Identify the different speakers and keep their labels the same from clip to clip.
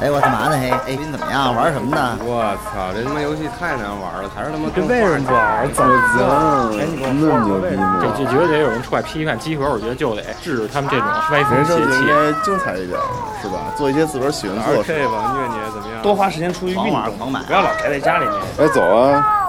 Speaker 1: 哎，我干嘛呢？嘿，哎，你怎么样？玩什么呢？
Speaker 2: 我操，这他妈游戏太难玩了，还是他妈
Speaker 3: 这为什么不玩？怎么
Speaker 4: 我
Speaker 2: 哎你给我
Speaker 4: 操，那么牛逼
Speaker 3: 这
Speaker 4: 吗？
Speaker 3: 就觉得得有人出来批判集合，我觉得就得制止他们这种歪风
Speaker 4: 人生
Speaker 3: 邪
Speaker 4: 就应
Speaker 3: 气。
Speaker 4: 该精彩一点，是吧？做一些自个儿喜欢
Speaker 2: 玩
Speaker 4: 做的事。
Speaker 2: 这吧，虐你怎么样？
Speaker 3: 多花时间出去运
Speaker 1: 狂玩
Speaker 3: 动，
Speaker 1: 狂买啊
Speaker 3: 不要老宅在家里面。
Speaker 4: 哎，走啊！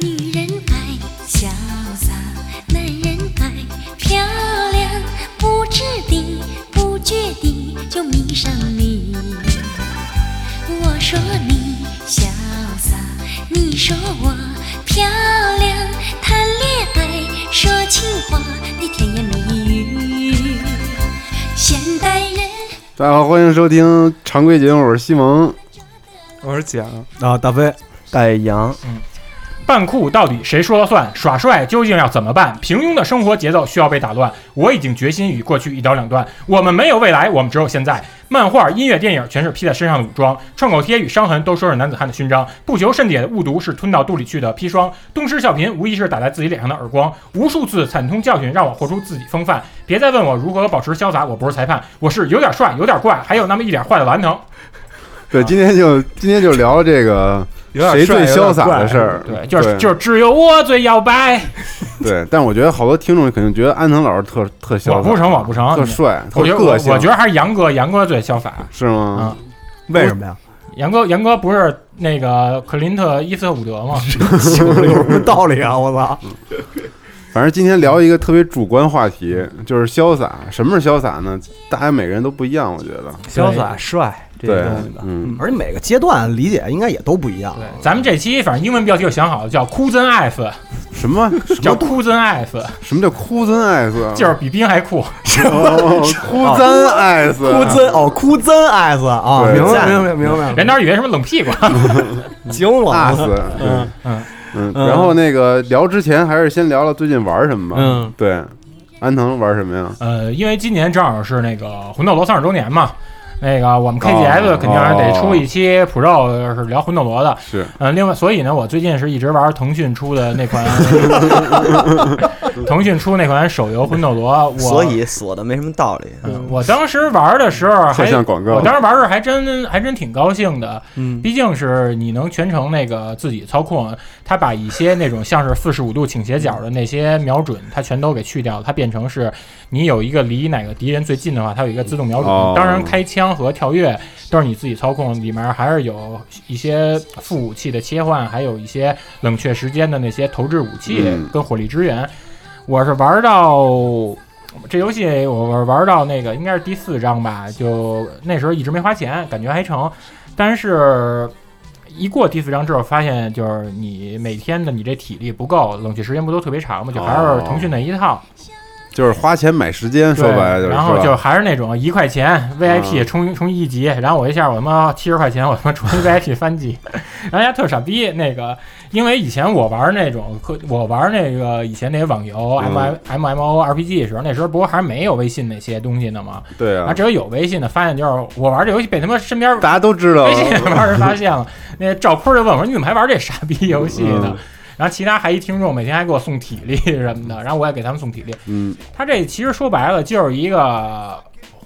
Speaker 5: 女人爱潇洒，男人爱漂亮，不知地不觉地就迷上你。我说你潇洒，你说我漂亮，谈恋爱说情话，你甜言蜜语。现代人
Speaker 4: 大家好，欢迎收听常规节目，我是西蒙。
Speaker 6: 我是蒋，
Speaker 7: 啊，大飞，带羊，
Speaker 6: 扮酷到底谁说了算？耍帅究竟要怎么办？平庸的生活节奏需要被打乱。我已经决心与过去一刀两断。我们没有未来，我们只有现在。漫画、音乐、电影全是披在身上的武装，创口贴与伤痕都说是男子汉的勋章。不求甚解的误读是吞到肚里去的砒霜。东施效颦无疑是打在自己脸上的耳光。无数次惨痛教训让我活出自己风范。别再问我如何保持潇洒，我不是裁判，我是有点帅，有点怪，还有那么一点坏的顽童。
Speaker 4: 对，今天就今天就聊这个
Speaker 7: 有点
Speaker 4: 谁最
Speaker 7: 帅有点
Speaker 4: 潇洒
Speaker 7: 怪
Speaker 4: 的事儿。
Speaker 6: 对，就是
Speaker 4: 对
Speaker 6: 就是只有我最摇摆。
Speaker 4: 对，但我觉得好多听众肯定觉得安藤老师特特潇洒，
Speaker 6: 我不成，我不成。
Speaker 4: 特帅，特
Speaker 6: 我觉得我
Speaker 4: 个性，
Speaker 6: 我觉得啊还是杨哥，杨哥最潇洒。
Speaker 4: 是吗？
Speaker 7: 为什么 呀？
Speaker 6: 杨哥，杨哥不是那个克林特·伊斯特伍德吗？
Speaker 7: 有什么道理 啊？我操！
Speaker 4: 反正今天聊一个特别主观话题，就是潇洒。什么是潇洒呢？大家每个人都不一样，我觉得。
Speaker 7: 潇洒帅这
Speaker 4: 对
Speaker 7: 些东西，吧，
Speaker 4: 嗯，
Speaker 7: 而且每个阶段理解应该也都不一样。
Speaker 6: 对，咱们这期反正英文标题我想好了，叫 “Cousin F”，
Speaker 4: 什 么什
Speaker 6: 叫
Speaker 4: 么啊
Speaker 6: “Cousin F”，
Speaker 4: 什么叫酷真爱色？
Speaker 6: 就是比冰还酷。
Speaker 4: 哦酷真爱色，
Speaker 6: 啊
Speaker 7: 哭真哦，哭真 S 啊，
Speaker 4: 对
Speaker 7: 明
Speaker 4: 赞
Speaker 7: 白明白明白明
Speaker 6: 人当时以为什么冷屁股，
Speaker 4: 嗯
Speaker 7: 白，惊
Speaker 4: 大
Speaker 7: 了。
Speaker 4: 死。
Speaker 6: 嗯嗯，
Speaker 4: 啊嗯，
Speaker 7: 嗯
Speaker 4: 然后那个聊之前还是先聊聊最近玩什么吧。
Speaker 7: 嗯，
Speaker 4: 对，安藤玩什么呀？
Speaker 6: 呃，因为今年正好是那个《魂斗罗》三十周年嘛。那个，我们 KGS
Speaker 4: 哦
Speaker 6: 肯定还得出一期 Pro 是聊魂斗罗的，
Speaker 4: 是
Speaker 6: 嗯，另外，所以呢，我最近是一直玩腾讯出的 那款，腾讯出那款手游《魂斗罗》，我
Speaker 8: 所以锁的没什么道理。
Speaker 6: 嗯，我当时玩的时候
Speaker 4: 特
Speaker 6: 还，
Speaker 4: 像广告
Speaker 6: 我当时玩的时候还真还真挺高兴的，
Speaker 7: 嗯，
Speaker 6: 毕竟是你能全程那个自己操控，它把一些那种像是四十五度倾斜角的那些瞄准，它全都给去掉，它变成是你有一个离哪个敌人最近的话，它有一个自动瞄准。
Speaker 4: 哦
Speaker 6: 当然，开枪和跳跃都是你自己操控，里面还是有一些副武器的切换，还有一些冷却时间的那些投掷武器
Speaker 4: 嗯
Speaker 6: 跟火力支援。我是玩到呃这游戏我玩到那个应该是第四章吧，就那时候一直没花钱，感觉还成。但是，一过第四章之后，发现就是你每天的你这体力不够，冷却时间不都特别长嘛，就还
Speaker 4: 哦
Speaker 6: 是腾讯那一套。
Speaker 4: 就是花钱买时间，说嗯
Speaker 6: 对
Speaker 4: 白了就是。
Speaker 6: 然后
Speaker 4: 是
Speaker 6: 就
Speaker 4: 吧
Speaker 6: 还是那种一块钱 VIP 充充一级，然后我一下我他妈七十块钱，我他妈充 一 VIP 三级，然后人家特傻逼。那个，因为以前我玩那种，可我玩那个以前那些网游 M
Speaker 4: 嗯
Speaker 6: M M O R P G 的时候，那时候不是还没有微信那些东西呢吗？
Speaker 4: 对
Speaker 6: 啊，
Speaker 4: 啊，
Speaker 6: 只有有微信的，发现就是我玩这游戏被他妈身边
Speaker 4: 大家都知道
Speaker 6: 微。信里面人发现了，那赵坤就问我说：“你怎么还玩这傻逼游戏
Speaker 4: 嗯
Speaker 6: 呢？”然后其他还一听众每天还给我送体力什么的，然后我也给他们送体力。
Speaker 4: 嗯，
Speaker 6: 他这其实说白了就是一个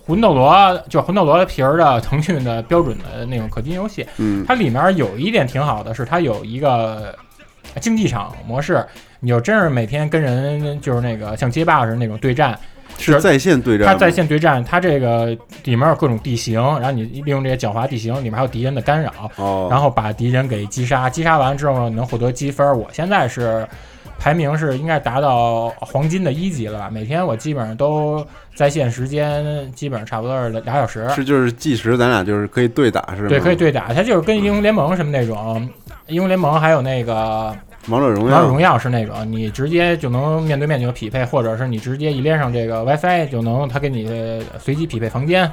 Speaker 6: 魂斗罗，就是魂斗罗皮儿的 腾讯的标准的那种氪金游戏。
Speaker 4: 嗯
Speaker 6: 它里面有一点挺好的是，它有一个竞技场模式，你就真是每天跟人就是那个像街霸似的那种对战。
Speaker 4: 是在线对战吗，
Speaker 6: 它在线对战，它这个里面有各种地形，然后你利用这些狡猾地形，里面还有敌人的干扰，
Speaker 4: 哦，
Speaker 6: 然
Speaker 4: 后
Speaker 6: 后把敌人给击杀，击杀完之后呢，能获得积分。我现在是排名是应该是达到黄金的一级了吧？每天我基本上都在线时间，基本上差不多是俩小时。
Speaker 4: 是就是计时，咱俩就是可以对打是吗？
Speaker 6: 对，可以对打，它就是跟英雄联盟什么那种，英雄联盟还有那个
Speaker 4: 王者荣
Speaker 6: 王
Speaker 4: 耀，
Speaker 6: 者荣耀是那种，你直接就能面对面就能匹配，或者是你直接一连上这个 WiFi 就能，它给你随机匹配房间。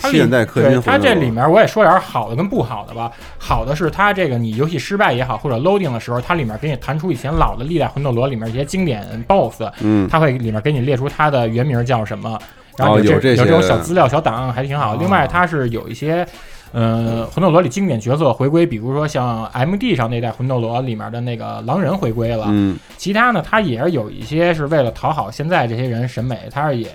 Speaker 6: 它里
Speaker 4: 现代氪金
Speaker 6: 对
Speaker 4: 活动
Speaker 6: 它这里面我也说点好的跟不好的吧。好的是它这个你游戏失败也好，或者 loading 的时候，它里面给你弹出以前老的历代魂斗罗里面一些经典 BOSS，
Speaker 4: 嗯，
Speaker 6: 它会里面给你列出它的原名叫什么，然
Speaker 4: 哦
Speaker 6: 后
Speaker 4: 有
Speaker 6: 有
Speaker 4: 这
Speaker 6: 这、
Speaker 4: 些哦
Speaker 6: 有这种小资料、小档案还挺好。另外，它是有一些，呃，魂斗罗里经典角色回归，比如说像 M D 上那代魂斗罗里面的那个狼人回归了。
Speaker 4: 嗯，
Speaker 6: 其他呢，它也是有一些是为了讨好现在这些人审美，它是也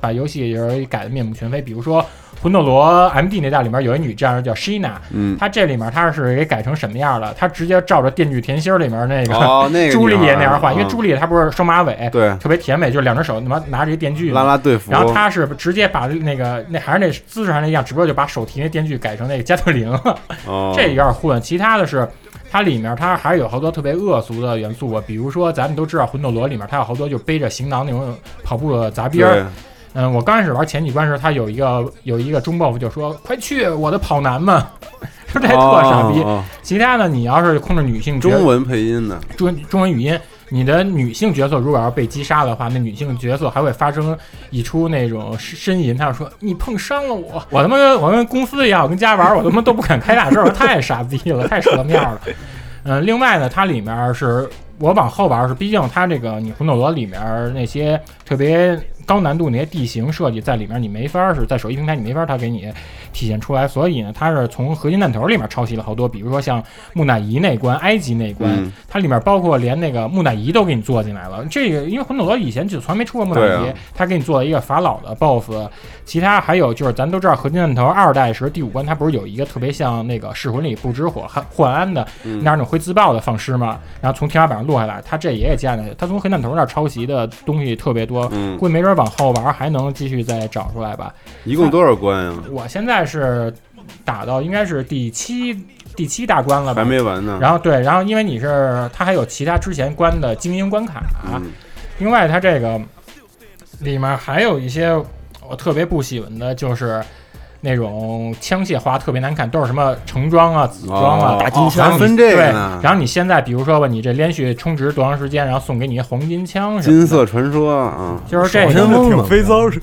Speaker 6: 把游戏就是改的面目全非。比如说魂斗罗 M D 那代里面有一女战士叫 Shina，
Speaker 4: 嗯
Speaker 6: 她这里面她是给改成什么样了？她直接照着《电锯甜心》里面那个、
Speaker 4: 哦，那个
Speaker 6: 朱丽叶那
Speaker 4: 女孩
Speaker 6: 样
Speaker 4: 儿
Speaker 6: 画，因为
Speaker 4: 嗯
Speaker 6: 朱丽叶她不是双马尾，
Speaker 4: 对
Speaker 6: 特别甜美，就是两只手他妈拿着一电锯嘛
Speaker 4: 拉拉队服，
Speaker 6: 然后他是直接把那个那还是那姿势上那样，只不过就把手提那电锯改成那个加特林了，
Speaker 4: 哦
Speaker 6: 这有点混。其他的是，它里面它还是有好多特别恶俗的元素啊，比如说咱们都知道魂斗罗里面它有好多就背着行囊那种跑步的杂兵 儿。
Speaker 4: 对哦
Speaker 6: 嗯，我刚开始玩前几关的时候，他有一个有一个中 buff 就说：“快去，我的跑男们！” 就这特傻逼
Speaker 4: 哦。哦
Speaker 6: 其他的你要是控制女性
Speaker 4: 哦
Speaker 6: 角色
Speaker 4: 中文配音的，
Speaker 6: 中中文语音，你的女性角色如果要被击杀的话，那女性角色还会发生一出那种呻吟，她说：“你碰伤了我，我他妈我跟公司一样，我跟家玩，我他妈都不敢开大招，太傻逼了，太蛇面了。”嗯，另外呢，它里面是我往后玩是，毕竟它这个你魂斗罗里面那些特别高难度那些地形设计在里面，你没法儿是在手机平台你没法儿它给你体现出来，所以呢，它是从合金弹头里面抄袭了好多，比如说像木乃伊那关、埃及那关，
Speaker 4: 嗯
Speaker 6: 它里面包括连那个木乃伊都给你做进来了。这个因为魂斗罗以前就从来没出过木乃
Speaker 4: 对
Speaker 6: 伊，
Speaker 4: 啊
Speaker 6: 它给你做了一个法老的 BOSS，其他还有就是咱都知道合金弹头二代时第五关，它不是有一个特别像那个《噬魂》里不知火幻幻安的
Speaker 4: 嗯
Speaker 6: 那样那种会自爆的放尸吗？然后从天花板上落下来，它这也也加进去，它从黑弹头那儿抄袭的东西特别多。
Speaker 4: 嗯，
Speaker 6: 估计没准儿往后玩儿还能继续再找出来吧。
Speaker 4: 一共多少关呀？
Speaker 6: 我现在是打到应该是第七第七大关了吧
Speaker 4: 还？没完呢。
Speaker 6: 然后对，然后因为你是它还有其他之前关的精英关卡，啊
Speaker 4: 嗯
Speaker 6: 另外它这个里面还有一些我特别不喜欢的，就是那种枪械化特别难看，都是什么橙装啊、紫装啊、
Speaker 4: 哦
Speaker 6: 大金
Speaker 4: 哦
Speaker 6: 枪，
Speaker 4: 还分这个
Speaker 6: 对
Speaker 4: 呢。
Speaker 6: 然后你现在比如说吧，你这连续充值多长时间，然后送给你一黄金枪什么的，
Speaker 4: 金色传说啊，
Speaker 6: 就是这个
Speaker 7: 真
Speaker 8: 疯
Speaker 7: 挺
Speaker 8: 了
Speaker 7: 肥皂是。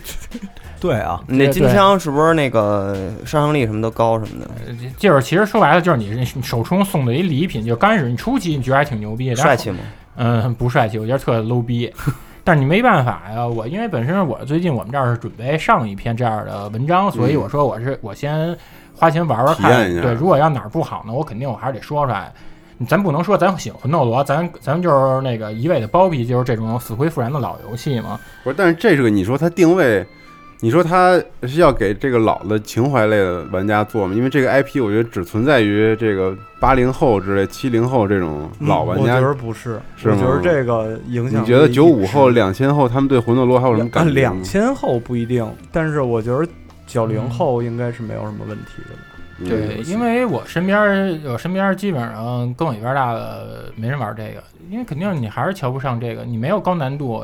Speaker 7: 对啊，
Speaker 8: 你那
Speaker 6: 对
Speaker 8: 金
Speaker 6: 对
Speaker 8: 枪是不是那个杀伤力什么都高什么的？
Speaker 6: 就是其实说白了就是你你手冲送的一礼品，就刚开始你初期你觉得还挺牛逼，然后
Speaker 8: 帅气吗？
Speaker 6: 嗯，不帅气，我觉得特 low 逼。但是你没办法呀，我因为本身我最近我们这儿是准备上一篇这样的文章，所以我说我是我先花钱玩玩
Speaker 4: 体
Speaker 6: 看
Speaker 4: 验一。下
Speaker 6: 对，如果要哪儿不好呢，我肯定我还是得说出来。咱不能说咱喜欢魂斗罗，咱咱们就是那个一味的包庇，就是这种死灰复燃的老游戏嘛。
Speaker 4: 不是，但是这是个你说它定位，你说它是要给这个老的情怀类的玩家做吗？因为这个 IP 我觉得只存在于这个八零后之类、七零后这种老玩
Speaker 7: 嗯我
Speaker 4: 家
Speaker 7: 觉。得不是，
Speaker 4: 是
Speaker 7: 我觉
Speaker 4: 吗
Speaker 7: 得这个影响。
Speaker 4: 你觉得九五后、？两千后他们对魂斗罗还有什么感觉？
Speaker 7: 两，千后不一定，但是我觉得九零后应该是没有什么问题的。
Speaker 4: 嗯
Speaker 6: 对，因为我身边儿我身边儿基本上跟我一边儿大的没人玩这个，因为肯定你还是瞧不上这个，你没有高难度，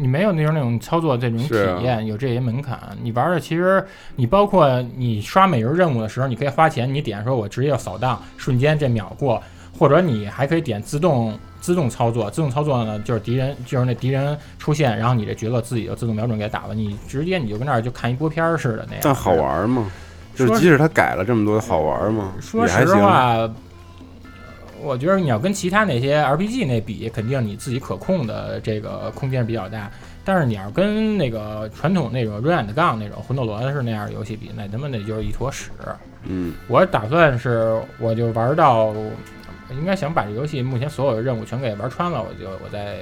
Speaker 6: 你没有那种那种操作这种体
Speaker 4: 是啊
Speaker 6: 验，有这些门槛。你玩的其实你包括你刷每日任务的时候，你可以花钱，你点说我直接要扫荡，瞬间这秒过，或者你还可以点自动。自动操作，自动操作呢，就是敌人，就是那敌人出现，然后你这角色自己就自动瞄准给打了，你直接你就跟那儿就看一波片儿似的那样。
Speaker 4: 但好玩吗？就是
Speaker 6: 说
Speaker 4: 即使它改了这么多，好玩吗？
Speaker 6: 说
Speaker 4: 也还
Speaker 6: 实
Speaker 4: 行。
Speaker 6: 话，我觉得你要跟其他那些 RPG 那比，肯定你自己可控的这个空间比较大。但是你要跟那个传统那种 Run and Gun 那种魂斗罗是那样的游戏比，那他妈那就是一坨屎。
Speaker 4: 嗯，
Speaker 6: 我打算是，我就玩到，应该想把这游戏目前所有的任务全给玩穿了，我就我再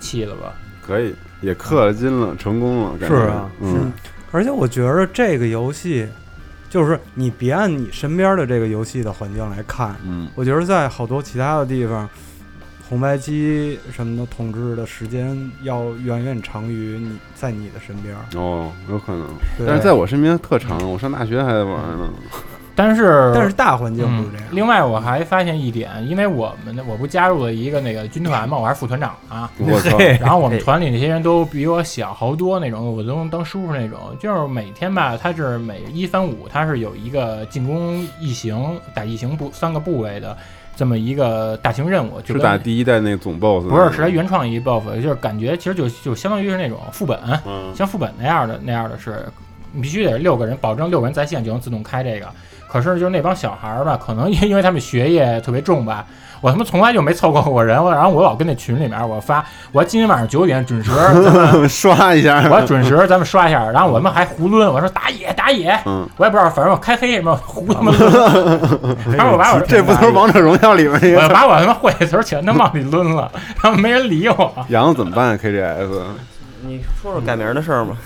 Speaker 6: 弃了吧。
Speaker 4: 可以，也氪了金了，成功了，感觉
Speaker 7: 是啊
Speaker 4: 嗯，
Speaker 7: 而且我觉得这个游戏，就是你别按你身边的这个游戏的环境来看，
Speaker 4: 嗯，
Speaker 7: 我觉得在好多其他的地方，红白机什么的统治的时间要远远长于你在你的身边。
Speaker 4: 哦，有可能。
Speaker 7: 对
Speaker 4: 但是在我身边特长，我上大学还在玩呢。
Speaker 6: 但是嗯
Speaker 7: 但是大环境
Speaker 8: 嗯
Speaker 7: 不是这样。
Speaker 6: 另外，我还发现一点，因为我们的我不加入了一个那个军团嘛，我还是副团长啊。
Speaker 4: 我操，
Speaker 6: 然后我们团里那些人都比我小好多那种，我都能当叔叔那种。就是每天吧，他是每一三五，他是有一个进攻异形、打异形部三个部位的这么一个大型任务，就是跟
Speaker 4: 打第一代那个总 boss
Speaker 6: 不是是他原创一 buff，就是感觉其实就就相当于是那种副本，
Speaker 4: 嗯
Speaker 6: 像副本那样的那样的是，你必须得是六个人，保证六个人在线就能自动开这个。可是就是那帮小孩儿吧，可能因因为他们 学业特别重吧，我他妈从来就没凑够过人，我然后我老跟那群里面我发，我今天晚上九点准时， 咱 们
Speaker 4: 刷一下，
Speaker 6: 我要准时咱们刷一下，然后我们还胡抡，我说打野打野，
Speaker 4: 嗯
Speaker 6: 我也不知道，反正我开黑什么胡他 妈抡，然后我把我
Speaker 4: 这不都是王者荣耀里面那个？
Speaker 6: 我把我他妈会的词儿全他妈往里抡了，然后没人理我。
Speaker 4: 然后怎么办？KGS 啊
Speaker 8: 你说说改名的事儿嘛。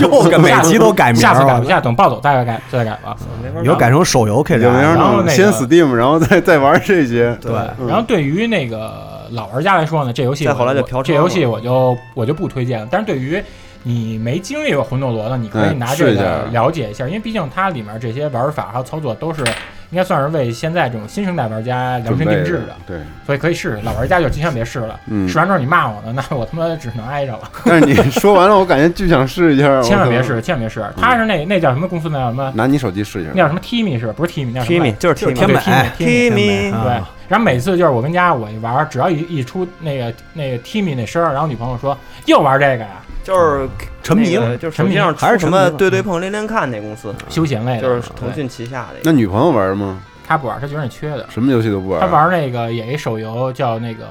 Speaker 7: 又改每
Speaker 6: 下次
Speaker 7: 集都改名
Speaker 6: 下次改
Speaker 7: 儿
Speaker 6: 不
Speaker 7: 了，
Speaker 6: 下，等暴走再改再改吧。
Speaker 8: 嗯
Speaker 7: 以后改啊成手游 K
Speaker 4: 有没有
Speaker 6: 然后
Speaker 4: 弄？
Speaker 6: 那个
Speaker 4: 先 Steam，然后再再玩这些。
Speaker 7: 对，
Speaker 6: 然后对于那个老玩家来说呢，这游戏
Speaker 8: 再
Speaker 6: 我
Speaker 8: 后来就
Speaker 6: 我
Speaker 8: 嫖娼
Speaker 6: 这
Speaker 8: 了
Speaker 6: 游戏我就我就不推荐了。但是对于你没经历过魂斗罗的，你可
Speaker 7: 哎
Speaker 6: 以
Speaker 4: 嗯
Speaker 6: 拿这
Speaker 4: 试一下
Speaker 6: 个了解一下，因为毕竟它里面这些玩法还有操作都是应该算是为现在这种新生代玩家量
Speaker 4: 准备
Speaker 6: 身定制的，
Speaker 4: 对，
Speaker 6: 所以可以试试。老玩家就千万别试了，
Speaker 4: 嗯
Speaker 6: 试。完之后你骂我呢，那我他妈只能挨着 了。
Speaker 4: 但是你说完了，我感觉就想试一下。
Speaker 6: 千万
Speaker 4: 我
Speaker 6: 别
Speaker 4: 操，
Speaker 6: 试，千万别
Speaker 7: 嗯
Speaker 6: 试。它是那那叫什么公司？那叫什么？
Speaker 4: 拿你手机试一
Speaker 6: 那叫
Speaker 4: 下。
Speaker 6: 什么 Timi 是吧不是 Timi？那叫什么
Speaker 8: Timmy 就是
Speaker 6: 就是
Speaker 8: Timmy，
Speaker 6: 天美
Speaker 7: 天美
Speaker 8: 天美
Speaker 7: 啊
Speaker 6: 对，然后每次就是我跟家我一玩儿，只要一一出那个那个 Timmy 那声儿，然后女朋友说又玩这个呀，
Speaker 8: 就是
Speaker 7: 沉迷
Speaker 8: 那
Speaker 7: 了。
Speaker 8: 个就是
Speaker 6: 沉
Speaker 8: 手
Speaker 6: 迷
Speaker 8: 机上
Speaker 7: 还是
Speaker 8: 出
Speaker 7: 沉
Speaker 8: 什
Speaker 7: 迷
Speaker 8: 么
Speaker 7: 了
Speaker 8: 对对碰连连看那公司，
Speaker 6: 休闲类的，
Speaker 8: 就是腾
Speaker 6: 对，
Speaker 8: 讯旗下的一
Speaker 4: 那
Speaker 8: 个。
Speaker 4: 女朋友玩吗？
Speaker 6: 他不玩，他觉得你缺的。
Speaker 4: 什么游戏都不玩。
Speaker 6: 他玩那个也一手游叫那个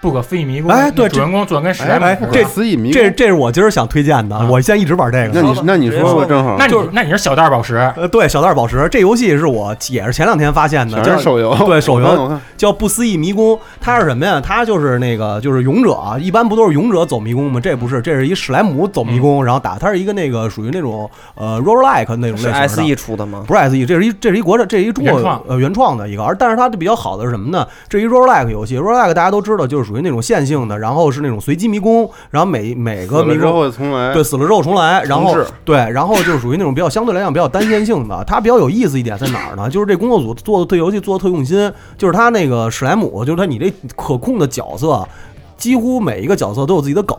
Speaker 6: 不可思议迷宫，
Speaker 7: 哎对
Speaker 6: 那主人公做得跟史莱
Speaker 7: 哎
Speaker 6: 姆似
Speaker 7: 哎
Speaker 6: 的。
Speaker 7: 这
Speaker 4: 词已迷。
Speaker 7: 这这是我今儿想推荐的
Speaker 6: 啊，
Speaker 7: 我现在一直玩这个。
Speaker 4: 那你那你说吧，正好
Speaker 6: 那你那你是小袋儿宝石，
Speaker 7: 呃，对，小袋儿宝石这游戏是我也是前两天发现的，
Speaker 4: 全
Speaker 7: 叫
Speaker 4: 是手游。
Speaker 7: 对手游
Speaker 4: 我看我看
Speaker 7: 叫《不思议迷宫》，它是什么呀？它就是那个就是勇者啊，一般不都是勇者走迷宫吗？这不是，这是一史莱姆走迷宫，然后打它是一个那个属于那种呃 roguelike 那种
Speaker 8: 是
Speaker 7: 类
Speaker 8: S
Speaker 7: 型的。
Speaker 8: E 出的吗？
Speaker 7: 不是 S E，这是一这是一国产，这是一中国
Speaker 6: 原创
Speaker 7: 呃原创的一个，而但是它比较好的是什么呢？这一 roguelike 游戏，roguelike 大家都知道就是属于那种线性的，然后是那种随机迷宫，然后每每
Speaker 4: 死
Speaker 7: 个迷
Speaker 4: 了之
Speaker 7: 宫
Speaker 4: 后重来。
Speaker 7: 对，死了之后重来，然后
Speaker 4: 重置
Speaker 7: 对，然后就是属于那种比较相对来讲比较单线性的。它比较有意思一点在哪儿呢？就是这工作组做的对游戏做的特用心，就是他那个史莱姆，就是他你这可控的角色。几乎每一个角色都有自己的梗，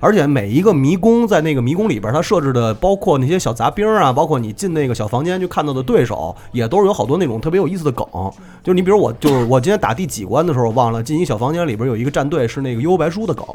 Speaker 7: 而且每一个迷宫在那个迷宫里边，它设置的包括那些小杂兵啊，包括你进那个小房间去看到的对手，也都是有好多那种特别有意思的梗。就是你比如我，就是我今天打第几关的时候我忘了，进一小房间里边有一个战队是那个幽游白书的梗，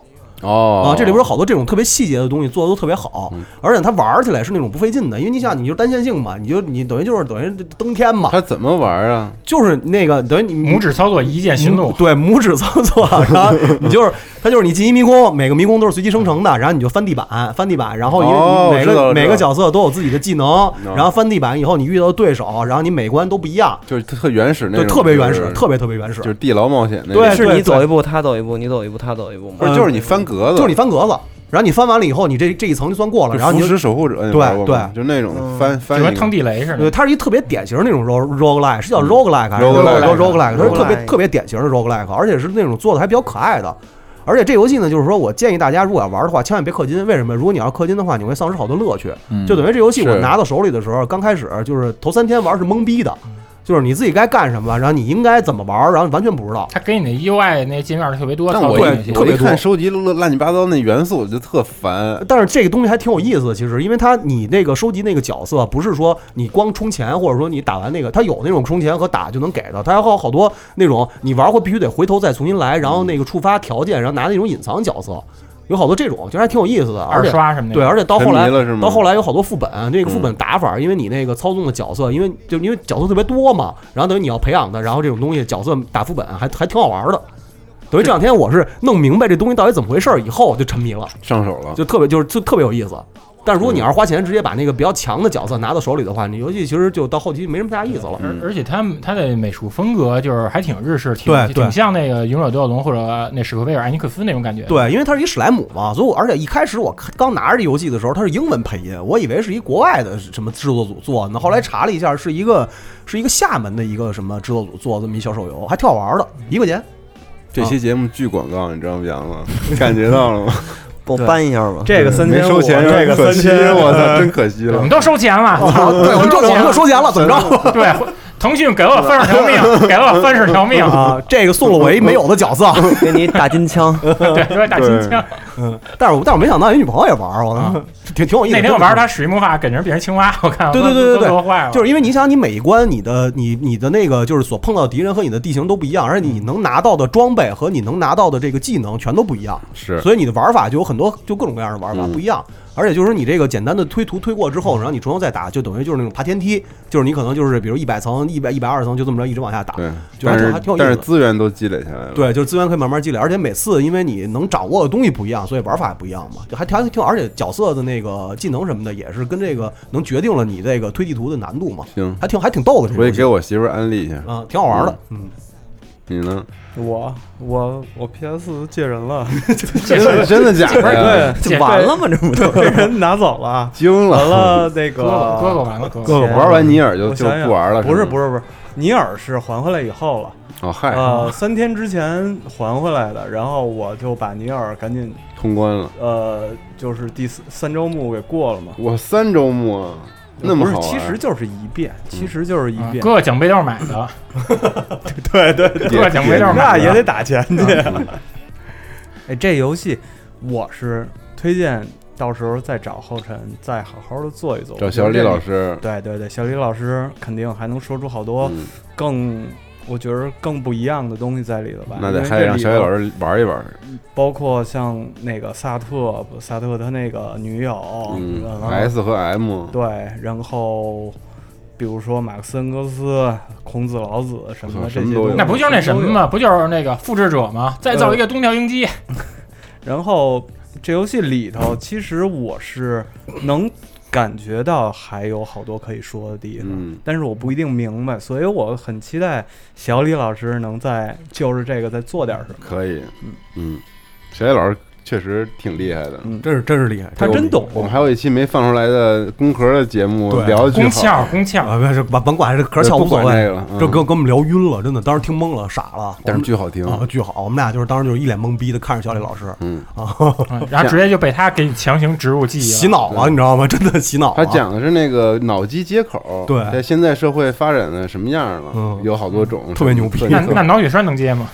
Speaker 4: 哦
Speaker 7: 啊，这里边有好多这种特别细节的东西做的都特别好，而且它玩儿起来是那种不费劲的，因为你想，你就单线性嘛，你就你等于就是等于登天嘛，
Speaker 4: 他怎么玩啊？
Speaker 7: 就是那个等于你
Speaker 6: 拇指操作一键行动
Speaker 7: 嗯，对，拇指操作，然后你就是它就是你进一迷宫，每个迷宫都是随机生成的，然后你就翻地板，翻地板，然后因为
Speaker 4: 哦
Speaker 7: 你每
Speaker 4: 我知道
Speaker 7: 个
Speaker 4: 了
Speaker 7: 每
Speaker 4: 知道
Speaker 7: 个
Speaker 4: 了
Speaker 7: 角色都有自己的技能，然后翻地板以后你遇到的对手，然后你每关都不一样，
Speaker 4: 就是特原始那
Speaker 7: 对，
Speaker 4: 种，
Speaker 7: 特别原始
Speaker 4: 就，是
Speaker 7: 特别特别原始
Speaker 4: 就，是地牢冒险那
Speaker 7: 对
Speaker 4: 种。
Speaker 7: 对
Speaker 8: 是
Speaker 7: 嗯
Speaker 8: 你
Speaker 7: 对
Speaker 8: 走一步，他走一步，你走一步，他走一步吗？
Speaker 4: 不是就是你翻格子，
Speaker 7: 就是你翻格子，然后你翻完了以后，你这这一层就算过了，
Speaker 4: 就
Speaker 7: 然后你
Speaker 4: 扶
Speaker 7: 就
Speaker 4: 持守护者，你玩过吗就那种翻
Speaker 6: 就
Speaker 4: 翻一
Speaker 6: 跟
Speaker 4: 个
Speaker 6: 趟地雷似
Speaker 7: 对，
Speaker 6: 的。
Speaker 7: 它是一特别典型的那种 rogue roguelike，是叫 roguelike 还是
Speaker 4: roguelike
Speaker 7: roguelike？它是特别
Speaker 8: roguelike
Speaker 7: 特别典型的 roguelike，而且是那种做的还比较可爱的。而且这游戏呢，就是说我建议大家，如果要玩的话，千万别氪金。为什么？如果你要氪金的话，你会丧失好多乐趣。就等于这游戏我
Speaker 4: 是
Speaker 7: 拿到手里的时候，刚开始就是头三天玩是懵逼的，就是你自己该干什么，然后你应该怎么玩，然后完全不知道。
Speaker 6: 他给你的 UI 那界面特别多，
Speaker 4: 但
Speaker 6: 操
Speaker 4: 我
Speaker 6: 作那些
Speaker 4: 一
Speaker 7: 特
Speaker 4: 我
Speaker 7: 别
Speaker 4: 一
Speaker 7: 多
Speaker 4: 看收集乱乱七八糟那元素，我就特烦。
Speaker 7: 但是这个东西还挺有意思的，其实，因为它你那个收集那个角色，不是说你光充钱，或者说你打完那个，它有那种充钱和打就能给的，它还有好多那种你玩过必须得回头再重新来，然后那个触发条件，然后拿那种隐藏角色，有好多这种，就还挺有意思的，
Speaker 6: 二
Speaker 7: 而且。
Speaker 6: 刷什么的。
Speaker 7: 对，而啊且到后来
Speaker 4: 沉迷了是吗嗯
Speaker 7: 到后来有好多副本，这个副本打法，因为你那个操纵的角色，因为就因为角色特别多嘛，然后等于你要培养的，然后这种东西角色打副本还还挺好玩的。等于这两天我是弄明白这东西到底怎么回事儿以后，就沉迷了。
Speaker 4: 上手了，
Speaker 7: 就特别就是就特别有意思。但如果你要是花钱直接把那个比较强的角色拿到手里的话，你游戏其实就到后期没什么太大意思了。
Speaker 6: 而而且他们他的美术风格就是还挺日式，挺
Speaker 7: 对对
Speaker 6: 挺像那个《勇者斗恶龙》或者那史克威尔艾尼克斯那种感觉。
Speaker 7: 对，因为它是一史莱姆嘛，所以我而且一开始我刚拿着这游戏的时候，它是英文配音，我以为是一国外的什么制作组做的，后来查了一下，是一个是一个厦门的一个什么制作组做的这么一小手游，还挺好玩的，一块钱。
Speaker 4: 这期节目巨广告，你知道不？杨子感觉到了吗？
Speaker 8: 给我搬一下吧。
Speaker 9: 这个三
Speaker 4: 没
Speaker 9: 千
Speaker 4: 收
Speaker 9: 五，
Speaker 4: 钱，
Speaker 9: 这个
Speaker 4: 可
Speaker 9: 三
Speaker 4: 惜，
Speaker 9: 千，
Speaker 4: 我操，啊真可惜
Speaker 6: 我们
Speaker 4: 了。
Speaker 6: 都收钱了，操
Speaker 7: 啊哦对，我们这我们收钱了，怎么着？
Speaker 6: 对，腾讯给了我三十条命，给了我三十条命，
Speaker 7: 啊，这个送了我一没有的角色，
Speaker 8: 嗯给你打金 枪，
Speaker 6: 对，说大金枪。
Speaker 7: 但是我但是我没想到你女朋友也玩儿，我操，挺挺有意思。
Speaker 6: 那天我玩他水墨画，给人别人青蛙，我看
Speaker 7: 对对对对对
Speaker 6: 多坏了，
Speaker 7: 就是因为你想，你每一关你的你你的那个就是所碰到的敌人和你的地形都不一样，而
Speaker 4: 嗯
Speaker 7: 且你能拿到的装备和你能拿到的这个技能全都不一样，
Speaker 4: 是，嗯
Speaker 7: 所以你的玩法就有很多就各种各样的玩法不一样。而且就是说你这个简单的推图推过之后，然后你重头再打，就等于就是那种爬天梯，就是你可能就是比如一百层、一百一百二十层，就这么着一直往下打。
Speaker 4: 对，
Speaker 7: 就还
Speaker 4: 但
Speaker 7: 挺
Speaker 4: 是
Speaker 7: 还挺有意思的
Speaker 4: 但是资源都积累下来了。，
Speaker 7: 对，就是资源可以慢慢积累，而且每次因为你能掌握的东西不一样，所以玩法也不一样嘛，就还挺还挺，而且角色的那个技能什么的也是跟这个能决定了你这个推地图的难度嘛，
Speaker 4: 行，
Speaker 7: 还挺还挺逗的这
Speaker 4: 我
Speaker 7: 个
Speaker 4: 也
Speaker 7: 游戏。
Speaker 4: 给我媳妇儿安利一下。
Speaker 7: 啊，挺好玩的，嗯，
Speaker 4: 你呢？
Speaker 9: 我我我 PS 借人了，
Speaker 6: 这
Speaker 4: 真的真的假的呀？
Speaker 9: 对，
Speaker 6: 这
Speaker 8: 完了吗？这不 就
Speaker 9: 被人拿走 了，
Speaker 4: 惊
Speaker 9: 完
Speaker 4: 了！
Speaker 9: 了那
Speaker 6: 哥哥哥哥
Speaker 9: 个
Speaker 6: 完了，哥
Speaker 9: 哥
Speaker 6: 哥
Speaker 9: 哥
Speaker 4: 玩完尼尔就
Speaker 9: 我
Speaker 4: 就
Speaker 9: 想想
Speaker 4: 不玩了，
Speaker 9: 不是不
Speaker 4: 是
Speaker 9: 是不是，尼尔是还回来以后了，
Speaker 4: 吗哦，
Speaker 7: 啊
Speaker 4: 嗨，
Speaker 9: 呃，三天之前还回来的，然后我就把尼尔赶紧
Speaker 4: 通关了。
Speaker 9: 呃，就是第四三周目给过了嘛。
Speaker 4: 我三周目啊那么
Speaker 9: 不是
Speaker 4: 好，玩，
Speaker 9: 其实就是一遍，其实就是一
Speaker 6: 啊
Speaker 9: 遍，
Speaker 6: 哥哥奖杯都是买的，
Speaker 9: 对对 对，
Speaker 4: 也
Speaker 6: 哥奖杯都是买
Speaker 9: 那也
Speaker 6: 的。
Speaker 9: 得打钱去。哎，这游戏我是推荐到时候再找后尘再好好的做一做。
Speaker 4: 找小李老。师。
Speaker 9: 对对对，小李老师肯定还能说出好多
Speaker 4: 嗯
Speaker 9: 更，我觉得更不一样的东西在里头吧。
Speaker 4: 那得
Speaker 9: 因为
Speaker 4: 还
Speaker 9: 这
Speaker 4: 得让
Speaker 9: 里
Speaker 4: 小李
Speaker 9: 头
Speaker 4: 老师玩一玩，
Speaker 9: 包括像那个萨特，萨特他那个女友，
Speaker 4: 嗯
Speaker 9: 然后
Speaker 4: ，S 和 M，
Speaker 9: 对，然后比如说马克思恩格斯、孔子、老子什么
Speaker 4: 我
Speaker 9: 的这
Speaker 4: 操
Speaker 9: 些
Speaker 4: 什么都
Speaker 9: 东西，
Speaker 4: 有
Speaker 6: 那不就是那什么吗？不就是那个复制者吗？再造一个东条英机，
Speaker 9: 然后这游戏里头，其实我是能感觉到还有好多可以说的地方，
Speaker 4: 嗯
Speaker 9: 但是我不一定明白，所以我很期待小李老师能在就是这个再做点什么。
Speaker 4: 可以，嗯，小李老师确实挺厉害的。
Speaker 9: 嗯
Speaker 7: 真嗯是真是厉害，
Speaker 9: 他真懂，
Speaker 4: 我们还有一期没放出来的工壳的节目，
Speaker 7: 对
Speaker 4: 聊的
Speaker 6: 宫壳宫壳，
Speaker 7: 啊，不是甭甭管这壳儿
Speaker 4: 对
Speaker 7: 翘
Speaker 4: 不
Speaker 7: 无所
Speaker 4: 管
Speaker 7: 谓
Speaker 4: 这个了，嗯
Speaker 7: 这给我给我们聊晕了，真的，当时听懵了，傻了，
Speaker 4: 但是巨好听
Speaker 7: 我。
Speaker 6: 哦
Speaker 7: 们啊巨好，我们俩就是当时就是一脸懵逼的看着小李老师
Speaker 4: 嗯，
Speaker 7: 啊，
Speaker 6: 嗯 然后直接就被他给你强行植入记忆
Speaker 7: 洗
Speaker 6: 了。
Speaker 7: 脑了，你知道吗？真的洗脑了，
Speaker 4: 他 讲的是那个脑机接口，
Speaker 7: 啊对
Speaker 4: 在现在社会发展的什么样了
Speaker 7: 嗯，
Speaker 4: 有好多种，
Speaker 7: 特别牛逼
Speaker 4: 特
Speaker 6: 那
Speaker 4: 特
Speaker 6: 那脑血栓能接吗？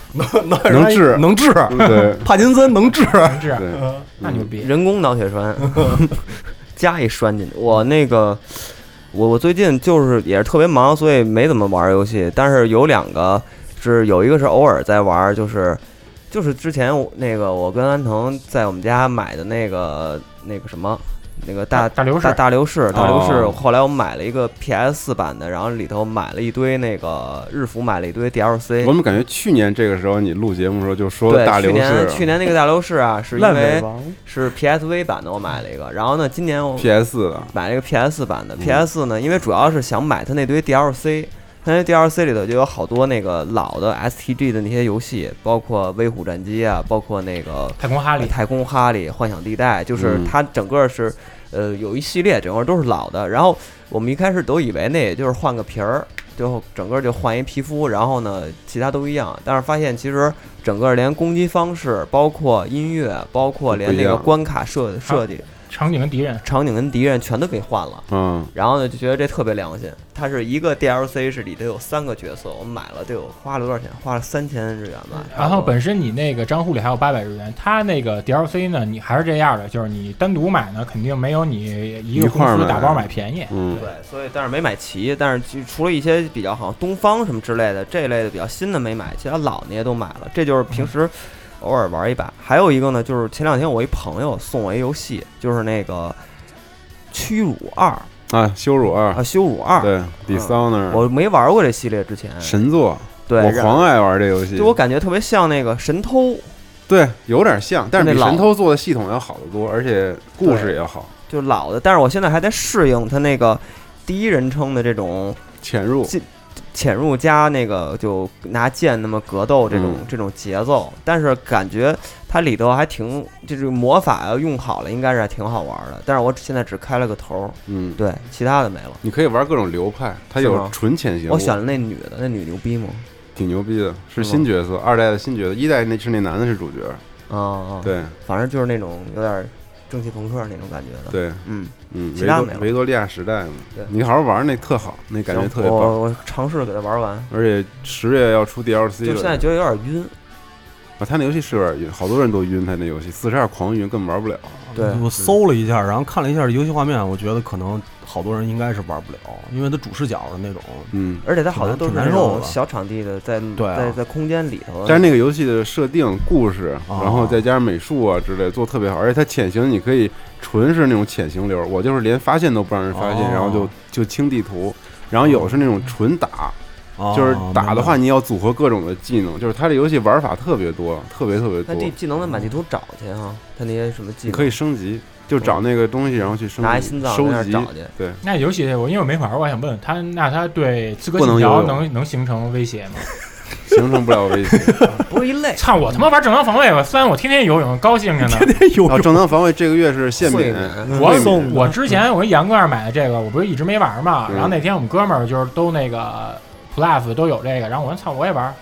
Speaker 4: 能治嗯
Speaker 7: 能治，
Speaker 4: 对
Speaker 7: 帕金森能治，
Speaker 6: 能治，啊
Speaker 4: 对，
Speaker 7: 嗯
Speaker 6: 那牛逼。
Speaker 8: 人工脑血栓，
Speaker 1: 加一拴进去。
Speaker 8: 我那个，我我最近就是也是特别忙，所以没怎么玩游戏。但是有两个是有一个是偶尔在玩，就是就是之前我那个我跟安藤在我们家买的那个那个什么那个大
Speaker 6: 大流
Speaker 8: 大
Speaker 6: 水，
Speaker 8: 大流士大流士，
Speaker 4: 哦
Speaker 8: 后来我买了一个 PS 四版的，然后里头买了一堆那个日服，买了一堆 DLC
Speaker 4: 我。们感觉去年这个时候你录节目的时候就说
Speaker 8: 对，
Speaker 4: 大流啊
Speaker 8: 去年去
Speaker 4: 士
Speaker 8: 年那个大流士啊，是因
Speaker 9: 烂尾
Speaker 8: 为
Speaker 9: 王
Speaker 8: 是 PSV 版的，我买了一个。然后呢，今年我
Speaker 4: PS 的，
Speaker 8: 买了一个 PS 版的 PS 呢，因为主要是想买它那堆 DLC，它那 DLC 里头就有好多那个老的 STG 的那些游戏，包括《威虎战机》啊，包括那个
Speaker 6: 太空哈利，
Speaker 8: 太空哈利、幻想地带，就是
Speaker 4: 嗯
Speaker 8: 它整个是呃有一系列，整个都是老的。然后我们一开始都以为那也就是换个皮儿，最后整个就换一皮肤，然后呢其他都一样。但是发现其实整个连攻击方式，包括音乐，包括连那
Speaker 4: 不一
Speaker 8: 个
Speaker 4: 样
Speaker 8: 关卡设设计、
Speaker 6: 场景跟敌人，
Speaker 8: 场景跟敌人全都给换了。
Speaker 4: 嗯，
Speaker 8: 然后呢，就觉得这特别良心。它是一个 DLC，是里头有三个角色，我买了得有花了多少钱？花了三千日元吧。
Speaker 6: 然后本身你那个账户里还有八百日元，他那个 DLC 呢，你还是这样的，就是你单独买呢，肯定没有你一个
Speaker 4: 一块儿
Speaker 6: 公司
Speaker 4: 买
Speaker 6: 打包买便宜。
Speaker 4: 嗯，
Speaker 8: 对，所以但是没买齐，但是就除了一些比较好东方什么之类的这一类的比较新的没买，其他老的那些都买了。这就是
Speaker 4: 嗯
Speaker 8: 平时偶尔玩一把。还有一个呢，就是前两天我一朋友送我一游戏，就是那个《屈辱二》
Speaker 4: 啊，羞辱二
Speaker 8: 啊，，《羞辱二》。
Speaker 4: 对，Dishonor，
Speaker 8: 我没玩过这系列之前，
Speaker 4: 神作，
Speaker 8: 对，
Speaker 4: 我
Speaker 8: 然
Speaker 4: 狂爱玩这游戏
Speaker 8: 就，我感觉特别像那个神偷，
Speaker 4: 对，有点像，但是比
Speaker 8: 那老
Speaker 4: 神偷做的系统要好得多，而且故事也要好，
Speaker 8: 就老的，但是我现在还在适应它那个第一人称的这种
Speaker 4: 潜入
Speaker 8: 这潜入加那个就拿剑那么格斗这种、
Speaker 4: 嗯
Speaker 8: 这种节奏，但是感觉它里头还挺就是魔法要用好了，应该是还挺好玩的。但是我现在只开了个头儿，
Speaker 4: 嗯，
Speaker 8: 对，其他的没了。
Speaker 4: 你可以玩各种流派，它
Speaker 8: 是
Speaker 4: 有
Speaker 8: 吗
Speaker 4: 纯潜行，
Speaker 8: 我选了那女的，那女牛逼吗？
Speaker 4: 挺牛逼的，是
Speaker 8: 是吗
Speaker 4: 新角色，二代的新角色，一代那是那男的是主角，
Speaker 8: 啊啊，
Speaker 4: 对，
Speaker 8: 反正就是那种有点蒸汽朋克那种感觉的。
Speaker 4: 对，
Speaker 8: 嗯
Speaker 4: 嗯，
Speaker 8: 其
Speaker 4: 维
Speaker 8: 他
Speaker 4: 多
Speaker 8: 没了。
Speaker 4: 维多利亚时代嘛
Speaker 8: 对，
Speaker 4: 你好好玩儿那特好，那感觉
Speaker 8: 行
Speaker 4: 特别
Speaker 8: 我
Speaker 4: 棒，
Speaker 8: 我尝试着给它玩完，
Speaker 4: 而且十月要出 DLC
Speaker 8: 就
Speaker 4: 了，
Speaker 8: 现在觉得有点晕。
Speaker 4: 啊，他那游戏是有点晕，好多人都晕他那游戏，四十二狂晕根本玩不了。
Speaker 7: 我搜了一下，然后看了一下游戏画面，我觉得可能好多人应该是玩不了，因为它主视角的那种，
Speaker 4: 嗯，
Speaker 8: 而且它好多都是
Speaker 7: 挺
Speaker 8: 那
Speaker 7: 难受
Speaker 8: 种
Speaker 7: 的。
Speaker 8: 小场地的，在
Speaker 7: 对啊
Speaker 8: 在在空间里头的。
Speaker 4: 但是那个游戏的设定、故事，
Speaker 8: 哦
Speaker 4: 然后再加上美术啊之类，做得特别好。而且它潜行，你可以纯是那种潜行流，我就是连发现都不让人发现，
Speaker 7: 哦
Speaker 4: 然后就就清地图。然后有是那种纯打，
Speaker 7: 哦
Speaker 4: 就是打的
Speaker 7: 明
Speaker 4: 话，
Speaker 7: 白
Speaker 4: 你要组合各种的技能，就是它这游戏玩法特别多，特别特别
Speaker 8: 它这
Speaker 4: 多。
Speaker 8: 技能在满地图找去哈，它那些什么技
Speaker 4: 你
Speaker 8: 能
Speaker 4: 可以升级，就找那个东西，然后去升
Speaker 8: 拿一
Speaker 4: 级
Speaker 8: 心脏在那
Speaker 4: 嗯收
Speaker 8: 儿
Speaker 4: 集
Speaker 8: 找去。
Speaker 4: 对，
Speaker 6: 那游戏我因为我没玩过，我还想问他，那他对《刺客
Speaker 4: 不能
Speaker 6: 信条
Speaker 4: 游》泳
Speaker 6: 能能形成威胁吗？
Speaker 4: 形成不了 威胁。
Speaker 8: 不是一类。
Speaker 6: 操！我他妈玩正当防卫，我虽然我天天游泳，高兴着呢。
Speaker 7: 哎
Speaker 4: 啊，正当防卫这个月是限免，嗯
Speaker 6: 我
Speaker 4: 会免
Speaker 6: 我之前我跟杨哥那儿买的这个，我不是一直没玩嘛。
Speaker 4: 嗯
Speaker 6: 然后那天我们哥们儿就是都那个 Plus 都有这个，然后我说操我也玩，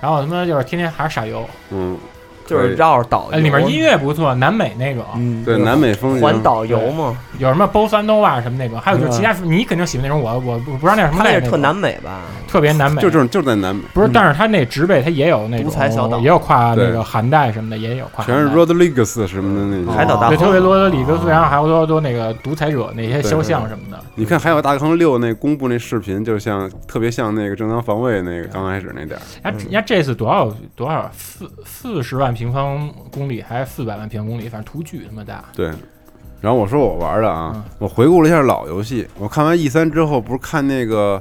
Speaker 6: 然后我他妈就是天天还是傻游。
Speaker 8: 哦
Speaker 4: 嗯，
Speaker 8: 就是绕着岛
Speaker 6: 哎，里面音乐不错，南美那种，
Speaker 8: 啊嗯
Speaker 4: 对南美风情
Speaker 8: 环岛游嘛，
Speaker 6: 有什么 b o s a n o v a 啊什么那种，还有就是其他你肯定喜欢那种，我我不不知道那什么
Speaker 8: 它嗯那
Speaker 6: 类
Speaker 8: 是
Speaker 6: 那
Speaker 8: 特
Speaker 6: 种
Speaker 8: 南美吧？
Speaker 6: 特别南美，
Speaker 4: 就这种就在南美，
Speaker 6: 不是，但是它那植被它也有那种
Speaker 8: 独裁小岛
Speaker 6: 也有跨那
Speaker 4: 对
Speaker 6: 个寒带什么的，也有跨
Speaker 4: 全
Speaker 6: 寒
Speaker 4: 是
Speaker 6: 带
Speaker 4: Rodriguez 什么的那种
Speaker 8: 海岛大
Speaker 6: 哦对，特
Speaker 8: 亨
Speaker 6: 别多的里格斯，然后还有多多那个独裁者那些肖像什么的。
Speaker 4: 你看《海有大坑六》那公布那视频，就像特别像那个正当防卫那个刚开始那点儿，
Speaker 6: 人家人家这次多少多少四四十万平方公里还是四百万平方公里，反正图巨他妈大。
Speaker 4: 对。然后我说我玩的啊，我回顾了一下老游戏，我看完 E 三之后，不是看那个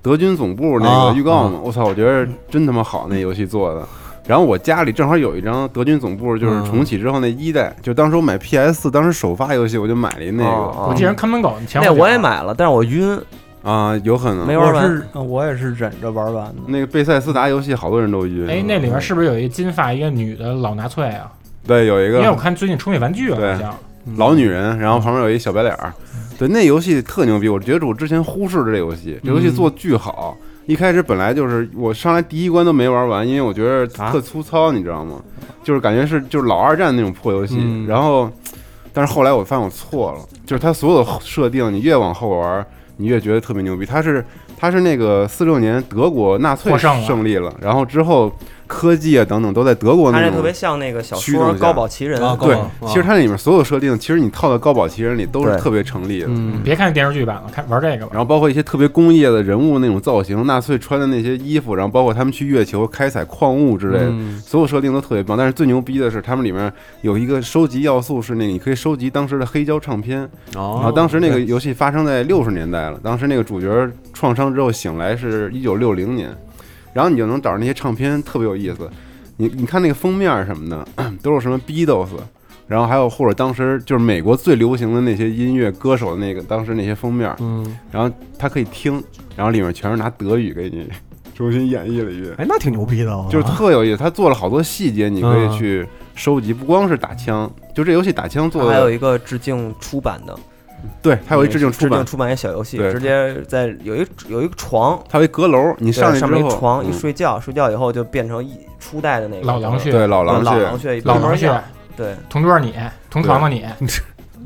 Speaker 4: 德军总部那
Speaker 7: 啊
Speaker 4: 个预告吗？我操，我觉得真他妈好，那游戏做的。然后我家里正好有一张德军总部，就是
Speaker 7: 嗯
Speaker 4: 重启之后那一代，就当时我买 PS 当时首发游戏，我就买了一那
Speaker 8: 哦
Speaker 4: 个
Speaker 6: 我记得人看门狗，你前
Speaker 8: 那
Speaker 6: 不久
Speaker 8: 我也买了，但是我晕，
Speaker 4: 啊，有可能
Speaker 8: 没玩
Speaker 9: 我
Speaker 8: 完。
Speaker 9: 是嗯我也是忍着玩完的。
Speaker 4: 那个贝塞斯达游戏好多人都晕。
Speaker 6: 哎，那里面是不是有一金发一个女的老纳粹啊？
Speaker 4: 对有一
Speaker 6: 因为我
Speaker 4: 个
Speaker 6: 看最近出那玩具了，
Speaker 4: 对
Speaker 6: 好像
Speaker 4: 老女人，然后旁边有一小白脸儿。对，那游戏特牛逼，我觉得我之前忽视这游戏，这游戏做巨好。一开始本来就是我上来第一关都没玩完，因为我觉得特粗糙，你知道吗？就是感觉是就是老二战那种破游戏。
Speaker 9: 嗯
Speaker 4: 然后，但是后来我发现我错了，就是它所有的设定，你越往后玩，你越觉得特别牛逼。它是它是那个四六年德国纳粹
Speaker 6: 获胜了
Speaker 4: 胜利了，然后之后科技啊等等都在德国
Speaker 8: 它
Speaker 4: 那
Speaker 8: 那
Speaker 4: 种
Speaker 8: 特别像那个小
Speaker 4: 驱动
Speaker 8: 说
Speaker 4: 一
Speaker 8: 《
Speaker 4: 下
Speaker 8: 高保奇人》
Speaker 7: 啊高
Speaker 4: 对
Speaker 7: 保，
Speaker 4: 其实它那里面所有设定，其实你套到高保奇人里都是
Speaker 8: 对
Speaker 4: 特别成立的。
Speaker 9: 嗯，
Speaker 6: 别看电视剧版了，看玩这个吧。
Speaker 4: 然后包括一些特别工业的人物那种造型，纳粹穿的那些衣服，然后包括他们去月球开采矿物之类的，
Speaker 7: 嗯
Speaker 3: 嗯
Speaker 4: 所有设定都特别棒。但是最牛逼的是，他们里面有一个收集要素是那个你可以收集当时的黑胶唱片。然后
Speaker 7: 哦，
Speaker 4: 当时那个游戏发生在六十年代了，当时那个主角创伤之后醒来是一九六零年，然后你就能找着那些唱片特别有意思。你你看那个封面什么的， 都是什么 Beatles，然后还有或者当时就是美国最流行的那些音乐歌手的那个当时那些封面，
Speaker 7: 嗯，
Speaker 4: 然后它可以听，然后里面全是拿德语给你 重新演绎了一遍，
Speaker 7: 哎，那挺牛逼的啊，
Speaker 4: 就是特有意思。他做了好多细节，你可以去收集，不光是打枪，就这游戏打枪做
Speaker 8: 还有
Speaker 4: 的，
Speaker 8: 一个致敬出版的，
Speaker 4: 对，它有一致敬出
Speaker 8: 致
Speaker 4: 版
Speaker 8: 敬，出版一小游戏，
Speaker 4: 对
Speaker 8: 直接在有一有一个床，
Speaker 4: 它有一阁楼，你
Speaker 8: 对
Speaker 4: 上去
Speaker 8: 上
Speaker 4: 之
Speaker 8: 面一
Speaker 4: 后
Speaker 8: 床，一
Speaker 4: 嗯
Speaker 8: 睡觉，睡觉以后就变成一初代的那个
Speaker 6: 老狼
Speaker 8: 对
Speaker 6: 穴、
Speaker 4: 对老狼
Speaker 8: 老
Speaker 4: 穴
Speaker 8: 狼，穴，
Speaker 6: 老
Speaker 8: 一模
Speaker 6: 狼
Speaker 8: 一
Speaker 6: 穴
Speaker 8: 样，对，
Speaker 6: 同桌你，同床的你，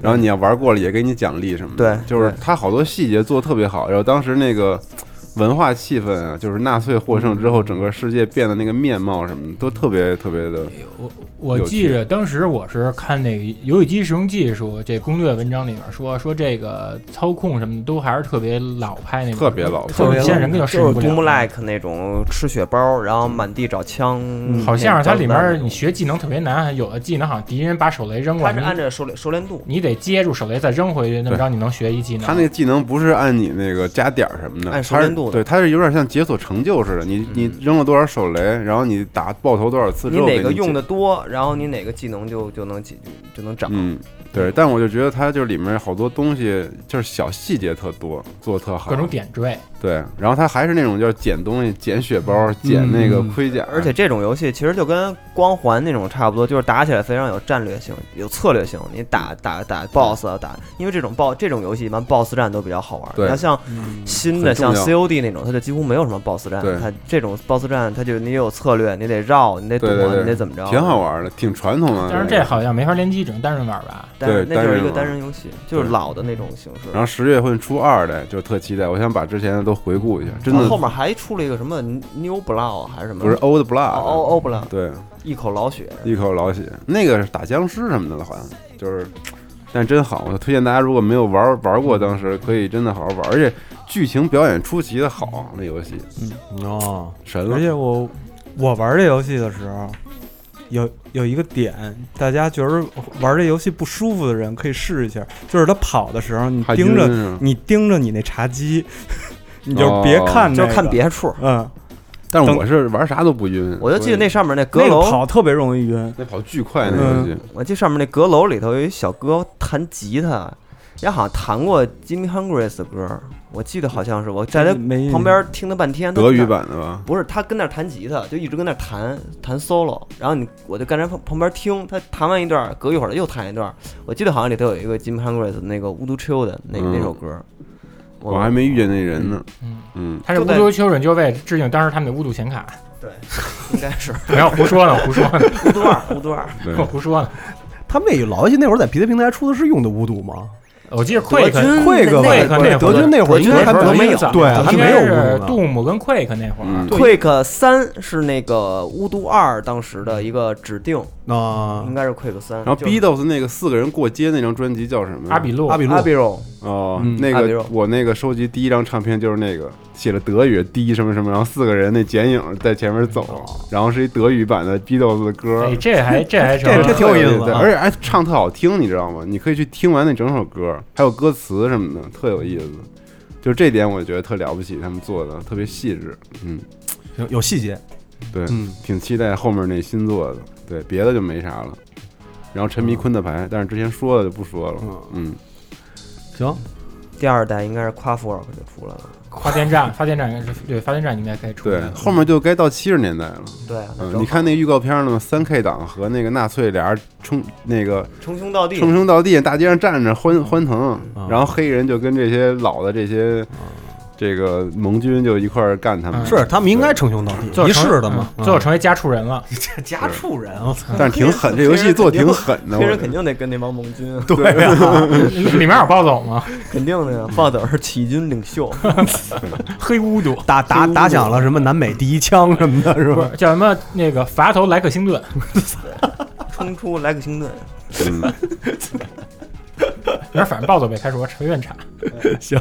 Speaker 4: 然后你要玩过了也给你奖励什么的，
Speaker 8: 对
Speaker 4: 就是
Speaker 8: 对
Speaker 4: 它好多细节做得特别好，然后当时那个。文化气氛啊，就是纳粹获胜之后，整个世界变得那个面貌什么的，都特别特别
Speaker 8: 嗯
Speaker 4: 的
Speaker 6: 我我
Speaker 4: 有
Speaker 6: 记
Speaker 4: 趣
Speaker 6: 着当时我是看那个《游戏机使用技术》这攻略文章里面说说这个操控什么都还是特别老派那种，
Speaker 4: 特别老
Speaker 6: 就是现在人根本适
Speaker 8: 就
Speaker 6: 应
Speaker 8: 是
Speaker 6: 不了。
Speaker 8: Doom Like 那种吃血包，然后满地找枪，
Speaker 6: 嗯
Speaker 7: 嗯
Speaker 6: 好像是它里
Speaker 8: 那
Speaker 6: 面
Speaker 8: 种
Speaker 6: 你学技能特别难，有的技能好像敌人把手雷扔过
Speaker 8: 它
Speaker 6: 来，
Speaker 8: 是
Speaker 6: 你
Speaker 8: 按照熟练熟练度，
Speaker 6: 你得接住手雷再扔回去，那
Speaker 4: 对
Speaker 6: 么着你能学一技能。
Speaker 4: 他那个技能不是按你那个加点儿什么的，
Speaker 8: 按熟
Speaker 4: 它是
Speaker 8: 练度的嗯
Speaker 4: 对，它是有点像解锁成就似的。你你扔了多少手雷，然后你打爆头多少次之
Speaker 8: 你
Speaker 4: 后，
Speaker 8: 哪个用
Speaker 4: 的？
Speaker 8: 的多，然后你哪个技能就就能解就能涨。
Speaker 4: 嗯，对，但我就觉得它就是里面好多东西就是小细节特多，做的特好，
Speaker 6: 各种点缀。
Speaker 4: 对，然后它还是那种就是捡东西、捡血包、捡那个盔甲，
Speaker 8: 嗯而且这种游戏其实就跟光环那种差不多，就是打起来非常有战略性、有策略性。你打
Speaker 4: 嗯
Speaker 8: 打打 BOSS 啊，打，因为这种 BOSS 这种游戏一般 BOSS 战都比较好玩。
Speaker 4: 对
Speaker 8: 那像新的
Speaker 4: 很重
Speaker 8: 像
Speaker 4: 要
Speaker 8: COD 那种，它就几乎没有什么 BOSS 战
Speaker 4: 对。
Speaker 8: 它这种 BOSS 战，它就你有策略，你得绕，你得躲
Speaker 4: 对，对对，
Speaker 8: 你得怎么着，
Speaker 4: 挺好。玩的，挺传统
Speaker 7: 嗯
Speaker 4: 的。
Speaker 6: 但是这好像没法联机，只能单人玩吧？
Speaker 8: 但是
Speaker 4: 对
Speaker 8: 那就
Speaker 4: 单
Speaker 8: 是
Speaker 4: 人
Speaker 8: 一个
Speaker 4: 玩
Speaker 8: 单人游戏，就是老的那种形式。
Speaker 4: 然后十月份出二来，就特期待，我想把之前的都回顾一下，真的
Speaker 8: 后面还出了一个什么 New Blood 还是什么？
Speaker 4: 不是 Old Blood，
Speaker 8: 哦哦 Old Blood，
Speaker 4: 对，
Speaker 8: 一口老血。
Speaker 4: 一口老血，那个是打僵尸什么的了，好像就是，但真好，我推荐大家如果没有玩玩过，当时可以真的好好玩，而且剧情表演出奇的好，啊那游戏
Speaker 7: 啊
Speaker 9: 哦，
Speaker 4: 神
Speaker 9: 而
Speaker 4: 了，
Speaker 9: 且我我玩这游戏的时候，有有一个点，大家觉得玩这游戏不舒服的人可以试一下，就是他跑的时候，你
Speaker 4: 哈
Speaker 9: 盯
Speaker 3: 啊
Speaker 4: 金
Speaker 9: 着
Speaker 4: 是吗
Speaker 9: 你盯着你那茶几， 你就别
Speaker 4: 哦
Speaker 9: 看、那
Speaker 8: 就
Speaker 9: 个，
Speaker 8: 是看别处，
Speaker 9: 嗯，
Speaker 4: 但是我是玩啥都不晕，
Speaker 8: 我就记得那
Speaker 4: 所以
Speaker 8: 上面那阁
Speaker 9: 那个
Speaker 8: 楼，
Speaker 9: 跑特别容易晕。
Speaker 4: 那跑巨快那游戏，
Speaker 8: 我记得上面那阁楼里头有一小哥弹吉他，人家好像弹过 Jimmy Hendrix 的歌，我记得好像是我在他
Speaker 9: 没
Speaker 8: 旁边听他半天。他
Speaker 4: 德语
Speaker 8: 跟那儿
Speaker 4: 版的吧，
Speaker 8: 不是他跟那儿弹吉他，就一直跟那儿弹弹 solo，然后你我就干在旁旁边听他弹完一段，隔一会儿又弹一段。我记得好像里头有一个 Jimmy Hendrix 的那个《Voodoo Child》的那、
Speaker 4: 嗯
Speaker 8: 那首歌，
Speaker 4: 我还没遇见那人呢，
Speaker 6: 嗯，
Speaker 4: 嗯，
Speaker 6: 他是
Speaker 8: 就
Speaker 6: 巫
Speaker 8: 在
Speaker 6: 毒丘拯救卫致敬当时他们的巫毒显 卡，
Speaker 8: 应该是
Speaker 6: 不要胡说呢，胡说呢，
Speaker 8: 《Voodoo 二》，《Voodoo 二》
Speaker 4: 嗯对，
Speaker 6: 我胡说呢。
Speaker 7: 他们那老游戏那会儿在别的平台出的是用的巫毒吗？
Speaker 6: 我记得
Speaker 8: 国
Speaker 6: Quake
Speaker 8: 军
Speaker 7: 贵个吧
Speaker 8: 那
Speaker 6: 那会儿
Speaker 7: 德军那会儿应该还
Speaker 8: 德军那会儿
Speaker 7: 没
Speaker 8: 没有
Speaker 7: 对，还
Speaker 6: 应
Speaker 7: 没
Speaker 6: 该
Speaker 7: 有
Speaker 6: 是
Speaker 7: 巫毒呢。
Speaker 6: Doom 跟 Quake 那会儿
Speaker 4: 嗯，
Speaker 8: Quake 三是那个《巫毒二》当时的一个指定，
Speaker 7: 那
Speaker 8: 应该是 Quake 三。
Speaker 4: 嗯然后
Speaker 8: 就是
Speaker 4: Beatles 那个四个人过街那张专辑叫什么呀？
Speaker 6: 阿比路
Speaker 7: 阿比路
Speaker 8: 阿比肉，
Speaker 4: 哦，
Speaker 7: 嗯
Speaker 4: 那
Speaker 8: 阿比
Speaker 4: 个
Speaker 8: 肉
Speaker 4: 我那个收集第一张唱片就是那个写了德语第一什么什么，然后四个人那剪影在前面走，然后是一德语版的 Beatles 的歌，
Speaker 6: 哎，这 还这还成
Speaker 7: 这这挺有意思的
Speaker 4: 对对对
Speaker 7: 啊
Speaker 4: 而且还唱特好听，你知道吗？你可以去听完那整首歌，还有歌词什么的，特有意思。就这点，我觉得特了不起，他们做的特别细致，嗯，
Speaker 7: 有有细节，
Speaker 4: 对，
Speaker 7: 嗯
Speaker 4: 挺期待后面那新作的，对，别的就没啥了。然后
Speaker 7: 嗯
Speaker 4: 沉迷昆特牌，但是之前说的就不说了，嗯，
Speaker 7: 行，
Speaker 8: 第二代应该是夸父尔克就出来了。
Speaker 6: 发电站，发电站应该是对发电站应该该出
Speaker 4: 对
Speaker 6: 来，了。
Speaker 4: 后面就该到七十年代了。
Speaker 8: 对啊，
Speaker 4: 嗯，你看那预告片了吗？三 K 党和那个纳粹俩人冲那个
Speaker 8: 称兄道弟，
Speaker 4: 称兄道弟，大街上站着欢欢腾
Speaker 6: 啊
Speaker 7: 嗯，
Speaker 4: 然后黑人就跟这些老的这些这个盟军就一块儿干他们。
Speaker 6: 嗯
Speaker 7: 是他们应该称兄道弟，
Speaker 6: 最
Speaker 7: 一
Speaker 6: 后成
Speaker 7: 世的嘛。嗯
Speaker 6: 嗯最后成为家畜人了。
Speaker 7: 家畜人，
Speaker 8: 啊
Speaker 7: 我操！
Speaker 4: 但是挺狠，这游戏做得啊挺狠的，
Speaker 8: 黑
Speaker 4: 我
Speaker 8: 人肯定得跟那帮盟军，啊
Speaker 7: 对呀，
Speaker 6: 里面有暴走吗？
Speaker 8: 肯定的呀。暴走是起义军领袖，
Speaker 6: 黑巫毒
Speaker 7: 打打打响了什么南美第一枪什么的，是
Speaker 6: 不
Speaker 7: 吧
Speaker 6: 是？叫什么那个伐头莱克星顿，
Speaker 8: 冲出莱克 星顿。
Speaker 4: 嗯
Speaker 6: 里面反正暴走被开除，随便查。
Speaker 7: 行，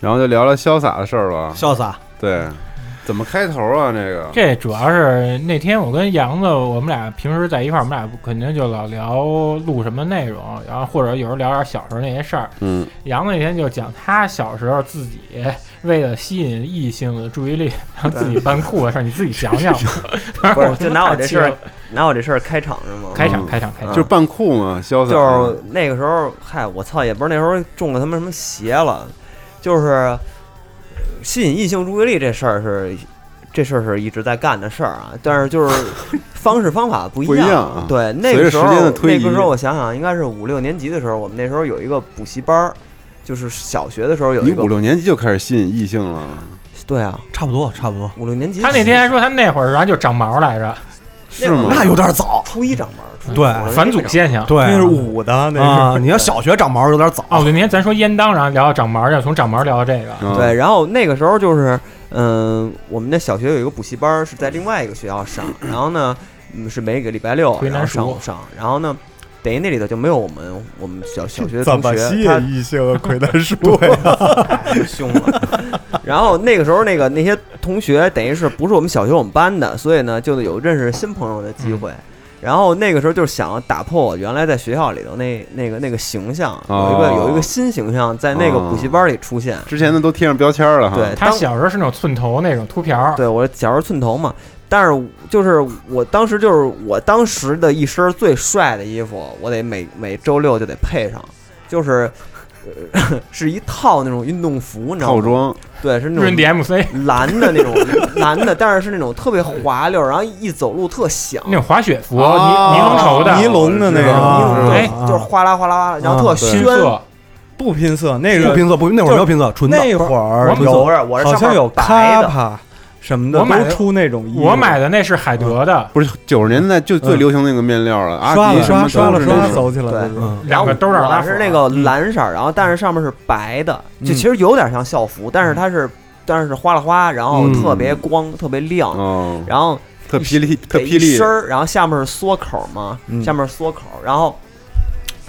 Speaker 4: 然后就聊聊潇洒的事儿吧。
Speaker 7: 潇洒。
Speaker 4: 对，怎么开头啊？这个
Speaker 6: 这主要是那天我跟杨子，我们俩平时在一块儿，我们俩肯定就老聊录什么内容，然后或者有时候聊点小时候那些事儿。
Speaker 4: 嗯，
Speaker 6: 杨子那天就讲他小时候自己为了吸引异性的注意力，然后自己扮酷的事儿，你自己想想吧。反
Speaker 8: 不
Speaker 6: 正
Speaker 8: 是
Speaker 6: 我
Speaker 8: 就拿我这事 儿
Speaker 6: 气了
Speaker 8: 拿我这事儿开场是吗？
Speaker 6: 开场开场开场
Speaker 4: 就是扮酷嘛，潇洒。
Speaker 8: 就是那个时候，嗨，我操，也不是那时候中了他们什么邪了，就是吸引异性注意力这事儿是。这事儿是一直在干的事儿啊，但是就是 方式方法不一
Speaker 4: 不一样啊
Speaker 8: 对，那
Speaker 4: 随着
Speaker 8: 个时候
Speaker 4: 时间的推移
Speaker 8: 那个时候我想想，应该是五六年级的时候，我们那时候有一个补习班儿，就是小学的时候有
Speaker 4: 你
Speaker 8: 一个
Speaker 4: 五。六年级就开始吸引异性了，
Speaker 8: 对啊，
Speaker 7: 差不多，差不多，
Speaker 8: 五六年级。
Speaker 6: 他那天还说他那会儿然后就长毛来着，
Speaker 4: 是吗？啊
Speaker 7: 那有点早。
Speaker 8: 初一长毛，初一
Speaker 7: 对
Speaker 8: 长毛
Speaker 6: 返祖现象。
Speaker 7: 对啊，
Speaker 9: 那是五的，那
Speaker 7: 啊，
Speaker 9: 是啊
Speaker 7: 你要小学长毛有点早。
Speaker 6: 哦，对，那天咱说阉当，然后聊到长毛，要从长毛聊到这个，
Speaker 4: 嗯
Speaker 8: 对，，然后那个时候就是嗯，我们的小学有一个补习班儿是在另外一个学校上，然后呢，嗯，是每个礼拜六
Speaker 6: 回
Speaker 8: 然后
Speaker 6: 南
Speaker 8: 上
Speaker 6: 蜀
Speaker 8: 午上，然后呢，等于那里头就没有我们我们小小学的
Speaker 10: 怎
Speaker 8: 同
Speaker 10: 么
Speaker 8: 学，
Speaker 10: 吸
Speaker 8: 他
Speaker 10: 引异性啊？魁南叔 呀，
Speaker 8: 太凶了。 然后那个时候，那个那些同学等于是不是我们小学我们班的，所以呢，就有认识新朋友的
Speaker 4: 嗯
Speaker 8: 机会。然后那个时候就是想打破我原来在学校里头那那个那个形象，有一个、
Speaker 4: 哦
Speaker 8: 有一个新形象在那个补习班里出现。
Speaker 4: 之前的都贴上标签了哈。
Speaker 8: 对，
Speaker 6: 他
Speaker 8: 当
Speaker 6: 小时候是那种寸头那种秃瓢儿，
Speaker 8: 对我小时候寸头嘛，但是就是我当时就是我当时的一身最帅的衣服，我得每每周六就得配上，就是。呃 是一套那种运动服，你知道
Speaker 4: 套
Speaker 8: 吗？
Speaker 4: 装，
Speaker 8: 对，是那
Speaker 6: 润
Speaker 8: 种
Speaker 6: DMC
Speaker 8: 蓝的那种 蓝的，但是是那种特别滑溜，然后一走路特响，
Speaker 6: 那种滑雪
Speaker 4: 哦
Speaker 6: 服，尼
Speaker 4: 啊
Speaker 6: 尼龙绸的，
Speaker 10: 尼龙的那
Speaker 6: 是吧
Speaker 10: 个，
Speaker 9: 啊
Speaker 8: 种
Speaker 6: 哎
Speaker 8: 就是哗啦哗啦哗啦，然后特
Speaker 6: 拼
Speaker 8: 喧。
Speaker 6: 色，
Speaker 9: 不拼色，那
Speaker 7: 不
Speaker 9: 个
Speaker 7: 拼色，不那会儿没
Speaker 9: 就是
Speaker 7: 有拼色，纯的。
Speaker 9: 那会儿
Speaker 6: 我们
Speaker 9: 有
Speaker 8: 不是我是上
Speaker 9: 好像
Speaker 8: 面
Speaker 9: 有
Speaker 8: 白
Speaker 9: 卡
Speaker 8: 的
Speaker 9: 帕什么的
Speaker 6: 我买的
Speaker 9: 都出那种衣服。
Speaker 6: 我买的那是海德的，
Speaker 4: 不是九十年代就最
Speaker 9: 嗯
Speaker 4: 流行那个面料了，阿
Speaker 9: 刷
Speaker 4: 迪
Speaker 9: 了
Speaker 4: 什么
Speaker 9: 刷刷了
Speaker 4: 都是那
Speaker 9: 刷了，
Speaker 4: 种
Speaker 9: 走起来
Speaker 8: 对
Speaker 9: 了就是。
Speaker 8: 嗯然
Speaker 6: 两
Speaker 8: 后
Speaker 6: 个兜儿
Speaker 8: 我
Speaker 6: 拉
Speaker 8: 是
Speaker 6: 手
Speaker 8: 那个蓝色儿，然后但是上面是白的，就其实有点像校服，但是它是但是是哗啦哗，然后特别光，特别亮，
Speaker 4: 哦，
Speaker 8: 然后
Speaker 4: 特霹雳，特
Speaker 8: 得一
Speaker 4: 霹雳
Speaker 8: 身，儿，然后下面是缩口嘛，
Speaker 10: 嗯
Speaker 8: 下面是缩口，然后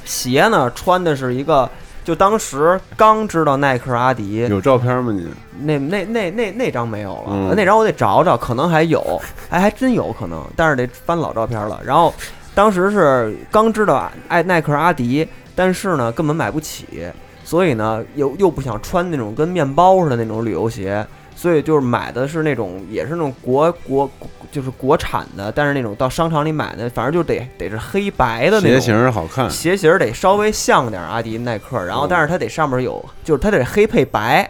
Speaker 8: 鞋呢穿的是一个。就当时刚知道耐克、阿迪，
Speaker 4: 有照片吗你？
Speaker 8: 那那那那那张没有了，
Speaker 4: 嗯
Speaker 8: 那张我得找找，可能还有，哎，还真有可能，但是得翻老照片了。然后当时是刚知道爱耐克阿迪，但是呢根本买不起，所以呢又又不想穿那种跟面包似的那种旅游鞋，所以就是买的是那种也是那种国国就是国产的，但是那种到商场里买的，反正就得得是黑白的那种
Speaker 4: 鞋型儿好看，
Speaker 8: 鞋型儿得稍微像点儿阿迪耐克，然后
Speaker 4: 嗯
Speaker 8: 但是它得上面有，就是它得黑配白。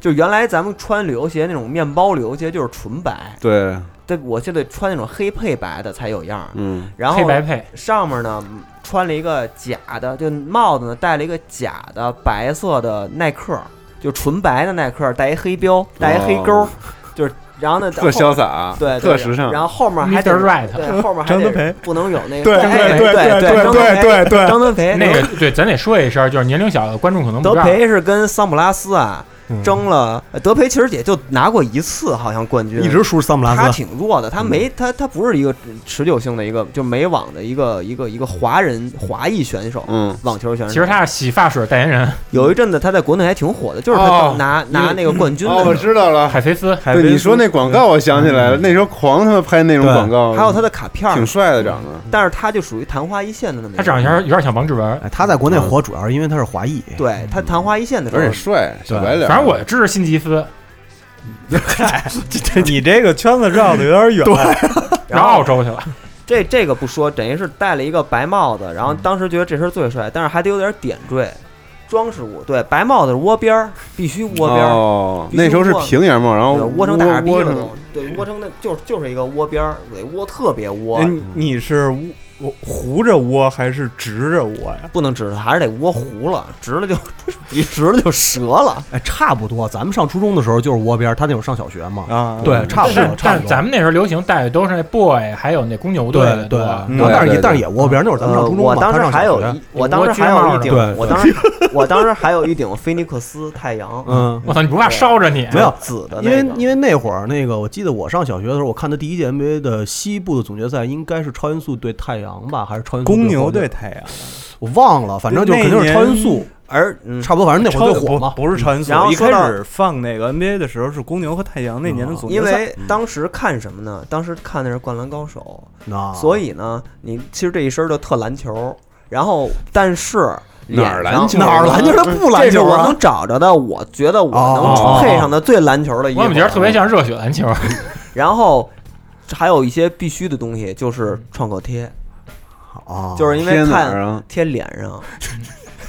Speaker 8: 就原来咱们穿旅游鞋那种面包旅游鞋就是纯白，
Speaker 4: 对，
Speaker 8: 但我就得穿那种黑配白的才有样儿。
Speaker 4: 嗯，
Speaker 8: 然后
Speaker 6: 黑白配，
Speaker 8: 上面呢穿了一个假的，就帽子呢戴了一个假的白色的耐克，就纯白的耐克，带一黑标，带一黑勾儿，
Speaker 4: 哦
Speaker 8: 就是然后呢
Speaker 4: 特潇洒，
Speaker 8: 对，对
Speaker 4: 特时尚，
Speaker 8: 然后后面还得
Speaker 6: Mr. Right
Speaker 8: 对，后面还
Speaker 9: 张
Speaker 8: 得
Speaker 9: 德培
Speaker 8: 不能有那个
Speaker 10: 对
Speaker 8: 哎
Speaker 10: 对
Speaker 8: 对
Speaker 10: 对
Speaker 8: 对张德培
Speaker 10: 对对对
Speaker 8: 张德培
Speaker 6: 那个对，咱得说一声，就是年龄小的观众可能不
Speaker 8: 德
Speaker 6: 知道，
Speaker 8: 培是跟桑普拉斯啊
Speaker 6: 嗯
Speaker 8: 争了，呃德培其实也就拿过一次好像冠军，
Speaker 7: 一直输桑普
Speaker 8: 他
Speaker 7: 拉斯，
Speaker 8: 挺弱的，他没他他不是一个持久性的一个就美网的一个一个一个华人华裔选手，
Speaker 4: 嗯，
Speaker 8: 网球选手。
Speaker 6: 其实他是洗发水代言人，
Speaker 8: 有一阵子他在国内还挺火的，就是他
Speaker 4: 哦
Speaker 8: 拿拿那个冠军
Speaker 4: 哦，我
Speaker 8: 的时
Speaker 4: 知道了，
Speaker 6: 海飞丝，
Speaker 9: 海
Speaker 4: 对
Speaker 9: 飞
Speaker 4: 你
Speaker 9: 丝
Speaker 4: 说那广告，我想起来了，那时候狂他妈拍那种
Speaker 9: 对
Speaker 4: 广告，
Speaker 8: 候，还有他的卡片儿
Speaker 4: 挺，帅的长得，
Speaker 8: 但是他就属于昙花一现的那么一
Speaker 6: 他
Speaker 8: 个。
Speaker 6: 长相有点像王志文，
Speaker 7: 哎，他在国内
Speaker 9: 嗯
Speaker 7: 火主要是因为他是华裔，
Speaker 8: 对他昙花一现的时候
Speaker 4: 而且，帅，小
Speaker 7: 对
Speaker 4: 白脸儿，
Speaker 6: 反正我支持辛吉斯，
Speaker 9: 你这个圈子绕的有点远。啊
Speaker 6: 然后澳洲去了，
Speaker 8: 这这个不说，等于是戴了一个白帽子，然后
Speaker 7: 嗯
Speaker 8: 当时觉得这身儿最帅，但是还得有点点缀，装饰物。对，白帽子是窝边儿，必须窝边儿，
Speaker 4: 哦，
Speaker 8: 必须
Speaker 4: 那时候是
Speaker 8: 窝
Speaker 4: 平檐帽，然后
Speaker 8: 对窝成大傻逼
Speaker 4: 窝
Speaker 8: 了
Speaker 4: 成
Speaker 8: 都。对，窝成那就是就是一个窝边儿，对，窝特别窝
Speaker 9: 哎，你是窝我糊着窝还是直着窝呀？
Speaker 8: 不能直了，还是得窝糊了，直了就 一直了就折了。
Speaker 7: 哎，差不多。咱们上初中的时候就是窝边儿，他那会儿上小学嘛，
Speaker 9: 啊，
Speaker 7: 对，差不多，差
Speaker 6: 但但
Speaker 7: 不多。
Speaker 6: 咱们那时候流行戴的都是那 boy，还有那公牛队的
Speaker 7: 对对，
Speaker 6: 多，
Speaker 9: 嗯
Speaker 7: 然后但是也但是也窝边儿，那会儿咱们上初中嘛，
Speaker 8: 呃我当时
Speaker 7: 他上小
Speaker 8: 还有
Speaker 7: 学
Speaker 8: 一，我当时还有一顶
Speaker 7: 对，
Speaker 8: 我当时 我当时还有一顶菲尼克斯太阳，
Speaker 7: 嗯，
Speaker 6: 我操，你不怕烧着你？
Speaker 7: 没有
Speaker 8: 紫的
Speaker 7: 因
Speaker 8: 那个，
Speaker 7: 为因为那会儿那个，我记得我上小学的时候，我看的第一届 NBA 的西部的总决赛应该是超音速对太阳吧，还是超音速
Speaker 9: 公牛
Speaker 7: 对
Speaker 9: 对
Speaker 7: 火
Speaker 9: 太阳，
Speaker 7: 我忘了，反正就
Speaker 9: 那
Speaker 7: 肯定是超音速，
Speaker 8: 而嗯，
Speaker 7: 差不多，反正那会
Speaker 9: 超
Speaker 7: 儿最火嘛。
Speaker 9: 不不是超音速
Speaker 8: 然后，
Speaker 9: 一
Speaker 8: 说
Speaker 9: 开
Speaker 8: 到
Speaker 9: 始放那个 NBA 的时候是公牛和太阳那年的总决
Speaker 8: 因
Speaker 9: 赛，
Speaker 8: 为当时看什么呢？当时看的是《灌篮高手》，
Speaker 7: 那
Speaker 8: 所以呢，你其实这一身儿就特篮球，然后但是
Speaker 4: 哪儿
Speaker 8: 脸
Speaker 4: 篮
Speaker 8: 上
Speaker 4: 球
Speaker 7: 哪儿篮球他不篮球
Speaker 8: 这是我
Speaker 7: 啊？
Speaker 8: 能找着的，我觉得我
Speaker 7: 哦
Speaker 8: 能配上的最篮球的衣服。啊
Speaker 6: 我怎么觉得特别。像热血篮球？
Speaker 8: 然后还有一些必须的东西，就是创可贴，
Speaker 7: 啊，
Speaker 8: 就是因为
Speaker 4: 贴哪
Speaker 8: 看
Speaker 4: 儿啊？
Speaker 8: 哦贴脸 上，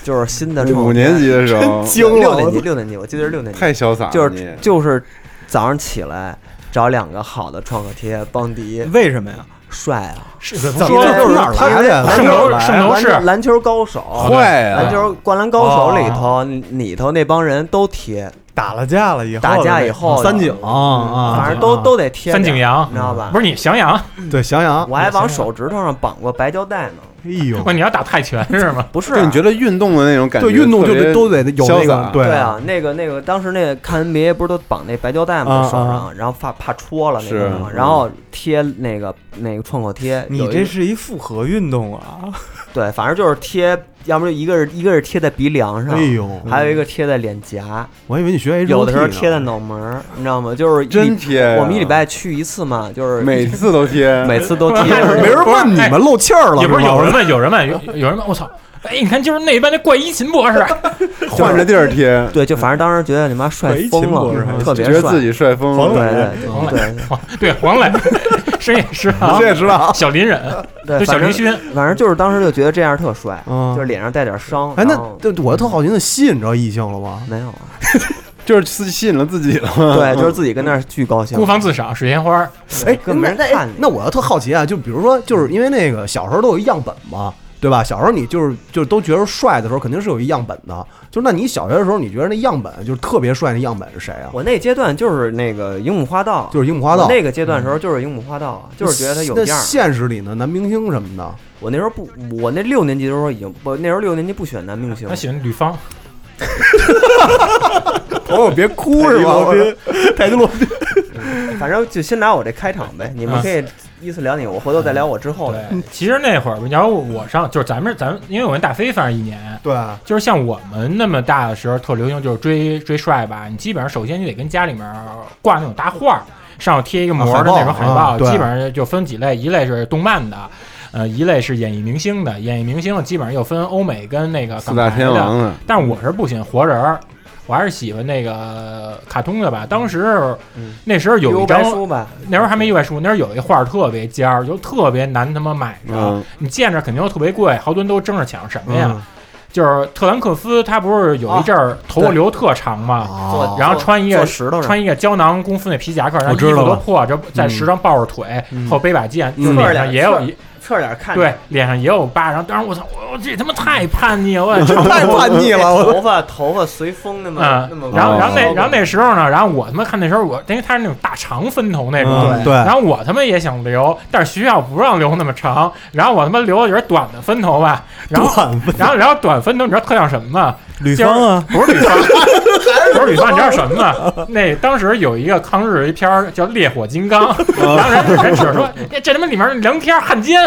Speaker 8: 就是新的创
Speaker 4: 五
Speaker 8: 可贴
Speaker 4: 年级的时候，
Speaker 8: 六年级，六年级，我记得是六年级，
Speaker 4: 太潇洒了，
Speaker 8: 就
Speaker 4: 你
Speaker 8: 是就是早上起来找两个好的创可贴，邦迪
Speaker 9: 为什么呀？
Speaker 8: 帅啊，
Speaker 6: 是怎么
Speaker 9: 怎
Speaker 6: 说
Speaker 9: 么
Speaker 8: 这
Speaker 9: 都是哪
Speaker 8: 哪
Speaker 9: 儿来
Speaker 8: 儿来
Speaker 9: 的？
Speaker 6: 圣
Speaker 9: 楼
Speaker 6: 楼圣楼
Speaker 8: 哎篮球
Speaker 6: 是
Speaker 8: 篮球高手，
Speaker 4: 坏
Speaker 8: 篮
Speaker 4: 啊！
Speaker 8: 球《灌篮高手》里头里头那帮人都贴，
Speaker 9: 打了架了以后，
Speaker 8: 打架以后
Speaker 7: 三井啊啊，
Speaker 8: 反正都都得贴
Speaker 6: 三井
Speaker 8: 两
Speaker 6: 洋
Speaker 8: 你知道吧
Speaker 6: 不？是你，翔阳
Speaker 7: 对翔阳啊
Speaker 8: 我还往手指头上绑过白胶带呢，
Speaker 7: 哎呦
Speaker 6: 哇，你要打泰拳是吗？
Speaker 8: 不是啊
Speaker 4: 就你觉得运动的那种感觉，
Speaker 7: 啊对运动就
Speaker 4: 特别
Speaker 7: 得都得有那
Speaker 4: 潇
Speaker 7: 个
Speaker 4: 洒
Speaker 7: 对
Speaker 8: 啊，那个那个，当时那个看 NBA 不是都绑那白胶带
Speaker 7: 啊
Speaker 8: 吗？手
Speaker 7: 啊
Speaker 8: 上，然后怕怕戳了那
Speaker 4: 是
Speaker 8: 个嘛，然后贴那个那个创可贴。
Speaker 9: 你
Speaker 8: 有
Speaker 9: 这
Speaker 8: 一
Speaker 9: 是一复合运动啊！
Speaker 8: 对，反正就是贴，要么就一个是一个是贴在鼻梁上，
Speaker 9: 哎呦
Speaker 8: 还有一个贴在脸颊。
Speaker 7: 我还以为你学 H
Speaker 8: 有的时候贴 在脑门儿，你知道吗？就是一
Speaker 4: 真贴啊
Speaker 8: 我们一礼拜去一次嘛，就是
Speaker 4: 每次 都贴，
Speaker 8: 每次都贴
Speaker 6: 没人问你们
Speaker 7: 漏气儿
Speaker 6: 也不是有人问，有人问，有有人问，我操！哎，你看，就是那 一班那怪衣秦博士，
Speaker 4: 换着地儿贴，
Speaker 8: 对，就反正当时觉得你妈帅疯了，特别
Speaker 4: 觉得
Speaker 8: 帅
Speaker 4: 自己帅疯
Speaker 8: 对
Speaker 4: 了，
Speaker 8: 对
Speaker 7: 哦
Speaker 6: 黄
Speaker 8: 对对
Speaker 6: 磊，黄对黄磊，深夜食堂，
Speaker 4: 深夜食堂
Speaker 6: 小林忍，
Speaker 8: 对，
Speaker 6: 就小
Speaker 8: 反正
Speaker 6: 林勋，
Speaker 8: 反正就是当时就觉得这样特帅，
Speaker 7: 嗯
Speaker 8: 就是脸上带点伤。
Speaker 7: 哎，那
Speaker 8: 然后
Speaker 7: 对我特好奇，那吸引着异性了吗？
Speaker 8: 没有啊，
Speaker 4: 就是自吸引了自己了。
Speaker 8: 对，就是自己跟那儿巨高兴
Speaker 6: 孤。芳自赏，水仙花，
Speaker 7: 哎，
Speaker 8: 根本没人
Speaker 7: 那
Speaker 8: 看
Speaker 7: 哎
Speaker 8: 你
Speaker 7: 那我要特好奇啊，就比如说，就是因为那个小时候都有一样本嘛，对吧？小时候你就是就是都觉得帅的时候，肯定是有一样本的。就是那你小学的时候，你觉得那样本就是特别帅，那样本是谁啊？
Speaker 8: 我那阶段就是那个樱木花道，
Speaker 7: 就是樱木花道
Speaker 8: 我那个阶段的时候就是樱木花道啊，就是觉得他有
Speaker 7: 那
Speaker 8: 样儿。
Speaker 7: 现实里呢，男明星什么的，
Speaker 8: 我那时候不，我那六年级的时候已经，我那时候六年级不选男明星
Speaker 6: 他，喜欢吕方，
Speaker 7: 朋友哦别哭是吧？ 泰迪罗宾，
Speaker 8: 嗯反正就先拿我这开场呗，你们可以依次聊你，我回头再聊我之后的。
Speaker 6: 嗯对，其实那会儿，你要我上，就是咱们咱们，因为我跟大飞反正一年，
Speaker 7: 对啊，
Speaker 6: 就是像我们那么大的时候，特流行就是追追帅吧。你基本上首先你得跟家里面挂那种大画儿，上头贴一个膜
Speaker 7: 啊海
Speaker 6: 儿的
Speaker 7: 报
Speaker 6: 那种海
Speaker 7: 啊
Speaker 6: 报，
Speaker 7: 对
Speaker 6: 基本上就分几类，一类是动漫的。呃，一类是演艺明星的，演艺明星基本上又分欧美跟那 个
Speaker 4: 四
Speaker 6: 港
Speaker 4: 大
Speaker 6: 台
Speaker 4: 天王
Speaker 6: 的，
Speaker 4: 呢？
Speaker 6: 但我是不喜欢活人儿，我还是喜欢那个卡通的吧。当时
Speaker 8: 嗯
Speaker 6: 那时候有一
Speaker 8: 幽
Speaker 6: 张
Speaker 8: 白书吧，
Speaker 6: 那时候还没一百书，那时候有一画儿特别尖儿，就特别难他妈买
Speaker 7: 哎
Speaker 6: 着，
Speaker 4: 嗯
Speaker 6: 你见着肯定又特别贵，好多人都争着抢什么呀？
Speaker 8: 啊
Speaker 7: 嗯
Speaker 6: 就是特兰克斯，他不是有一阵儿头发留特长嘛，
Speaker 7: 哦
Speaker 6: 然后穿一个
Speaker 8: 做石头上
Speaker 6: 穿一个胶囊功夫那皮夹克，然后
Speaker 7: 我知道
Speaker 6: 衣服都
Speaker 7: 了
Speaker 6: 破，就在石上抱着腿，后背把剑，
Speaker 7: 嗯
Speaker 6: 脸上也有一。
Speaker 8: 侧脸看着
Speaker 6: 对，脸上也有疤，然后当时我操，我这他妈太叛逆了，我
Speaker 7: 太叛逆了，我
Speaker 8: 头发头发随风 那么那么
Speaker 6: 嗯，
Speaker 8: 高，啊
Speaker 6: 然后然后那
Speaker 8: 高
Speaker 6: 然后那时候呢，然后我他妈看那时候我，因为他是那种大长分头那种，
Speaker 7: 嗯对
Speaker 6: 然后我他妈也想留，但是学校不让留那么长，然后我他妈留的就是短的分头吧，然后
Speaker 7: 短
Speaker 6: 然后然后短分头你知道特像什么吗？
Speaker 9: 吕方啊，
Speaker 6: 不是吕方，不是吕方，你知道什么吗？那当时有一个抗日一片儿叫《烈火金刚》，然后人人只说这这他妈里面梁天儿汉奸，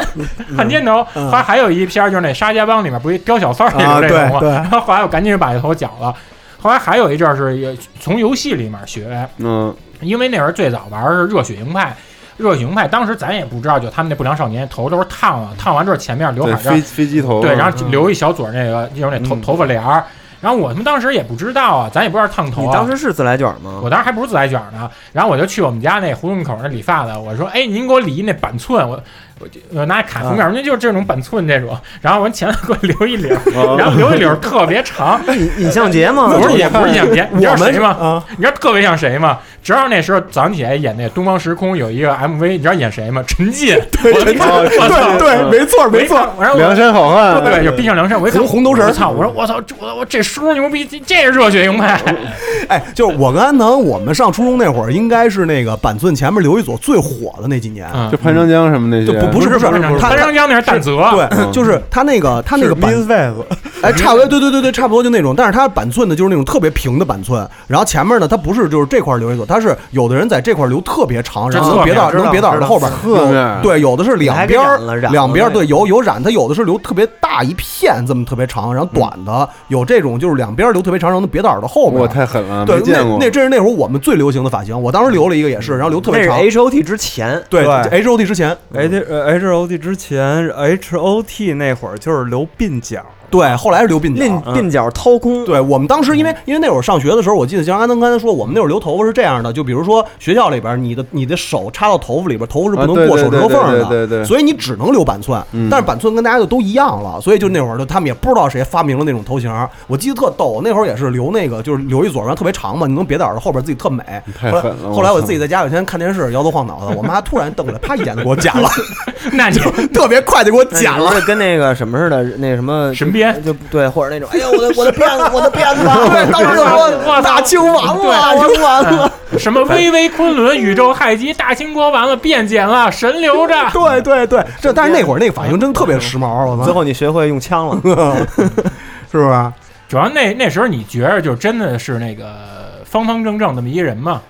Speaker 6: 汉奸头，后来还有一片儿就是那沙家浜里面不是刁小三儿也
Speaker 7: 啊
Speaker 6: 是这种吗？
Speaker 7: 对对
Speaker 6: 然后后来我赶紧把这头绞了。后来还有一阵儿是也从游戏里面学，
Speaker 4: 嗯，
Speaker 6: 因为那会儿最早玩儿是热血营派，热血营派当时咱也不知道，就他们那不良少年头都是烫了，烫完之后前面留
Speaker 4: 对
Speaker 6: 海这儿
Speaker 4: 飞飞机头，啊
Speaker 6: 对，然后留一小撮儿那个就是那头、头发帘儿。然后我们当时也不知道啊，咱也不知道烫头、啊。
Speaker 8: 你当时是自来卷吗？
Speaker 6: 我当时还不是自来卷呢，然后我就去我们家那胡同口那理发的，我说：“哎，您给我理一那板寸，我我就我拿卡缝面，那、就是这种板寸这种。”然后我说：“前头给我留一绺，然后留一绺特别长，
Speaker 8: 尹相杰吗？
Speaker 6: 不是也不是像别，你知道谁吗？
Speaker 9: 啊，
Speaker 6: 你知道特别像谁吗？直到那时候早上起来演那《东方时空》有一个 MV，你知道演谁吗？陈进，对
Speaker 4: 陈进
Speaker 6: 我操，
Speaker 4: 对
Speaker 6: 没错没错，然后我
Speaker 4: 梁山好汉，啊
Speaker 6: 对，就冰上梁山，我一看
Speaker 7: 嗯红红头绳
Speaker 6: 我操！我说我操，这我我这叔牛逼，这这是热血硬派，
Speaker 7: 哎，就是我跟安藤，我们上初中那会儿，应该是那个板寸前面留一撮最火的那几年。
Speaker 6: 嗯
Speaker 4: 就潘长江什么那
Speaker 7: 就
Speaker 4: 些，
Speaker 7: 不不是
Speaker 6: 不
Speaker 7: 是
Speaker 6: 不
Speaker 7: 他
Speaker 6: 潘长江那是淡泽，
Speaker 7: 对，
Speaker 4: 嗯
Speaker 7: 就是他那个他那个板
Speaker 9: Miss Vibe，
Speaker 7: 哎，差不多，对对对对，差不多就那种。但是它板寸呢，就是那种特别平的板寸，然后前面呢，它不是就是这块留一撮，它是有的人在这块留特别长，然后能别到能别到耳朵后边，
Speaker 4: 侧面
Speaker 7: 对，有的是两边儿
Speaker 8: 你还给染了染了
Speaker 7: 两边儿
Speaker 8: 那个
Speaker 7: 对有有染，它有的是留特别大一片，这么特别长，然后短的有这种就是两边儿留特别长，然后能别到耳朵后边。
Speaker 4: 我太狠了，
Speaker 7: 对
Speaker 4: 没，见过
Speaker 7: 那那真是那会儿我们最流行的发型，我当时留了一个也是，然后留特
Speaker 8: 那
Speaker 7: 别
Speaker 8: 是
Speaker 7: 长。
Speaker 8: H O T 之前，
Speaker 7: 对
Speaker 9: 对
Speaker 7: ，H O T 之前，
Speaker 9: H 呃 H O T 之前 H O T 那会儿就是留鬓角，嗯
Speaker 7: 对，后来是留鬓角，
Speaker 8: 鬓鬓角掏空，
Speaker 7: 对我们当时，因
Speaker 4: 嗯
Speaker 7: 为因为那会儿上学的时候，我记得像安东刚才说，我们那会儿留头发是这样的，就比如说学校里边儿，你的你的手插到头发里边儿，头发是
Speaker 4: 啊
Speaker 7: 不能
Speaker 4: 对
Speaker 7: 过
Speaker 4: 对
Speaker 7: 手指头
Speaker 4: 对
Speaker 7: 缝儿
Speaker 4: 对
Speaker 7: 的，
Speaker 4: 对对
Speaker 7: 所以你只能留板寸。
Speaker 4: 嗯
Speaker 7: 但是板寸跟大家就都一样了，所以就那会儿就他们也不知道谁发明了那种头型儿。我记得特逗，那会儿也是留那个就是留一撮儿，然后特别长嘛，你能别到耳朵后边，自己特美。
Speaker 4: 太
Speaker 7: 后来
Speaker 4: 狠了我
Speaker 7: 后来我
Speaker 4: 操
Speaker 7: 自己在家有一天看电视，摇头晃脑的，我妈突然瞪过来，啪一剪子给我剪了，
Speaker 6: 那你
Speaker 7: 特别快就给我
Speaker 8: 那
Speaker 7: 剪
Speaker 8: 你
Speaker 7: 了
Speaker 8: 不。是跟那个什么似的，那什么
Speaker 6: 神鞭边，
Speaker 8: 就对，或者那种哎呦我的
Speaker 11: 我的辫子，我的辫子，对，当时就说
Speaker 6: 哇，
Speaker 11: 大清完了，大
Speaker 6: 清
Speaker 11: 清完了。
Speaker 6: 什么巍巍昆仑、宇宙害极、大清国完了、变简了、神留着，
Speaker 7: 对对对，这但是那会儿那个发型真特别时髦，我操！
Speaker 8: 最后你学会用 枪了，
Speaker 7: 是吧？
Speaker 6: 主要那那时候你觉着就真的是那个方方正正那么一人嘛，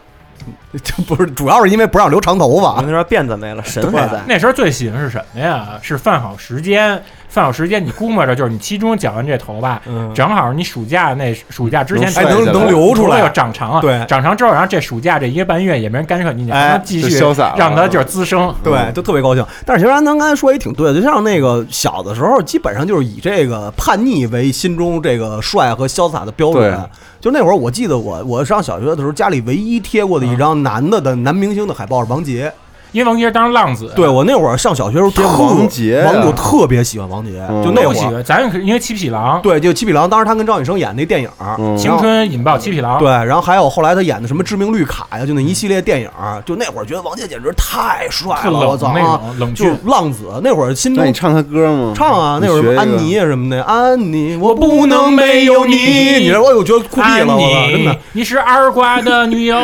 Speaker 7: 这不是主要是因为不让留长头发，
Speaker 8: 那时候辫子没了，神还在。
Speaker 6: 那时候最喜欢是什么呀？是饭好时间，饭好时间，你估摸着就是你期中剪完这头发，
Speaker 7: 嗯
Speaker 6: 正好你暑假那暑假之前
Speaker 7: 能能能留出来
Speaker 6: 要长长啊，
Speaker 7: 对
Speaker 6: 长长之后，然后这暑假这一个半月也没人干涉你，你让它
Speaker 7: 哎，
Speaker 6: 继续让它
Speaker 7: 嗯
Speaker 6: 就是滋生，
Speaker 7: 对，就特别高兴。但是其实安南刚才说也挺对的，就像那个小的时候，基本上就是以这个叛逆为心中这个帅和潇洒的标准
Speaker 4: 对。
Speaker 7: 就那会儿，我记得我我上小学的时候，家里唯一贴过的一张男的的男明星的海报是王杰。
Speaker 6: 因为王杰当时浪子，
Speaker 7: 对我那会儿上小学的时候特，
Speaker 6: 王杰啊
Speaker 7: 王我嗯特别喜欢王杰，就那
Speaker 6: 都
Speaker 7: 会
Speaker 6: 喜
Speaker 7: 儿
Speaker 6: 欢，咱因为七匹狼，
Speaker 7: 对，就七匹狼，当时他跟赵寅成演那电影儿，
Speaker 4: 嗯
Speaker 6: 青春引爆七匹狼，
Speaker 7: 对，然后还有后来他演的什么《致命绿卡》呀，就那一系列电影儿，就那会儿觉得王杰简直太帅
Speaker 6: 特
Speaker 7: 了，
Speaker 6: 冷
Speaker 7: 我操
Speaker 6: 那
Speaker 7: 啊
Speaker 6: 种！冷
Speaker 7: 就
Speaker 6: 峻
Speaker 7: 是浪子，那会儿心中
Speaker 4: 那你唱他歌吗？
Speaker 7: 唱啊，那会
Speaker 4: 你学一
Speaker 7: 儿
Speaker 4: 个
Speaker 7: 安妮什么的，安妮，我不
Speaker 6: 能没有你
Speaker 7: 你知道，我我觉得酷毙了，我操真的
Speaker 6: 你。你是二瓜的女友，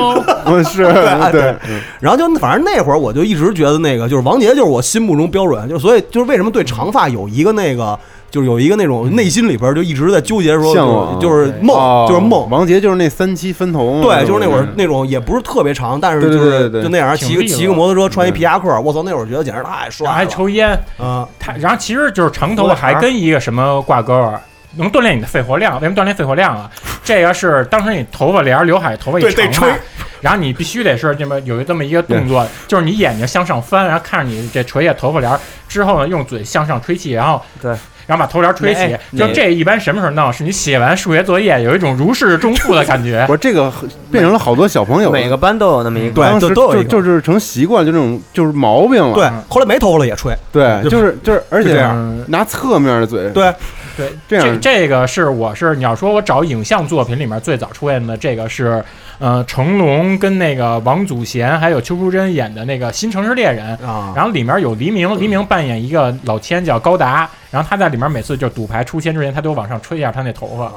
Speaker 4: 我 是
Speaker 7: 啊对
Speaker 4: 对，
Speaker 7: 然后就反正那会儿我就一直觉得那个就是王杰就是我心目中标准，就是所以就是为什么对长发有一个那个就是有一个那种内心里边就一直在纠结说
Speaker 4: 向往
Speaker 7: 就是就是
Speaker 4: 哦
Speaker 7: 梦就是梦，
Speaker 4: 王杰就是那三七分头嘛，
Speaker 7: 对，就是那会儿
Speaker 4: 嗯
Speaker 7: 那种也不是特别长，但是
Speaker 4: 对
Speaker 7: 就
Speaker 4: 对
Speaker 7: 是
Speaker 4: 对嗯对
Speaker 7: 就那样，骑个
Speaker 6: 挺利落
Speaker 7: 骑个摩托车，穿一皮夹克，我操，那会儿觉得简直太帅
Speaker 6: 然
Speaker 7: 了，
Speaker 6: 后还抽烟，
Speaker 7: 啊，
Speaker 6: 他然后其实就是长头发还跟一个什么挂钩儿。能锻炼你的肺活量，为什么锻炼肺活 量啊？这个是当时你头发帘儿、刘海、头发一
Speaker 7: 对
Speaker 6: 长
Speaker 7: 得
Speaker 6: 嘛
Speaker 7: 吹
Speaker 6: 然后你必须得是这么有这么一个动作，就是你眼睛向上翻，然后看着你这垂下头发帘儿之后呢，用嘴向上吹气，然后
Speaker 8: 对，
Speaker 6: 然后把头帘儿吹起
Speaker 4: 哎。
Speaker 6: 就
Speaker 4: 你
Speaker 6: 这一般什么时候弄？是你写完数学作业有一种如释重负的感觉。
Speaker 4: 我这个变成了好多小朋友，
Speaker 8: 哎每个班都有那么一个，
Speaker 4: 当时
Speaker 7: 对都有
Speaker 4: 就
Speaker 7: 一个
Speaker 4: 就是成习惯，就这种就是毛病了。
Speaker 7: 对，后来没头发了也吹，
Speaker 4: 对，就是就是，而
Speaker 7: 就
Speaker 4: 且
Speaker 7: 这样
Speaker 4: 拿侧面的嘴，
Speaker 7: 对
Speaker 6: 对，
Speaker 4: 这样
Speaker 6: 这个是我是你要说我找影像作品里面最早出现的这个是，呃，成龙跟那个王祖贤还有邱淑贞演的那个《新城市猎人》
Speaker 7: 啊，
Speaker 6: 然后里面有黎明，黎明扮演一个老千叫高达，然后他在里面每次就赌牌出千之前，他都往上吹一下他那头发。
Speaker 7: 啊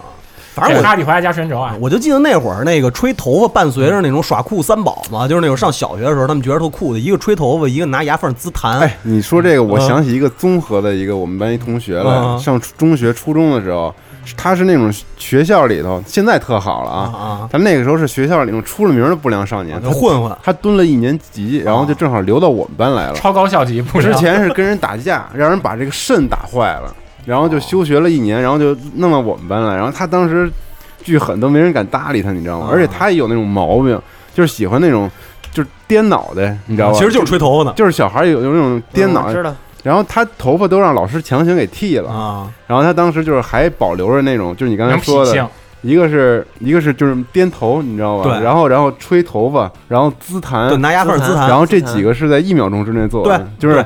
Speaker 7: 反正我
Speaker 6: 这哈利华加旋轴啊，
Speaker 7: 我就记得那会儿那个吹头发伴随着那种耍酷三宝嘛，就是那种上小学的时候，他们觉得特酷的，一个吹头发，一个拿牙缝滋弹，
Speaker 4: 哎，你说这个，我
Speaker 7: 嗯
Speaker 4: 想起一个综合的一个我们班一同学来，
Speaker 7: 嗯
Speaker 4: 上初中学、初中的时候，他是那种学校里头，现在特好了
Speaker 7: 啊，
Speaker 4: 他那个时候是学校里头出了名的不良少年，
Speaker 7: 就混混，
Speaker 4: 他蹲了一年级，然后就正好留到我们班来了。
Speaker 6: 超高校级不
Speaker 4: 之
Speaker 6: 良
Speaker 4: 前是跟人打架， 让人把这个肾打坏了，然后就休学了一年，然后就弄到我们班来。然后他当时巨狠，都没人敢搭理他，你知道
Speaker 7: 啊
Speaker 4: 吗？而且他也有那种毛病，就是喜欢那种就是颠脑袋，你知道吧？
Speaker 7: 其实就是吹头发呢
Speaker 4: 就是小孩有有那种颠
Speaker 7: 嗯
Speaker 4: 脑袋。
Speaker 7: 我知道
Speaker 4: 然后他头发都让老师强行给剃了
Speaker 7: 啊！
Speaker 4: 然后他当时就是还保留着那种，就是你刚才
Speaker 6: 能
Speaker 4: 说
Speaker 6: 痞
Speaker 4: 的
Speaker 6: 性，
Speaker 4: 一个是一个是就是颠头，你知道吧？
Speaker 7: 对
Speaker 4: 然后然后吹头发，然后姿
Speaker 7: 对
Speaker 4: 弹，
Speaker 7: 拿牙缝姿弹
Speaker 4: 然后这几个是在一秒钟之内做的，
Speaker 7: 对
Speaker 4: 就是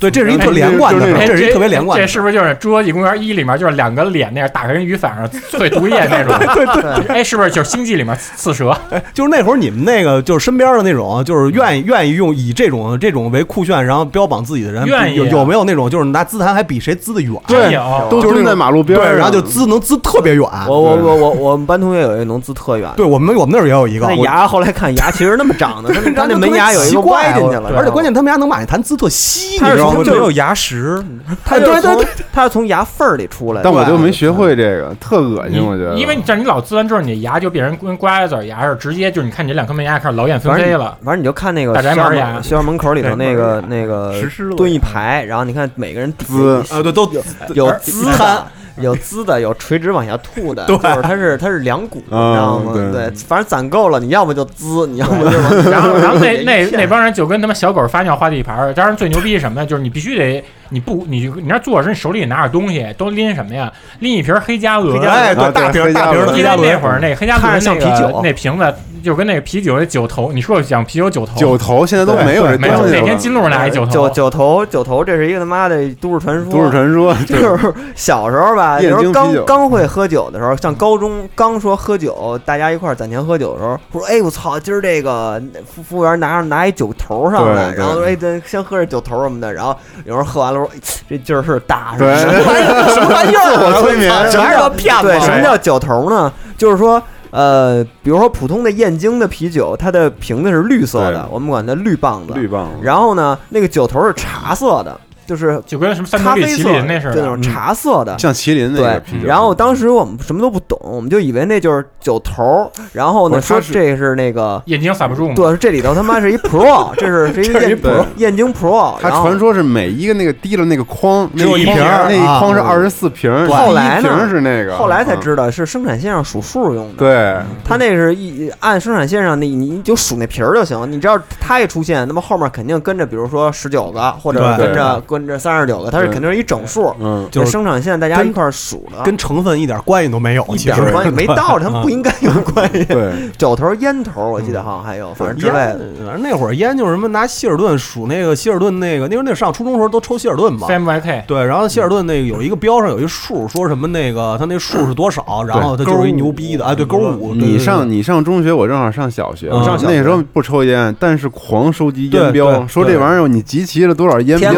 Speaker 7: 对，这是一特连贯的，
Speaker 6: 哎
Speaker 7: 这是一特别连贯
Speaker 6: 这
Speaker 7: 的。
Speaker 6: 是不是就是《侏罗纪公园一》里面就是两个脸那样打开人雨伞上啐毒液那种？
Speaker 7: 对对对
Speaker 6: 哎，是不是就是《星际》里面刺蛇？
Speaker 7: 就是那会儿你们那个就是身边的那种，就是愿意
Speaker 8: 嗯
Speaker 7: 愿意用以这种这种为酷炫，
Speaker 8: 啊
Speaker 7: 然后标榜自己的人，
Speaker 6: 愿意啊
Speaker 7: 有有没有那种就是拿姿坛还比谁滋的远？
Speaker 6: 哎
Speaker 8: 对有
Speaker 7: 啊就是那种
Speaker 8: 都蹲在马路边儿上
Speaker 7: 对，然后就滋能滋特别远。
Speaker 8: 我我我我我们班同学有一个能滋特远，
Speaker 7: 对我们我们那儿也有一个
Speaker 8: 那牙，后来看牙其实那么长 的，他那他
Speaker 7: 他
Speaker 8: 那门牙有一个歪进去了，
Speaker 7: 而且关键他们牙能把那痰滋特稀，你
Speaker 8: 他是
Speaker 7: 知道
Speaker 8: 从
Speaker 7: 吗？
Speaker 8: 就有
Speaker 7: 牙石，
Speaker 8: 他
Speaker 7: 对对
Speaker 8: 是从
Speaker 7: 对，
Speaker 8: 他是从牙缝儿里出来的。
Speaker 4: 但我就没学会这个，特恶心，我觉得。
Speaker 6: 因为你这你老呲完之后，你的牙就变成跟瓜子儿牙似的，直接就是你看你这两颗门牙开始劳燕分
Speaker 8: 反正
Speaker 6: 飞
Speaker 8: 你
Speaker 6: 了。
Speaker 8: 反正你就看那个
Speaker 6: 大宅
Speaker 8: 学
Speaker 6: 门
Speaker 8: 校
Speaker 6: 儿
Speaker 8: 门
Speaker 6: 呀
Speaker 8: 学校门口里头那个那个
Speaker 6: 实施了
Speaker 8: 蹲一排，然后你看每个人底
Speaker 4: 滋
Speaker 7: 啊，对，都
Speaker 8: 有
Speaker 7: 而
Speaker 8: 滋的，有滋的，有垂直往下吐 的，
Speaker 7: 对
Speaker 8: 就是它是它是两股，你知
Speaker 4: 嗯
Speaker 8: 道吗？
Speaker 4: 对
Speaker 8: 对，反正攒够了，你要么就滋，你要么就往
Speaker 6: 然后，然后 那那
Speaker 8: 一片
Speaker 6: 那帮人就跟他妈小狗发尿画地盘儿。当然，最牛逼是什么呀？就是你必须得，你不你你那坐着，你手里拿着东西，都拎什么呀？拎一瓶黑加仑，
Speaker 7: 哎对大瓶儿大瓶儿的黑加仑
Speaker 6: 因为那会儿那个黑加仑
Speaker 7: 看着像
Speaker 6: 那个
Speaker 7: 啤酒
Speaker 6: 那瓶子就跟那个啤酒那酒头，你说讲啤酒酒头，
Speaker 4: 酒头现在都没有这
Speaker 6: 没有。
Speaker 4: 东西
Speaker 6: 哪
Speaker 4: 了
Speaker 6: 天金鹿拿一酒
Speaker 8: 九
Speaker 6: 头，
Speaker 8: 九头九头，这是一个他妈的都市传说。
Speaker 4: 都市传说
Speaker 8: 就是小时候吧，
Speaker 4: 燕
Speaker 8: 有时
Speaker 4: 京啤
Speaker 8: 候刚
Speaker 4: 酒
Speaker 8: 刚会喝酒的时候，像高中刚说喝酒，大家一块儿攒钱喝酒的时候，我说哎我操，今儿这个服服务员拿拿一酒头上来，
Speaker 4: 对对
Speaker 8: 然后说哎咱先喝着酒头什么的，然后有时候喝完了
Speaker 12: 候，哎这劲儿是大，
Speaker 8: 对
Speaker 12: 什么玩意儿？什么玩意儿？
Speaker 8: 自我催 眠
Speaker 12: 什么
Speaker 4: 啊
Speaker 12: 叫啊骗子？啊
Speaker 8: 对，什么叫酒头呢？就是说，呃，比如说普通的燕京的啤酒，它的瓶子是绿色的，我们管它绿棒子。
Speaker 4: 绿棒
Speaker 8: 子。然后呢，那个酒头是茶色的，就是
Speaker 6: 就跟什么三
Speaker 8: 咖
Speaker 6: 明
Speaker 8: 啡
Speaker 6: 治、麒
Speaker 8: 色
Speaker 6: 麟那似的，嗯
Speaker 8: 对那种茶色的，
Speaker 4: 嗯像麒麟那个啤酒
Speaker 8: 对，然后当时我们什么都不懂，我们就以为那就是酒头，然后呢
Speaker 6: 不是它
Speaker 8: 说
Speaker 6: 是
Speaker 8: 这是那个
Speaker 6: 眼睛撒不住嘛。
Speaker 8: 对，这里头他妈是一 Pro，这是是一个
Speaker 4: 这是一
Speaker 8: 燕
Speaker 4: Pro
Speaker 8: 燕京 Pro，
Speaker 4: 他
Speaker 8: 然后
Speaker 4: 传说是每一个那个滴了那个筐，
Speaker 8: 只有
Speaker 4: 那
Speaker 8: 一
Speaker 4: 一
Speaker 8: 瓶儿
Speaker 4: 那一筐是
Speaker 8: 啊
Speaker 4: 二十四瓶儿，
Speaker 8: 后
Speaker 4: 第
Speaker 8: 来
Speaker 4: 一瓶
Speaker 8: 呢
Speaker 4: 儿是那个，
Speaker 8: 后来才
Speaker 4: 嗯
Speaker 8: 知道是生产线上数数用的。
Speaker 4: 对，
Speaker 8: 他那是一按生产线上那，你你就数那瓶儿就行。你知道它一出现，那么后面肯定跟着，比如说十九个，或者
Speaker 7: 对
Speaker 8: 跟着跟着三十九个，它是
Speaker 7: 对
Speaker 8: 肯定是一整数。
Speaker 4: 嗯
Speaker 7: 就是
Speaker 8: 生产线大家
Speaker 7: 跟
Speaker 8: 一块儿数的，
Speaker 7: 跟成分一点关系都没有，
Speaker 8: 一
Speaker 7: 其
Speaker 8: 点
Speaker 7: 实
Speaker 8: 关系没到，他们不应该有关系。
Speaker 4: 对，嗯
Speaker 8: 酒头、烟头，我记
Speaker 7: 嗯
Speaker 8: 得好像还有，反正之
Speaker 7: 烟，
Speaker 8: 类的。
Speaker 7: 反正那会儿烟就是什么拿希尔顿数那个希尔顿那个，那时候那上初中的时候都抽希尔顿嘛
Speaker 6: CMYK
Speaker 7: 对，然后希尔顿那个有一个标上有一数，说什么那个它那数是多少，然后它就是一牛逼的，哎，对，勾五，对
Speaker 4: 你嗯上你上中学，我正好上小学，
Speaker 7: 嗯上小学
Speaker 4: 那时候不抽烟，但是狂收集
Speaker 7: 对
Speaker 4: 烟标，
Speaker 7: 对
Speaker 4: 说这
Speaker 7: 对
Speaker 4: 玩意儿你集齐了多少烟标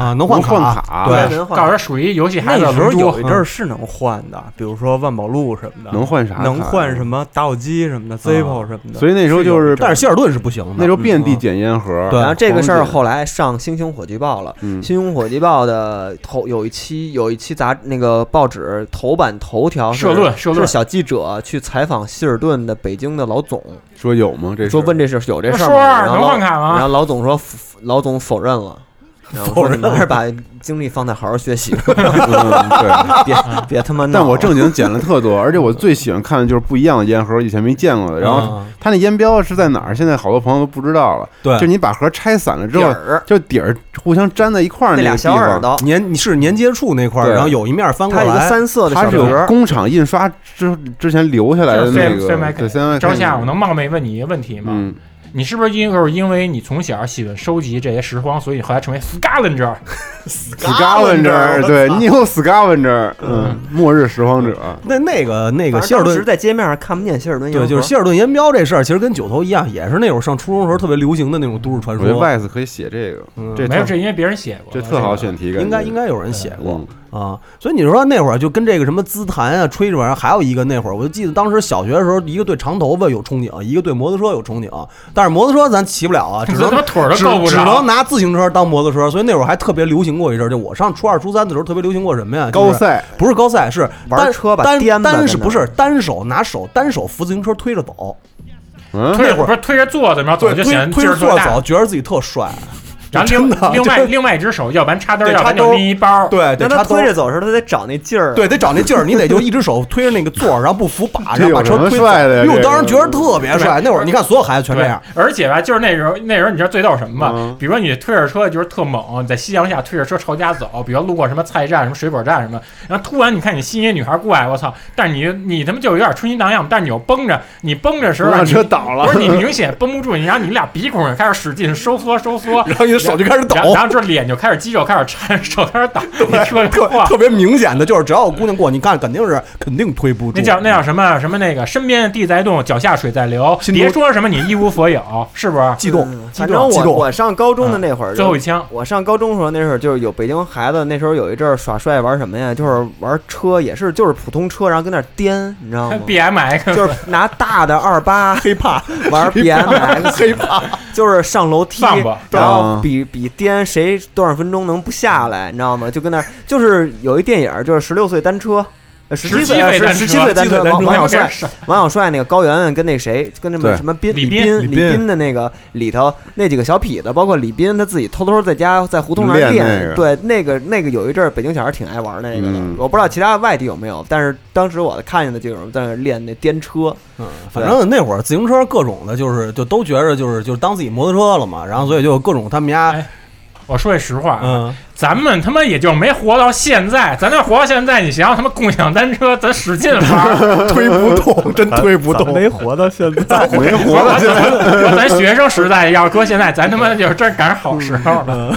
Speaker 7: 啊，
Speaker 4: 能
Speaker 7: 换
Speaker 4: 卡，
Speaker 6: 告诉他属于游戏孩子
Speaker 9: 那
Speaker 6: 的
Speaker 9: 时候
Speaker 6: 龙珠
Speaker 9: 有一阵儿是能换的，比如说万宝路什么的，
Speaker 4: 能换啥啊卡呀
Speaker 9: 能换什么打火机什么
Speaker 7: 啊
Speaker 9: 的，Zippo 什么的。
Speaker 4: 所以那时候就是，那时候遍地
Speaker 9: 嗯
Speaker 4: 捡烟盒，
Speaker 8: 然后这个事儿
Speaker 4: 狂捡
Speaker 8: 后来上《星星火炬报》了，
Speaker 4: 嗯
Speaker 8: 星星火炬报》的头有一期有一期杂那个报纸头版头条是
Speaker 4: 社论社论
Speaker 8: 是小记者去采访希尔顿的北京的老总，
Speaker 4: 说有吗？这
Speaker 8: 说问这事有这事儿
Speaker 6: 说
Speaker 8: 吗？
Speaker 6: 啊
Speaker 8: 然后
Speaker 6: 能
Speaker 8: 老
Speaker 6: 换卡吗
Speaker 8: 然后老总说否老总否认了。然后
Speaker 4: 否
Speaker 8: 说
Speaker 4: 认
Speaker 8: 你们还是把精力放在好好学习，
Speaker 4: 嗯 对
Speaker 8: 别别他妈闹。
Speaker 4: 但我正经捡了特多，而且我最喜欢看的就是不一样的烟盒，以前没见过的。然后
Speaker 8: 嗯
Speaker 4: 它那烟标是在哪儿？现在好多朋友都不知道了。
Speaker 7: 对
Speaker 4: 就你把盒拆散了之后
Speaker 7: 底儿，
Speaker 4: 就底儿互相粘在一块儿个地方。
Speaker 7: 粘你嗯是粘接触那块儿，
Speaker 4: 对
Speaker 7: 然后有一面翻过来，
Speaker 4: 它是有工厂印刷之之前留下来的那
Speaker 6: 就是 CMYK
Speaker 4: 个对 CMYK
Speaker 6: 张夏，我能冒昧问你一个问题吗？
Speaker 4: 嗯
Speaker 6: 你是不是因为因为你从小喜欢收集这些拾荒，所以你后来成 为 Scavenger？
Speaker 4: Scavenger 对 New Scavenger，嗯，末日拾荒者。
Speaker 8: 嗯
Speaker 7: 那那个那个
Speaker 8: 反
Speaker 7: 希
Speaker 8: 正
Speaker 7: 尔
Speaker 8: 当时
Speaker 7: 顿。
Speaker 8: 在街面上看不见希尔顿烟盒，
Speaker 7: 对，就是希尔顿烟标这事儿，其实跟九头一样，也是那会儿上初中的时候特别流行的那种都市传
Speaker 4: 我
Speaker 7: 说。
Speaker 4: 觉得 Vice 可以写这个，
Speaker 8: 嗯
Speaker 4: 这
Speaker 6: 没有，
Speaker 4: 特
Speaker 6: 这因为别人写过。
Speaker 4: 这特好选题，感觉
Speaker 7: 应该应该有人写
Speaker 8: 嗯
Speaker 7: 过啊。所以你说那会儿就跟这个什么姿坛啊、吹这玩意儿，还有一个那会儿，我就记得当时小学的时候，一个对长头发有憧憬，一个对摩托车有憧憬。啊但是摩托车咱骑不了啊，只能
Speaker 6: 他妈腿儿都
Speaker 7: 只
Speaker 6: 够不着
Speaker 7: 只能拿自行车当摩托车。所以那会儿还特别流行过一阵儿，就我上初二、初三的时候特别流行过什么呀？就是
Speaker 4: 高赛
Speaker 7: 不是高赛，是
Speaker 8: 玩
Speaker 7: 单
Speaker 8: 车吧
Speaker 7: 单
Speaker 8: 颠吧
Speaker 7: 单
Speaker 8: 在
Speaker 7: 手
Speaker 8: 那儿
Speaker 7: 不是单手拿手单手扶自行车推着走，
Speaker 4: 嗯
Speaker 6: 推着不是推着坐怎么着走
Speaker 7: 对，
Speaker 6: 就
Speaker 7: 推
Speaker 6: 显得
Speaker 7: 推
Speaker 6: 劲
Speaker 7: 着
Speaker 6: 儿
Speaker 7: 坐
Speaker 6: 特大
Speaker 7: 走，觉得自己特帅。
Speaker 6: 然后
Speaker 7: 真
Speaker 6: 另
Speaker 7: 的
Speaker 6: 另
Speaker 7: 就
Speaker 6: 外
Speaker 7: 是
Speaker 6: 另外一只手，要不然插兜儿，
Speaker 7: 对
Speaker 6: 要不然
Speaker 7: 插兜
Speaker 6: 就
Speaker 7: 儿
Speaker 6: 拎一包。
Speaker 7: 对得
Speaker 8: 让
Speaker 7: 插
Speaker 8: 他
Speaker 7: 兜
Speaker 8: 推着走的时候，他得找那劲儿，
Speaker 7: 对，得找那劲儿，你得就一只手推着那个座儿，然后不扶把，然后把
Speaker 6: 这有
Speaker 7: 车
Speaker 6: 什么
Speaker 7: 推走。
Speaker 6: 帅的呀
Speaker 7: 因为我
Speaker 6: 这
Speaker 7: 当时
Speaker 6: 个
Speaker 7: 觉得特别帅，
Speaker 6: 对
Speaker 7: 那会儿你看所有孩子全这样。嗯
Speaker 6: 对而且吧，就是那时候，那时候你知道最逗什么吗？比如说你推着车就是特猛，你在夕阳下推着车朝家走，比如路过什么菜站、什么水果站什么，然后突然你看你心仪女孩过来，我操！但是你你他妈就有点春心荡漾，但是你又绷着，你绷着的时候吧
Speaker 4: 让
Speaker 6: 你
Speaker 4: 车倒了
Speaker 6: 不是你明显绷不住，你然后你俩鼻孔也开始使劲收缩收缩，
Speaker 7: 然后你的手就开始抖
Speaker 6: 然后然后这脸就开始肌肉开始颤，手开始抖，你车就
Speaker 7: 特 特别明显的就是，只要有姑娘过，你看肯定是肯定推不住。
Speaker 6: 那叫那叫什么什么那个身边地在动，脚下水在流，
Speaker 7: 心
Speaker 6: 别
Speaker 7: 中
Speaker 6: 说什么你一无所有，是不是？
Speaker 7: 激动，
Speaker 8: 嗯反正我我上高中的那会儿，
Speaker 6: 嗯最后一枪，
Speaker 8: 我上高中的时候那时候就是有北京孩子，那时候有一阵儿耍帅玩什么呀？就是玩车，也是就是普通车，然后跟那儿颠，你知道吗
Speaker 6: BMX
Speaker 8: 就是拿大的二八
Speaker 7: 黑怕
Speaker 8: 玩 BMX
Speaker 7: 黑怕，
Speaker 8: 就是上楼梯
Speaker 6: 上吧，
Speaker 8: 然后
Speaker 6: 嗯
Speaker 8: 比比颠谁多少分钟能不下来，你知道吗？就跟那儿就是有一电影儿，就是十六岁单车。呃十七岁，
Speaker 6: 17岁单车
Speaker 8: 十七岁单车，
Speaker 6: 17岁单车
Speaker 8: 王王小
Speaker 6: 那
Speaker 8: 帅
Speaker 6: 个是，
Speaker 8: 王小帅那个高圆圆跟那谁，跟那
Speaker 6: 对
Speaker 8: 么什么斌
Speaker 6: 李斌
Speaker 8: 斌
Speaker 6: 李
Speaker 8: 李
Speaker 6: 斌
Speaker 8: 斌的那个里头那几个小痞子，包括李斌他自己偷偷在家在胡同那儿
Speaker 4: 练
Speaker 8: 练
Speaker 4: 那，个
Speaker 8: 对，那个那个有一阵儿北京小孩挺爱玩那个的，
Speaker 4: 嗯
Speaker 8: 我不知道其他外地有没有，但是当时我看见的就有人在那儿练那颠车，
Speaker 7: 嗯，反正那会儿自行车各种的，就是就都觉着就是就是当自己摩托车了嘛，然后所以就各种他们家。
Speaker 6: 哎我说句实话，
Speaker 7: 嗯，
Speaker 6: 咱们他妈也就没活到现在，咱这活到现在，你想想他妈共享单车，咱使劲 玩，
Speaker 7: 推不动，真推不
Speaker 10: 咱没活到现 在，
Speaker 4: 没活
Speaker 6: 我咱学生时代要搁现在，咱他妈就是真赶上好时候了。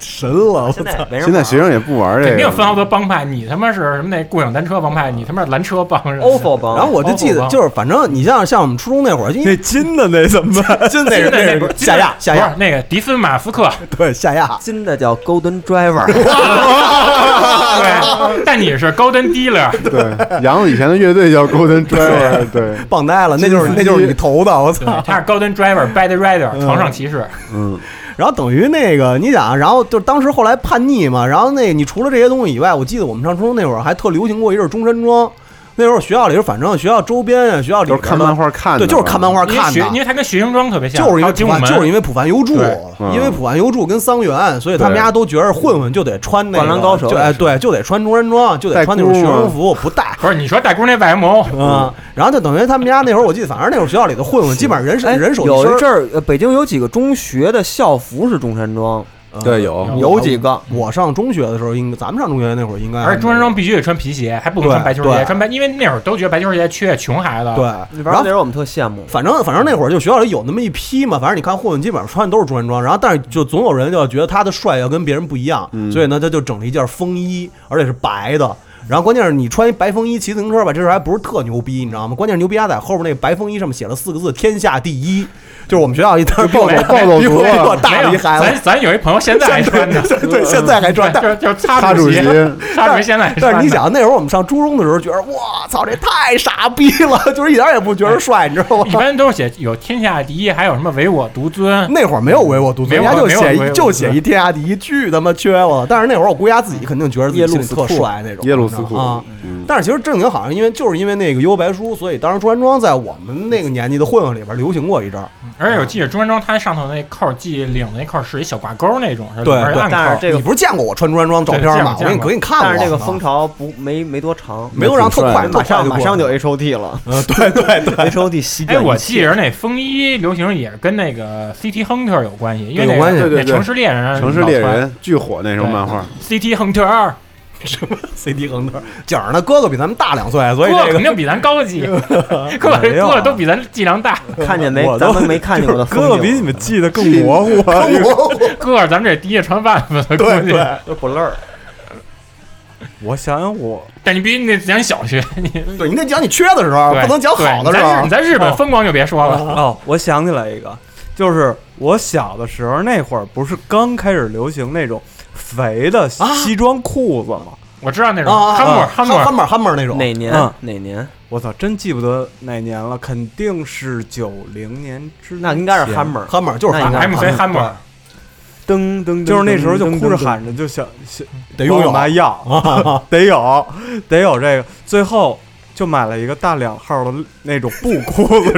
Speaker 10: 神了！我操！
Speaker 4: 现在学生也不玩这个
Speaker 6: 肯定
Speaker 4: 了，
Speaker 6: 分好多帮派，你他妈是什么那共享单车帮派，你他妈是拦车帮什么的
Speaker 7: ofo 帮然后我就记
Speaker 6: ofo
Speaker 7: 得，
Speaker 6: 帮
Speaker 7: 就是反正你像像我们初中那会儿，那金的那怎么办？金
Speaker 6: 金的那
Speaker 7: 那
Speaker 6: 不是
Speaker 7: 下压
Speaker 6: 不是
Speaker 7: 下压
Speaker 6: 那个迪森马 斯克，
Speaker 7: 对下压
Speaker 8: 金的叫 Golden Driver。
Speaker 6: 对，但你是 Golden Dealer，
Speaker 4: 对，杨子以前的乐队叫 Golden Driver，对，
Speaker 7: 棒呆了，那就是那就是你投的，我操！
Speaker 6: 他是 Golden
Speaker 7: 嗯
Speaker 6: Driver Bad Rider 床上骑士，
Speaker 4: 嗯，
Speaker 7: 然后等于那个，你想，然后就是当时后来叛逆嘛，然后那你除了这些东西以外，我记得我们上初中那会儿还特流行过一阵中山装。那会儿学校里，反正学校周边啊，学校里
Speaker 4: 都是看漫画看的
Speaker 7: 对，就是看漫画
Speaker 6: 因
Speaker 7: 嗯
Speaker 6: 为
Speaker 7: 看的，
Speaker 6: 学因为他跟学生装特别像，
Speaker 7: 就是因为
Speaker 6: 还有精
Speaker 7: 普
Speaker 6: 武
Speaker 7: 凡，
Speaker 6: 门，
Speaker 7: 就是因为浦凡优助
Speaker 6: 对，
Speaker 4: 嗯
Speaker 7: 因为浦凡优助跟桑园，所以他们
Speaker 4: 对
Speaker 7: 家都觉得混混就得穿那个，
Speaker 6: 灌篮高手
Speaker 7: 就
Speaker 6: 也
Speaker 7: 哎
Speaker 6: 是
Speaker 7: 对，就得穿中山装，就得
Speaker 6: 带
Speaker 7: 穿那种
Speaker 6: 箍
Speaker 7: 学
Speaker 6: 吗嗯
Speaker 7: 生服，不带。
Speaker 6: 不是你说大姑那外毛，
Speaker 7: 嗯，然后就等于他们家那会儿，我记得，反正那会儿学校里的混混，基本上 人手
Speaker 8: 哎
Speaker 7: 人手一身
Speaker 8: 有
Speaker 7: 儿
Speaker 8: 一阵儿，呃北京有几个中学的校服是中山装，
Speaker 4: 对，有
Speaker 7: 嗯
Speaker 8: 有几个。
Speaker 7: 我上中学的时候，应该咱们上中学那会儿应该还
Speaker 6: 而且中山装必须得穿皮鞋，还不能
Speaker 7: 对
Speaker 6: 穿白球鞋，
Speaker 7: 对
Speaker 6: 穿白，因为那会儿都觉得白球鞋缺，穷孩子。
Speaker 7: 对，然后
Speaker 8: 时候我们特羡慕。
Speaker 7: 反正反正那会儿就学校里有那么一批嘛，反正你看混混基本上穿的都是中山装，然后但是就总有人就要觉得他的帅要跟别人不一样，
Speaker 4: 嗯
Speaker 7: 所以呢他就整了一件风衣，而且是白的。然后关键是你穿一白风衣骑自行车吧，这事儿还不是特牛逼，你知道吗？关键是牛逼他啊在后边那个白风衣上面写了四个字“天下第一”，就是我们学校一当时比
Speaker 6: 没
Speaker 7: 我比我 大
Speaker 6: 没有
Speaker 7: 的一孩
Speaker 6: 咱
Speaker 7: 子，
Speaker 6: 咱有一朋友现在还穿呢，
Speaker 7: 对 对现在还穿
Speaker 6: 对就是就是擦
Speaker 7: 擦主
Speaker 6: 席
Speaker 7: 席，
Speaker 6: 擦主席现在还穿呢。
Speaker 7: 但是你想那会儿我们上初中的时候，觉得哇操这太傻逼了， 就是一点也不觉得帅，你知道吗？
Speaker 6: 一般都是写有天下第一，还有什么唯我独尊。
Speaker 7: 那会儿没有唯我独尊，
Speaker 6: 没
Speaker 7: 人家就
Speaker 6: 有没有
Speaker 7: 写
Speaker 6: 唯我
Speaker 7: 一
Speaker 6: 独
Speaker 7: 就
Speaker 6: 尊
Speaker 7: 写一天下第一，巨他妈缺我。但是那会儿我估计他自己肯定觉得自己心里特帅那种，
Speaker 4: 耶鲁斯
Speaker 7: 你知
Speaker 4: 库
Speaker 7: 道啊。
Speaker 4: 嗯
Speaker 7: 但是其实正经好像因为就是因为那个《幽游白书》，所以当时朱元璋在我们那个年纪的混混里边流行过一阵儿。
Speaker 6: 而且我记得中山装，它上头那扣儿系领子那扣儿是一小挂钩那种，是吧
Speaker 7: 对
Speaker 6: 里边
Speaker 7: 对
Speaker 6: 暗扣
Speaker 7: 但
Speaker 6: 儿
Speaker 7: 是。这个你不是见过我穿中山装照片吗
Speaker 6: 对
Speaker 7: 我
Speaker 6: 见过
Speaker 7: 给你我给你看过
Speaker 8: 但是这个
Speaker 7: 啊
Speaker 8: 风潮不没没多长，
Speaker 7: 没多长特快
Speaker 8: 马
Speaker 7: 特快
Speaker 8: 上
Speaker 7: 就
Speaker 8: 马
Speaker 7: 过
Speaker 8: 上就
Speaker 7: 了
Speaker 8: H O T 了。
Speaker 7: 呃，对对对
Speaker 8: ，H O T 席
Speaker 6: 哎，
Speaker 8: 卷一切。
Speaker 6: 我记着那风衣流行也是跟那个 CT Hunter 有关系，因
Speaker 4: 对
Speaker 6: 为那
Speaker 4: 有关系
Speaker 6: 个
Speaker 4: 对对
Speaker 6: 那
Speaker 4: 对
Speaker 6: 城市猎
Speaker 7: 嗯
Speaker 6: 人，
Speaker 4: 城市猎人巨火那时候漫画，
Speaker 6: CT Hunter，
Speaker 7: 什么 CD 横头，景儿呢？哥哥比咱们大两岁，所以
Speaker 6: 个
Speaker 7: 这
Speaker 6: 肯
Speaker 7: 个
Speaker 6: 定比咱高级，个
Speaker 7: 没有啊
Speaker 6: 个都比咱剂量大。
Speaker 8: 看见
Speaker 7: 我都 就是哥哥比你们记得更模糊 啊，这个
Speaker 6: 个儿咱们这低下传万分了，
Speaker 7: 对
Speaker 6: 估计
Speaker 7: 对
Speaker 8: 都不乐。
Speaker 9: 我想想我，
Speaker 6: 但你必须得讲小学，你
Speaker 7: 对你得讲你缺的时候，
Speaker 6: 对
Speaker 7: 不能讲好的时
Speaker 6: 对
Speaker 7: 候。
Speaker 6: 你在日你在日本风光就别说了。
Speaker 9: 哦，我想起来一个，就是我小的时候那会儿，不是刚开始流行那种肥的西装裤子吗？
Speaker 6: 我知道那
Speaker 7: 种啊啊啊 Hummer Hummer Hummer Hummer 那种啊哪年
Speaker 9: 哪
Speaker 8: 年？
Speaker 9: 我操，真记不得哪年了，肯定是九零年之前，
Speaker 8: 那应该是 Hummer Hummer 就是那应该是
Speaker 9: MC
Speaker 8: Hummer Hummer 噔噔噔
Speaker 9: 就是那时候就哭着喊着，就想想
Speaker 7: 哎啊
Speaker 9: 管我妈要，得有得有这个，最后。就买了一个大两号的那种布裤子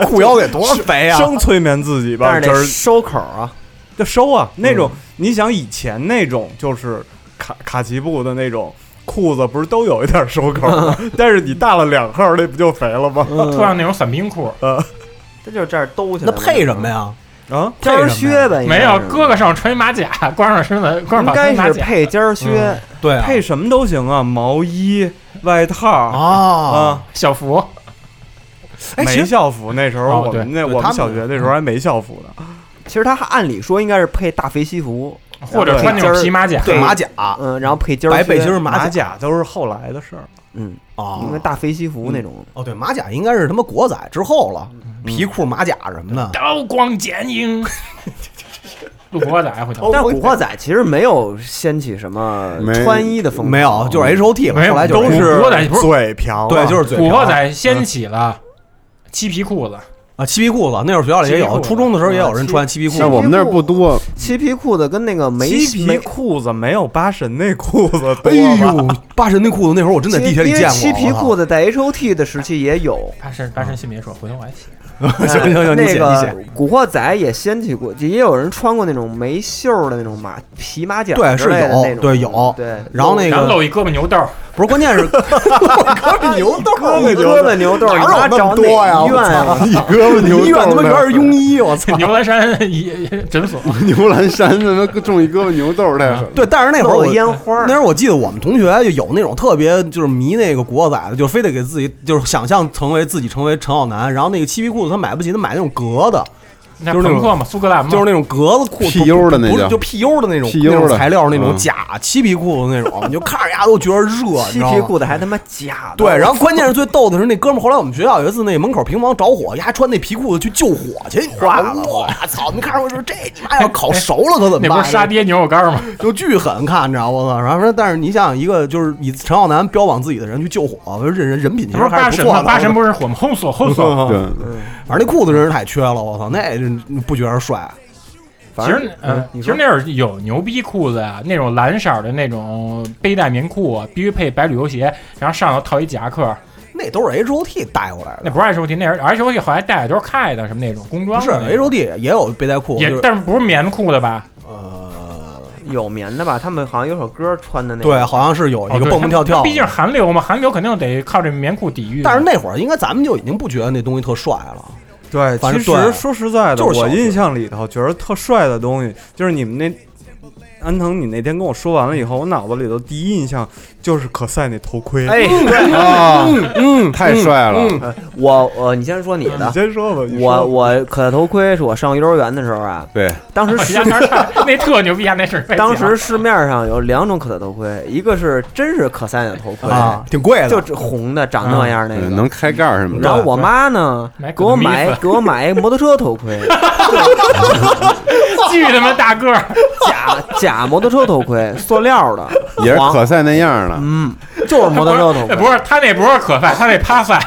Speaker 7: 你裤腰得多肥啊
Speaker 9: 生催眠自己吧，
Speaker 7: 但是得
Speaker 9: 就是
Speaker 8: 收口啊，
Speaker 9: 就收啊，那种、你想以前那种就是卡卡其布的那种裤子，不是都有一点收口吗？但是你大了两号，那不就肥了吗？
Speaker 8: 嗯
Speaker 6: 突然那种伞兵裤，
Speaker 9: 呃，
Speaker 8: 这就是这儿兜起来。
Speaker 9: 那配什么
Speaker 7: 呀？
Speaker 9: 啊，
Speaker 8: 尖儿靴
Speaker 7: 哎
Speaker 8: 呗，应该
Speaker 6: 没
Speaker 8: 是
Speaker 6: 有哥哥上穿一马甲， 光上身子，光上
Speaker 9: 应
Speaker 6: 把
Speaker 9: 该
Speaker 6: 身马
Speaker 9: 是
Speaker 6: 甲
Speaker 9: 配尖儿靴，
Speaker 6: 嗯对啊
Speaker 9: 配什么都行啊，毛衣、外套啊，
Speaker 6: 校服。
Speaker 8: 哎其实
Speaker 9: 没校服那时候，
Speaker 8: 哦
Speaker 9: 我们
Speaker 8: 对
Speaker 9: 那
Speaker 8: 对
Speaker 9: 我
Speaker 8: 他
Speaker 9: 们
Speaker 8: 们
Speaker 9: 小学那时候还没校服呢。
Speaker 8: 其实他按理说应该是配大肥西服，
Speaker 9: 或者穿那种皮马甲
Speaker 8: 对
Speaker 9: 马甲
Speaker 8: 嗯，然后配尖儿
Speaker 7: 啊白背
Speaker 8: 靴
Speaker 7: 心儿马甲
Speaker 9: 马甲都是后来的事儿，
Speaker 8: 嗯，
Speaker 7: 哦，
Speaker 8: 因为大肥西服那种。
Speaker 7: 哦，对，马甲应该是他妈国仔之后了，
Speaker 8: 嗯
Speaker 7: 皮裤、马甲什么的。
Speaker 6: 刀光 剑影，陆国仔回头，
Speaker 8: 但古惑仔其实没有掀起什么穿衣的风潮，
Speaker 7: 没有，就是 H O T 嘛，后来就
Speaker 6: 古惑仔不是
Speaker 9: 瓢
Speaker 7: 对，就是嘴
Speaker 6: 古
Speaker 7: 瓢。啊嗯
Speaker 6: 惑仔掀起了漆皮裤子，
Speaker 7: 啊，漆皮裤子那会儿学校里也有，初中的时候也有人穿漆皮裤子。 啊
Speaker 4: 多，
Speaker 8: 漆皮裤子跟那个没
Speaker 9: 漆皮裤子没有八神那裤子多吧？
Speaker 7: 哎呦，八神那裤子那会儿我真在地铁里
Speaker 8: 啊因为
Speaker 7: 见过。
Speaker 8: 漆皮
Speaker 7: 我操
Speaker 8: 裤子在 H O T 的时期也有，
Speaker 6: 八神八神先别说，回头我还写。
Speaker 8: 嗯
Speaker 7: 行行啊行你
Speaker 8: 那
Speaker 7: 写你
Speaker 8: 个
Speaker 7: 写
Speaker 8: 古惑仔也掀起过，也有人穿过那种没袖儿的那种马皮马甲
Speaker 7: 对
Speaker 8: 之
Speaker 7: 是
Speaker 8: 类的那
Speaker 7: 有，
Speaker 8: 种，
Speaker 7: 对有。
Speaker 8: 对。
Speaker 7: 然后那
Speaker 6: 然后露
Speaker 7: 个
Speaker 6: 一胳膊 牛豆，
Speaker 7: 不是关 键是胳膊牛豆，
Speaker 8: 胳膊牛豆
Speaker 7: 哪有那么多呀？
Speaker 8: 你妈找哪医院啊
Speaker 4: 你胳膊牛豆
Speaker 7: 医院他妈
Speaker 4: 呢
Speaker 7: 全是庸医，我操！
Speaker 6: 牛栏山医诊所，
Speaker 4: 牛栏山他妈种一胳膊牛豆儿太狠了。
Speaker 7: 对，但是那会儿我
Speaker 4: 弄个烟花
Speaker 7: 那会儿我记得我们同学就有那种特别就是迷那个古惑仔的，就非得给自己就是想象成为自己成为陈浩南，然后那个漆皮裤子他买不起，他买那种格的。
Speaker 6: 那
Speaker 7: 就是那
Speaker 6: 朋克
Speaker 7: 种
Speaker 6: 嘛，苏格兰嘛，
Speaker 7: 就是那种格子裤
Speaker 4: PU 的那
Speaker 7: 不是
Speaker 4: 叫
Speaker 7: 就 PU 的那种
Speaker 4: PU 的
Speaker 7: 那种材料那种
Speaker 4: 嗯
Speaker 7: 假漆皮裤子那种，你就看着人家都觉得热， 你知道吗
Speaker 12: 漆皮裤子还他妈假的。
Speaker 7: 对，然后关键是最逗的是，那哥们儿后来我们学校有一次那门口平房着火，丫还穿那皮裤子去救火去，你知道吗？我操！你看着我说这你
Speaker 4: 哎
Speaker 7: 妈要烤熟了可怎么办？啊
Speaker 6: 那不是沙爹牛肉干吗？
Speaker 7: 就巨狠看，你知道吗我操！然后说，但是你想想，一个就是以陈浩南标榜自己的人去救火，我说这人人品其
Speaker 6: 不
Speaker 7: 实
Speaker 6: 是
Speaker 7: 还是
Speaker 6: 八
Speaker 7: 不
Speaker 6: 神
Speaker 7: 错
Speaker 6: 吗？
Speaker 7: 的。
Speaker 6: 八神不是火吗？轰锁轰
Speaker 7: 嗯
Speaker 6: 锁。
Speaker 4: 对，
Speaker 7: 反正那裤子真是太缺了，我操！那真不觉得帅。
Speaker 6: 其实，嗯，其实那会儿有牛逼裤子啊，那种蓝色儿的那种背带棉裤，啊必须配白旅游鞋，然后上头套一夹克。
Speaker 7: 那都是 H O T 带过来的，
Speaker 6: 那不是 H O T，那是 H O T 后来带的都是 K 的什么那种工装
Speaker 7: 不
Speaker 6: 的
Speaker 7: 是
Speaker 6: 那种。
Speaker 7: H O T 也有背带裤，
Speaker 6: 也
Speaker 7: 就，
Speaker 6: 但是不是棉裤的吧？
Speaker 8: 有棉的吧？他们好像有首歌穿的那个，
Speaker 7: 对，好像是有一
Speaker 6: 哦
Speaker 7: 个
Speaker 6: 对
Speaker 7: 蹦蹦跳
Speaker 6: 它
Speaker 7: 跳
Speaker 6: 它
Speaker 7: 的。
Speaker 6: 毕竟是韩流嘛，韩流肯定得靠这棉裤抵御。
Speaker 7: 但是那会儿应该咱们就已经不觉得那东西特帅了。
Speaker 9: 对，
Speaker 7: 反
Speaker 9: 其
Speaker 7: 正
Speaker 9: 实
Speaker 7: 对
Speaker 9: 说实在的，
Speaker 7: 就是
Speaker 9: 我
Speaker 7: 小
Speaker 9: 印象里头觉得特帅的东西，就是你们那安藤，你那天跟我说完了以后，我脑子里头第一印象就是可赛那头盔，
Speaker 8: 哎，对
Speaker 4: 啊
Speaker 9: 嗯
Speaker 8: 呃我我你先说你的，
Speaker 9: 你先说吧你说吧
Speaker 8: 我我可头盔是我上幼儿园的时候啊，
Speaker 4: 对，
Speaker 7: 嗯
Speaker 8: 当时
Speaker 6: 家
Speaker 8: 市
Speaker 6: 那儿那特牛逼啊，那是
Speaker 8: 当时市面上有两种可头盔，一个是真是可赛的头盔
Speaker 7: 啊嗯挺贵的
Speaker 8: 就这红的长那样那
Speaker 4: 对
Speaker 8: 个。
Speaker 4: 能开盖儿什么的。
Speaker 8: 然后我妈呢
Speaker 6: 买，
Speaker 8: 给我
Speaker 6: 可能
Speaker 8: 买
Speaker 6: 咪
Speaker 8: 给我买一摩托车 头盔，
Speaker 6: 巨他妈大个儿，
Speaker 8: 假假摩托车头盔，塑料的，
Speaker 4: 也是
Speaker 8: 黄
Speaker 4: 可赛那样的，
Speaker 8: 嗯，就是摩托车头
Speaker 6: 那
Speaker 8: 盔，
Speaker 6: 不是他那不是可赛，他那趴赛，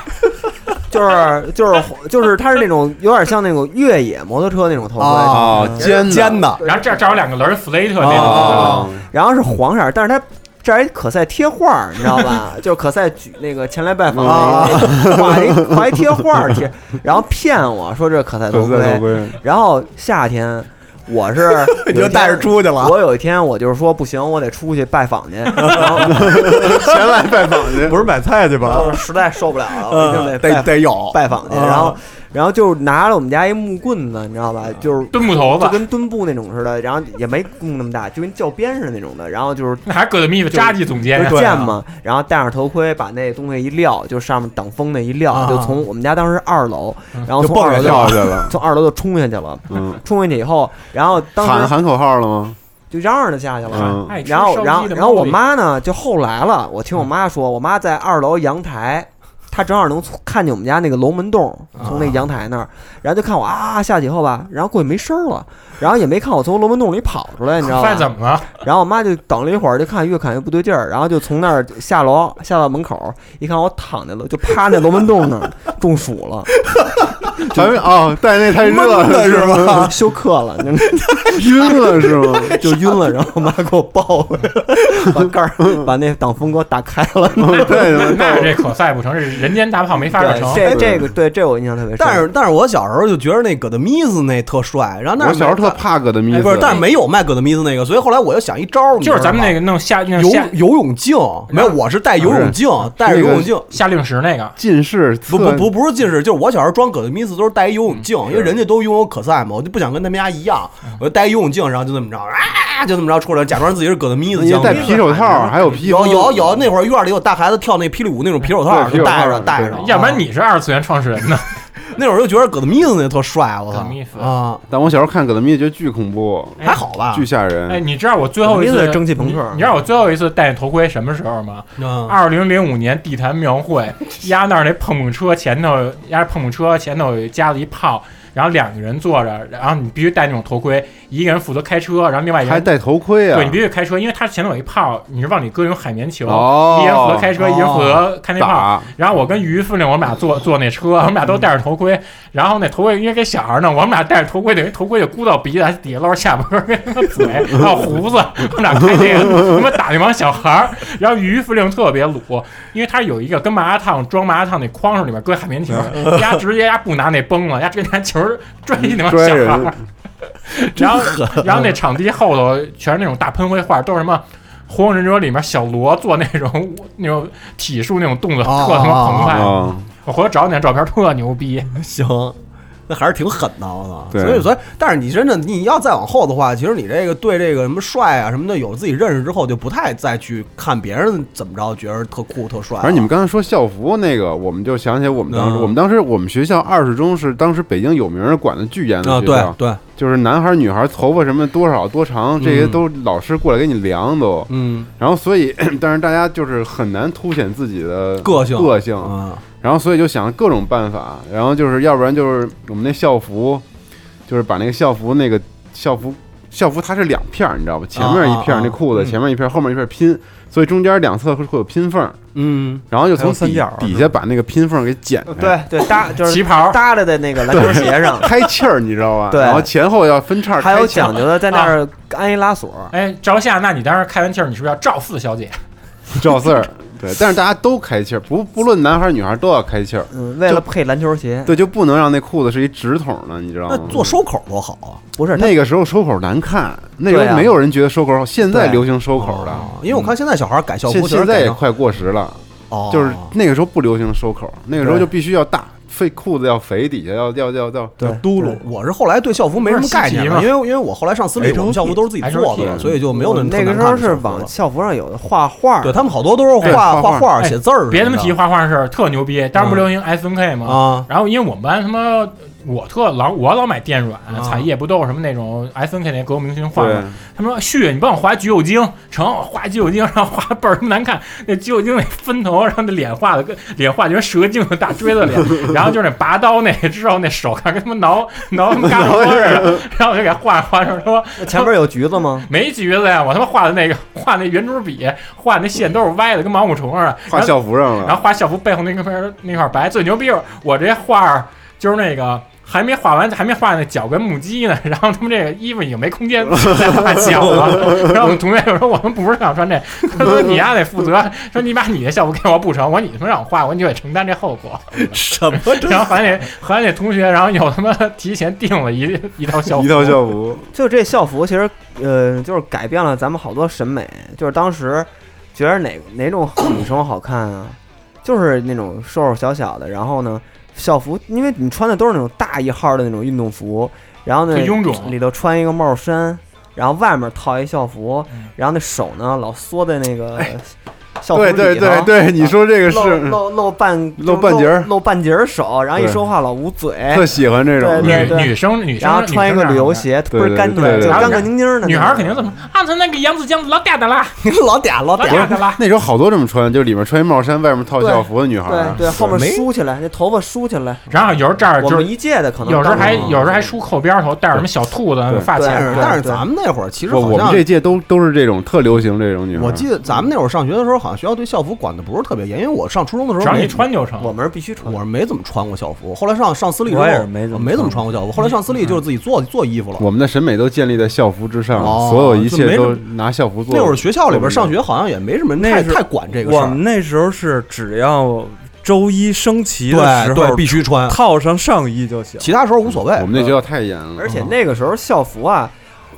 Speaker 8: 就是就是就是它是那种有点像那种越野摩托车那种头盔
Speaker 4: 哦尖的尖的
Speaker 6: 然后这儿这儿有两个轮儿弗雷特那
Speaker 8: 哦
Speaker 6: 种，
Speaker 8: 然后是黄色儿，但是它这儿还可赛贴画儿，你知道吧？ 就是可赛举那个前来拜访
Speaker 4: 哦
Speaker 8: 那个，画一画一贴画儿贴，然后骗我说这是可赛头
Speaker 4: 可赛头盔
Speaker 8: 盔，然后夏天。我是
Speaker 7: 你就
Speaker 8: 有一天
Speaker 7: 带着出去了
Speaker 8: 我有一天我就是说不行，我得出去拜访去，然后前来拜访去，
Speaker 9: 不是买菜去吧？
Speaker 8: 实在受不了了，
Speaker 9: 嗯
Speaker 8: 我一定
Speaker 9: 得
Speaker 8: 得拜
Speaker 9: 得有
Speaker 8: 拜访去，
Speaker 9: 嗯
Speaker 8: 然后然后就拿了我们家一木棍子，你知道吧？就是
Speaker 6: 蹲木头子
Speaker 8: 就跟墩布那种似的，然后也没弓那么大，就跟教鞭似的那种的，然后就是
Speaker 6: 那还是葛德密的扎记总监啊呀
Speaker 8: 就是剑嘛，然后戴上头盔，把那东西一撂，就上面挡风那一
Speaker 6: 啊
Speaker 8: 撂，就从我们家当时二楼，然后
Speaker 4: 就
Speaker 8: 从
Speaker 4: 蹦
Speaker 8: 二
Speaker 4: 下
Speaker 8: 楼
Speaker 4: 去了跳下去了
Speaker 8: 从二楼就冲下去了，
Speaker 4: 嗯，
Speaker 8: 冲下去以后，然后当时
Speaker 4: 喊喊口号了吗？
Speaker 8: 就嚷嚷着下去了
Speaker 4: 嗯爱。吃
Speaker 8: 然后
Speaker 4: 烧，鸡的猫咪
Speaker 8: 然后，然后我妈呢，就后来了，我听我妈说，我妈在二楼阳台，她正好能从看见我们家那个龙门洞，从
Speaker 4: 啊
Speaker 8: 那阳台那儿，然后就看我啊下去以后吧，然后过去没声儿了，然后也没看我从龙门洞里跑出来，你知道
Speaker 6: 发
Speaker 8: 吧？
Speaker 6: 现怎么了？
Speaker 8: 然后我妈就等了一会儿，就看越看越不对劲儿，然后就从那儿下楼下到门口，一看我躺在了，就趴那龙门洞那儿中暑了。
Speaker 4: 咱们哦，戴那 太热了是吧？
Speaker 8: 休克了，
Speaker 4: 晕了是吗？
Speaker 8: 就晕了，然后我妈给我抱回来了，把盖儿把那挡风给我打开了。
Speaker 6: 那 这可赛不成，这人间大炮没发展成。
Speaker 8: 哎
Speaker 6: 哎
Speaker 8: 这这个对这我印象特别深。
Speaker 7: 但是但是我小时候就觉得那葛德米斯那特帅，然后那
Speaker 4: 我小时候特怕葛德米斯，
Speaker 7: 不是，但是没有卖葛德米斯那个，所以后来我又想一招儿，
Speaker 6: 就是咱们那个弄下那
Speaker 7: 游
Speaker 6: 下
Speaker 7: 游泳镜，没有，我是戴游泳镜，
Speaker 4: 啊
Speaker 7: 戴着游泳镜。
Speaker 6: 夏令时
Speaker 8: 哦
Speaker 6: 那个
Speaker 4: 近视
Speaker 7: 不不不不是近视，就是我小时候装葛德米斯都是戴一游
Speaker 6: 嗯
Speaker 7: 泳镜，因为人家都拥有可赛嘛，我就不想跟他们家一样，我就戴一游泳镜，然后就这么着啊，就这么着出来，假装自己是葛德米斯。
Speaker 4: 你戴皮手套，还有皮
Speaker 7: 有有有，那会儿院里有大孩子跳那霹雳舞那种皮手套，
Speaker 4: 对
Speaker 7: 就戴着
Speaker 4: 皮手套
Speaker 7: 戴着。啊
Speaker 6: 要不然你是二次元创始人呢？
Speaker 7: 那会儿就觉得葛德米斯那特帅，我操
Speaker 6: 密斯
Speaker 7: 啊！
Speaker 4: 但我小时候看葛德米斯觉得巨恐怖，
Speaker 6: 还好
Speaker 7: 吧
Speaker 4: 巨吓
Speaker 6: 哎，
Speaker 4: 人。
Speaker 6: 你知道我最后一
Speaker 8: 嗯肯定
Speaker 6: 次
Speaker 8: 是蒸汽朋克
Speaker 6: 你你知道我最后一次戴头盔什么时候吗？
Speaker 7: 嗯
Speaker 6: 二零零五年地坛庙 会，压那儿那碰碰车前头，压碰碰车前头加了一炮，然后两个人坐着，然后你必须戴那种头盔，一个人负责开车，然后另外一个
Speaker 4: 还
Speaker 6: 人
Speaker 4: 戴头盔啊
Speaker 6: 对，你必须开车，因为它前头有一炮，你是往里搁那种海绵球，
Speaker 4: 哦
Speaker 6: 一人负责开车，一人负责开那炮
Speaker 4: 打。
Speaker 6: 然后我跟于司令，我们俩坐 坐那车，我们俩都戴着头盔。然后那头盔因为给小孩呢，我们俩戴着头盔，等于头盔就箍到鼻子，还底下露下巴 根儿跟他妈嘴，还有胡子，我们俩开那个他妈打那帮小孩儿。然后于司令特别鲁，因为他有一个跟麻辣烫装麻辣烫那筐上里面搁海 绵球，丫直接丫不拿那崩了，丫直接拿球儿拽那帮小
Speaker 4: 拽
Speaker 6: 孩
Speaker 4: 人
Speaker 6: 儿。然后，
Speaker 4: 啊
Speaker 6: 然后那场地后头全是那种大喷绘画，都是什么《火影忍者》里面小罗做那种 那种体术那种动作，特他妈澎湃。
Speaker 4: 哦
Speaker 6: 我回头找你那照片，特牛逼。
Speaker 7: 行，那还是挺狠的，我操！
Speaker 4: 对
Speaker 7: 所以，所以，但是你真的你要再往后的话，其实你这个对这个什么帅啊什么的有了自己认识之后，就不太再去看别人怎么着，觉得特酷特帅了。啊
Speaker 4: 反正你们刚才说校服那个，我们就想起我们当时，
Speaker 7: 嗯
Speaker 4: 我们当时我们学校二十中是当时北京有名儿管的巨严的
Speaker 7: 啊
Speaker 4: 学校，
Speaker 7: 对对，
Speaker 4: 就是男孩儿女孩儿头发什么多少多长，这些
Speaker 7: 嗯
Speaker 4: 都老师过来给你量都。
Speaker 7: 嗯，
Speaker 4: 然后所以， 但是大家就是很难凸显自己的
Speaker 7: 个性
Speaker 4: 个性
Speaker 7: 啊。
Speaker 4: 然后所以就想各种办法，然后就是要不然就是我们那校服，就是把那个校服那个校服校服它是两片儿，你知道吧？前面一片
Speaker 9: 啊啊
Speaker 4: 儿那裤子，
Speaker 9: 嗯
Speaker 4: 前面一片儿，后面一片儿拼，所以中间两侧会会有拼缝儿。
Speaker 7: 嗯，
Speaker 4: 然后就从
Speaker 9: 还有三
Speaker 4: 底
Speaker 9: 角儿啊
Speaker 4: 底下把那个拼缝儿给剪开，
Speaker 8: 对对，搭就是旗袍搭着在那个篮球
Speaker 4: 对，
Speaker 8: 鞋上
Speaker 4: 开气儿，你知道吧？
Speaker 8: 对
Speaker 4: 然后前后要分叉，
Speaker 8: 还有讲究的在那儿安一拉锁。
Speaker 6: 哎，朝夏，那你当时开完气儿，你是不是要赵四小姐？
Speaker 4: 赵四儿。对，但是大家都开气儿，不不论男孩儿女孩儿都要开气儿。
Speaker 8: 嗯，为
Speaker 4: 就
Speaker 8: 了配篮球鞋，
Speaker 4: 对，就不能让那裤子是一直筒的，你知道吗？嗯
Speaker 8: 那做
Speaker 7: 收口多好啊！
Speaker 8: 不是
Speaker 4: 哦那个时候收口难看，那时
Speaker 7: 对
Speaker 4: 候
Speaker 7: 啊
Speaker 4: 没有人觉得收口好，现在
Speaker 7: 对
Speaker 4: 流行收口的。
Speaker 7: 啊
Speaker 4: 嗯
Speaker 7: 因为我看现在小孩改校
Speaker 4: 现
Speaker 7: 服，
Speaker 4: 现在也快过时了，
Speaker 7: 哦
Speaker 4: 就是那个时候不流行收口，那个时候
Speaker 7: 对
Speaker 4: 就必须要大，肥裤子要肥，底下要要要要
Speaker 7: 对嘟噜。我是后来对校服没什么概念了，因为因为我后来上私
Speaker 4: 哎
Speaker 7: 立，我们校服都是自己做的，所以就没有那
Speaker 8: 我嗯那个时候是往校服上有的画画，
Speaker 7: 对他们好多都是画画画、
Speaker 4: 哎
Speaker 7: 写字儿。嗯
Speaker 6: 哎别他妈提画画的事儿，特牛逼。当时不流行 S N K 吗？
Speaker 7: 啊
Speaker 6: 然后因为我们班他妈我特老我老买电软、
Speaker 7: 啊
Speaker 6: 彩页不都是什么那种 S N K 那革命明星画
Speaker 4: 对
Speaker 6: 吗？他们说旭，你帮我画橘右京，成画橘右京，然后画倍儿他妈难看，那橘右京那分头，然后那脸画的跟脸画就是蛇精的大锥子 脸，然后就是那拔刀那之后那手看跟他妈挠 挠他妈嘎巴窝似的，然后我就给画画成说
Speaker 8: 前面有橘子吗？
Speaker 6: 没橘子呀，我他妈画的那个画那圆珠笔画那线都是歪的，跟毛毛虫似的。
Speaker 4: 画校服上了
Speaker 6: 然后画校服背后那块儿那块白。最牛逼是，我这画儿就是那个还没画完，还没画那脚跟木屐呢，然后他们这个衣服已经没空间再画脚了。然后我们同学就说我们不是想穿这，他说你丫得负责，说你把你的校服给我补成，我说你他妈让我画，我你就得承担这后果。
Speaker 7: 什么？
Speaker 6: 然后还得还得同学，然后有他妈提前订了一一套校服，
Speaker 4: 服。
Speaker 8: 就这校服，其实呃，就是改变了咱们好多审美。就是当时觉得哪哪种女生好看啊，就是那种瘦瘦小小的，然后呢，校服，因为你穿的都是那种大一号的那种运动服，然后呢，
Speaker 6: 就臃肿
Speaker 8: 里头穿一个帽衫，然后外面套一校服，
Speaker 6: 嗯
Speaker 8: 然后那手呢老缩在那个。校服
Speaker 4: 对
Speaker 8: 里
Speaker 4: 哎对对
Speaker 8: 头
Speaker 4: 对你说这个是
Speaker 8: 露露露半
Speaker 4: 露半截儿
Speaker 8: 露半截儿手，然后一
Speaker 4: 对
Speaker 8: 说话老捂嘴，
Speaker 4: 特喜欢这种
Speaker 8: 哎
Speaker 4: 嗯
Speaker 8: 对对
Speaker 4: 女
Speaker 8: 对
Speaker 4: 女生女生
Speaker 8: 然后穿一个旅游鞋，
Speaker 4: 对
Speaker 8: 倍儿干净，
Speaker 4: 对对
Speaker 8: 就
Speaker 4: 对
Speaker 8: 干干净净的。
Speaker 6: 女孩儿肯定怎么啊？他那个杨子江子老嗲的啦，
Speaker 7: 老嗲老
Speaker 6: 老嗲的啦。
Speaker 4: 那时候好多这么穿，就里面穿一帽衫，外面套校服的女孩
Speaker 7: 啊
Speaker 4: 儿，啊
Speaker 8: 对对，后面
Speaker 4: 没
Speaker 8: 梳起来，那头发梳起来。
Speaker 6: 然后有时候这儿
Speaker 8: 我
Speaker 6: 就是
Speaker 8: 们一届的可能
Speaker 6: 有时候还
Speaker 8: 当时
Speaker 6: 有时候还梳扣边头，带着什么小兔子
Speaker 4: 对
Speaker 6: 发卡
Speaker 4: 但
Speaker 7: 是但是咱们那会儿其实
Speaker 4: 我
Speaker 7: 好像
Speaker 4: 我们这届都都是这种特流行这种女孩儿。
Speaker 7: 我记得咱们那会儿上学的时候，好像学校对校服管的不是特别严，因为我上初中的时候
Speaker 6: 只要
Speaker 7: 没
Speaker 6: 你穿就成
Speaker 8: 我们是必须穿，
Speaker 7: 我是没怎么穿过校服。后来上上私立之后，
Speaker 4: 我也是没怎么
Speaker 7: 我没怎么穿过校服。后来上私立就是自己做做衣服了。
Speaker 4: 我们的审美都建立在校服之上，
Speaker 7: 哦
Speaker 4: 所有一
Speaker 7: 就没
Speaker 4: 切
Speaker 7: 什
Speaker 4: 都
Speaker 7: 么
Speaker 4: 拿校服做。
Speaker 7: 那会儿学校里边上
Speaker 4: 学
Speaker 7: 学好像也没什么
Speaker 9: 那
Speaker 7: 太
Speaker 9: 是
Speaker 7: 太管这个事
Speaker 9: 我
Speaker 7: 儿。
Speaker 9: 们那时候是只要周一升旗的时候
Speaker 7: 对对必须穿
Speaker 9: 套上上衣就行，
Speaker 7: 其他时候无所谓。
Speaker 4: 我们那学校太严了，
Speaker 8: 而且那个时候校服啊，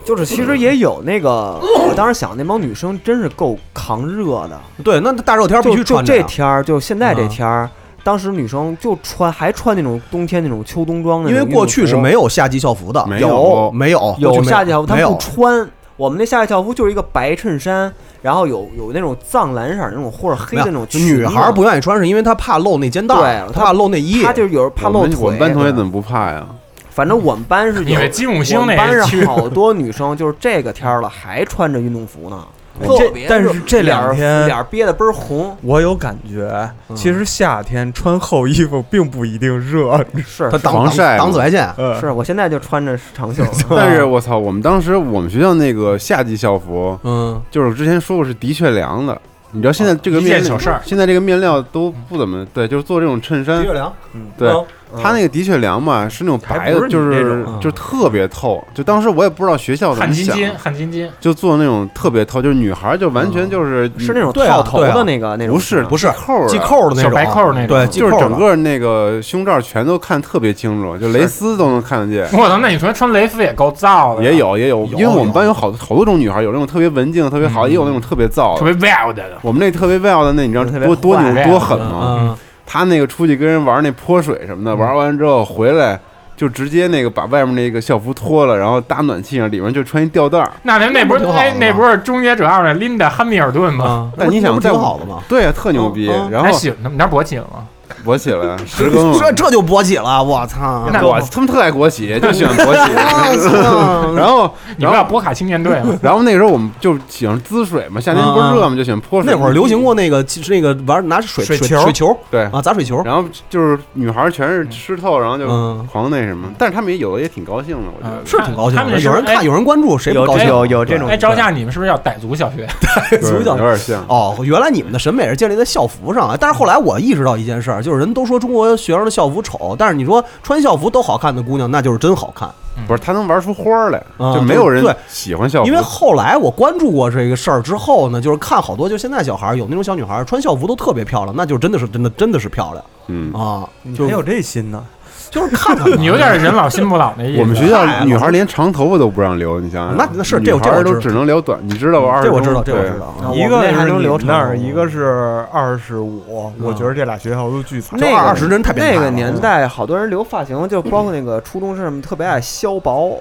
Speaker 8: 就是其实也有那个，我当时想那帮女生真是够扛热的。
Speaker 7: 对，那大热天必须
Speaker 8: 就就
Speaker 7: 穿着
Speaker 8: 这
Speaker 7: 呀嗯
Speaker 8: 天儿，就现在这天儿。当时女生就穿，还穿那种冬天那种秋冬装的
Speaker 7: 因
Speaker 8: 那
Speaker 7: 为
Speaker 8: 种运动服，
Speaker 7: 过去是没有夏季校服的，
Speaker 8: 没
Speaker 7: 有
Speaker 8: 有
Speaker 7: 没有
Speaker 8: 有夏季校服，他
Speaker 7: 没
Speaker 8: 们不
Speaker 7: 有。
Speaker 8: 穿。我们那夏季校服就是一个白衬衫，然后有有那种藏蓝色儿那种或者黑
Speaker 7: 没
Speaker 8: 的
Speaker 7: 有
Speaker 8: 那种裙子。
Speaker 7: 女孩儿不愿意穿，是因为她怕露那肩带，
Speaker 8: 对
Speaker 7: 她怕露内衣，
Speaker 8: 她就是有时候怕露腿
Speaker 4: 我们班同学怎么不怕呀？
Speaker 8: 反正我们班是有，
Speaker 4: 你们金木星
Speaker 8: 我们
Speaker 4: 那
Speaker 8: 班
Speaker 4: 个区，
Speaker 8: 是好多女生，就是这个天儿了还穿着运动服呢。
Speaker 9: 这
Speaker 8: 特别热
Speaker 9: 但是这
Speaker 8: 脸儿
Speaker 9: 两天
Speaker 8: 脸儿憋得倍儿红，
Speaker 9: 我有感觉，
Speaker 7: 嗯
Speaker 9: 其实夏天穿厚衣服并不一定热，
Speaker 8: 是
Speaker 9: 它
Speaker 8: 是
Speaker 9: 挡晒挡
Speaker 7: 挡紫外线
Speaker 9: 嗯
Speaker 8: 是我现在就穿着长袖啊
Speaker 4: 但是我操，我们当时我们学校那个夏季校服，
Speaker 7: 嗯，
Speaker 4: 就是之前说过是的确凉的。你知道现在这个
Speaker 9: 一
Speaker 4: 面
Speaker 9: 件小事儿
Speaker 4: 现在这个面料都不怎么对，就是做这种衬衫，
Speaker 7: 的确凉
Speaker 9: 嗯
Speaker 4: 对
Speaker 7: 嗯，
Speaker 4: 它那个的确凉嘛，是那种白
Speaker 6: 还不
Speaker 4: 的，
Speaker 6: 是
Speaker 4: 就
Speaker 6: 你那
Speaker 4: 是
Speaker 6: 种嗯
Speaker 4: 就是特别透。就当时我也不知道学校怎
Speaker 6: 汗
Speaker 4: 么
Speaker 6: 津
Speaker 4: 想，
Speaker 6: 津，汗津津。
Speaker 4: 就做那种特别透，就是女孩儿就完全就是
Speaker 6: 是那种对啊套头的对啊那
Speaker 8: 个那
Speaker 6: 种
Speaker 4: 不是
Speaker 6: 是吧不是
Speaker 4: 扣
Speaker 7: 啊
Speaker 4: 儿的
Speaker 6: 系扣儿的那种小白扣儿那种对系
Speaker 4: 就是
Speaker 6: 扣儿的
Speaker 4: 整个那个胸罩全都看特别清 楚，就蕾丝都能看得见。
Speaker 6: 我操，那你同学穿蕾丝也够燥的 呀，
Speaker 4: 也有也有，因为我们班有好好多种女孩儿，有那种特别文静、特别好的，也有那种特别燥的、
Speaker 6: 嗯特别 wild 的。
Speaker 4: 我们那特别 wild 的那，你知道
Speaker 6: 特别
Speaker 4: 多多
Speaker 6: 坏
Speaker 4: 牛多狠
Speaker 6: 嗯
Speaker 4: 吗？他那个出去跟人玩那泼水什么的，玩完之后回来就直接那个把外面那个校服脱了，然后搭暖气上，里面就穿一吊带儿。
Speaker 6: 那那那不是那那不是《终结者二》的琳达·汉密尔顿
Speaker 7: 啊嗯
Speaker 6: 吗？
Speaker 4: 但你想在我 对呀、特牛逼。然后
Speaker 6: 还起你那勃起了吗？
Speaker 4: 勃起 了，十更
Speaker 7: 这这就勃起了，我操！
Speaker 4: 那我他们特爱国企，就喜欢国企
Speaker 7: 我。
Speaker 4: 然后
Speaker 6: 你们俩波卡青年队嘛，
Speaker 4: 然后那时候我们就喜欢滋水嘛，夏天不是热嘛，就喜欢泼
Speaker 7: 嗯
Speaker 4: 水。
Speaker 7: 那会儿流行过那个，其实那个玩拿水
Speaker 4: 水
Speaker 7: 水球，
Speaker 4: 对
Speaker 7: 啊，砸水球。
Speaker 4: 嗯然后就是女孩全是湿透，然后就
Speaker 7: 嗯
Speaker 4: 狂那什么。但是他们也有的也挺高兴的，我觉得
Speaker 7: 是挺高兴
Speaker 6: 呃他们
Speaker 7: 的，
Speaker 6: 是
Speaker 7: 有人看，有人关注，谁不高兴？啊
Speaker 6: 哎，招架你们是不是叫傣族小学？
Speaker 7: 足脚
Speaker 4: 有点像
Speaker 7: 哦。原来你们的审美是建立在校服上啊，但是后来我意识到一件事儿，就是人都说中国学生的校服丑，但是你说穿校服都好看的姑娘，那就是真好看。
Speaker 4: 不是她能玩出花儿来，
Speaker 7: 啊
Speaker 4: 就没有人
Speaker 7: 嗯对
Speaker 4: 喜欢校服。
Speaker 7: 因为后来我关注过这个事儿之后呢，就是看好多，就现在小孩儿有那种小女孩儿穿校服都特别漂亮，那就真的是真的真的是漂亮。
Speaker 4: 嗯
Speaker 7: 啊，
Speaker 9: 你
Speaker 7: 就
Speaker 9: 还有这心呢？
Speaker 7: 就是看看
Speaker 6: 你有 点人老心不老那意思。
Speaker 4: 我们学校女孩连长头发都不让留，你想想，
Speaker 7: 啊那那是这我
Speaker 4: 女孩
Speaker 7: 这我
Speaker 4: 都
Speaker 7: 知道
Speaker 4: 只能留短，你知道吧？二
Speaker 7: 这我知道这我知道啊
Speaker 9: 一个是你那儿，
Speaker 4: 一
Speaker 9: 一个是二十五，我觉得这俩学校都巨惨。
Speaker 8: 那个那个
Speaker 9: 代。
Speaker 8: 年代，好多人留发型，就包括那个初中生什么，特别爱削薄，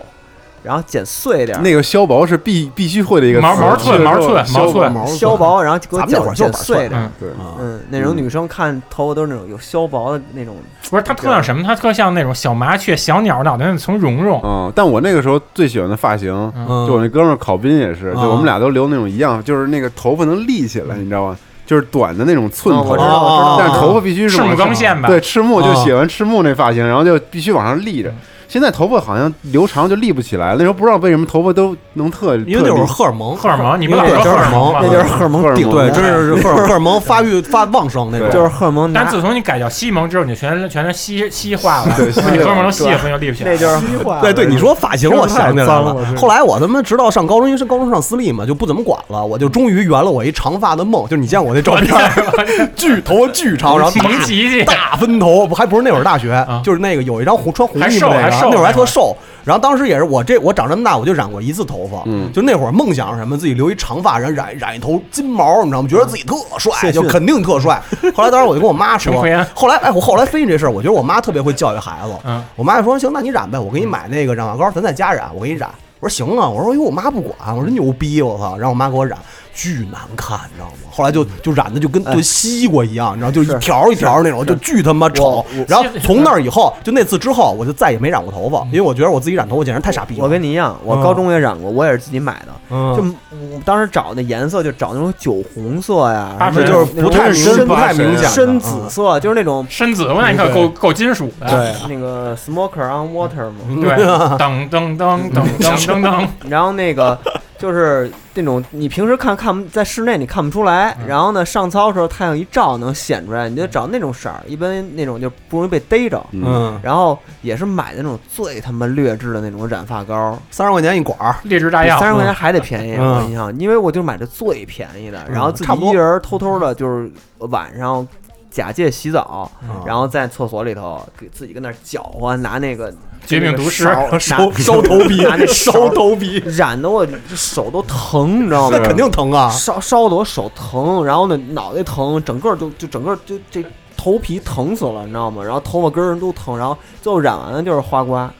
Speaker 8: 然后剪碎点儿。
Speaker 4: 那个削薄是必必须会的一个
Speaker 8: 毛
Speaker 4: 词
Speaker 8: 毛寸
Speaker 4: 削
Speaker 8: 毛寸
Speaker 4: 削
Speaker 8: 毛
Speaker 7: 嗯
Speaker 8: 寸
Speaker 4: 毛
Speaker 8: 削薄然后给我
Speaker 7: 咱们那会儿
Speaker 8: 剪
Speaker 7: 就是
Speaker 8: 碎点儿
Speaker 4: 对，
Speaker 8: 嗯，那种女生看头发都是那种有削薄的那种，
Speaker 6: 不是，它特像什么？它特像那种小麻雀、小鸟脑袋那种从绒绒。
Speaker 4: 嗯，但我那个时候最喜欢的发型，
Speaker 6: 嗯
Speaker 4: 就我那哥们儿考斌也是，
Speaker 6: 嗯
Speaker 4: 就我们俩都留那种一样，就是那个头发能立起
Speaker 8: 嗯
Speaker 4: 来，你知道吗？就是短的那种寸头，
Speaker 8: 哦我知道我知道哦
Speaker 4: 但是头发必须是往上
Speaker 6: 赤木刚宪吧
Speaker 4: 对，赤木就喜欢赤木那发型，然后就必须往上立
Speaker 8: 嗯
Speaker 4: 着。现在头发好像留长就立不起来了，那时候不知道为什么头发都能特，
Speaker 7: 因为那会儿荷尔蒙，
Speaker 6: 荷尔蒙你
Speaker 7: 们老说荷尔蒙吧
Speaker 8: 那就是荷尔蒙
Speaker 4: 荷尔
Speaker 8: 顶
Speaker 4: 蒙
Speaker 7: 对，真是荷尔荷尔蒙发育发旺盛那种，
Speaker 8: 就是荷尔蒙拿
Speaker 6: 但自从你改叫西蒙之后，你全全是西西化了，
Speaker 7: 对西化
Speaker 6: 你哥们儿都西分就立不起来。
Speaker 8: 那就是
Speaker 7: 对对，你说发型，我想起来了。后
Speaker 6: 来
Speaker 7: 来我他妈直到上高中，因为是高中上私立嘛，就不怎么管了。我就终于圆了我一长发的梦，就是你见过我那照片儿，巨头巨长， 然后
Speaker 6: 蒙奇迹
Speaker 7: 大分头，还不是那会儿大学，就是那个有一张红穿红
Speaker 6: 啊还
Speaker 7: 衣服
Speaker 6: 瘦
Speaker 7: 那个，
Speaker 6: 还瘦
Speaker 7: 那会儿还特瘦。然后当时也是我这我长这么大我就染过一次头发，
Speaker 9: 嗯
Speaker 7: 就那会儿梦想是什么自己留一长发，然后染染一头金毛，你知道吗？觉得自己特帅，
Speaker 9: 谢
Speaker 7: 就
Speaker 9: 逊
Speaker 7: 肯定特 帅。后来当时我就跟我妈说
Speaker 6: 陈慧安，
Speaker 7: 后来哎我后来分析这事儿，我觉得我妈特别会教育孩子，
Speaker 6: 嗯
Speaker 7: 我妈就说：“行，那你染呗，我给你买那个染发膏，咱在家染，我给你染。”我说：“行啊。”我说：“因为我妈不管。”我说：“牛逼，我操！”然后我妈给我染，巨难看，你知道吗？后来就就染的就跟就西瓜一样，你知道，就一条一条那种，就巨他妈丑。然后从那儿以后，就那次之后，我就再也没染过头发，因为我觉得我自己染头发简直太傻逼了。
Speaker 8: 我跟你一样，我高中也染过，我也是自己买的。就我当时找那颜色，就找那种酒红色呀，
Speaker 6: 八
Speaker 8: 什么
Speaker 6: 神
Speaker 8: 就是
Speaker 6: 不太
Speaker 8: 深
Speaker 6: 明不太明显的
Speaker 8: 深紫色，就是那种
Speaker 6: 深紫，我感觉够够金属的。
Speaker 8: 那个 smoker on water 嘛，
Speaker 6: 对，噔噔噔噔噔噔噔，
Speaker 8: 然后那个就是那种你平时看看不在室内你看不出来，然后呢上操的时候太阳一照能显出来，你就找那种色儿，一般那种就不容易被逮着。
Speaker 7: 嗯
Speaker 8: 然后也是买的那种最他妈劣质的那种染发膏，
Speaker 7: 三十块钱一管儿，
Speaker 6: 劣质大样，
Speaker 8: 三十块钱还得便宜，
Speaker 7: 嗯
Speaker 8: 我印象，因为我就买的最便宜的，
Speaker 7: 嗯
Speaker 8: 然后自
Speaker 7: 差不
Speaker 8: 己
Speaker 7: 多
Speaker 8: 一人儿偷偷的，就是晚上假借洗澡，
Speaker 7: 嗯
Speaker 8: 然后在厕所里头给自己跟那儿搅和，拿那个
Speaker 6: 绝命毒师
Speaker 8: 那个勺
Speaker 6: 烧
Speaker 8: 拿
Speaker 6: 烧头皮
Speaker 8: 拿那勺嗯
Speaker 6: 烧头
Speaker 7: 皮，
Speaker 8: 染的我这手都疼，你知道吗？
Speaker 7: 那肯定疼啊
Speaker 8: 烧烧的我手疼，然后呢脑袋疼，整个就就整个就这头皮疼死了，你知道吗？然后头发根儿都疼，然后最后染完了就是花瓜。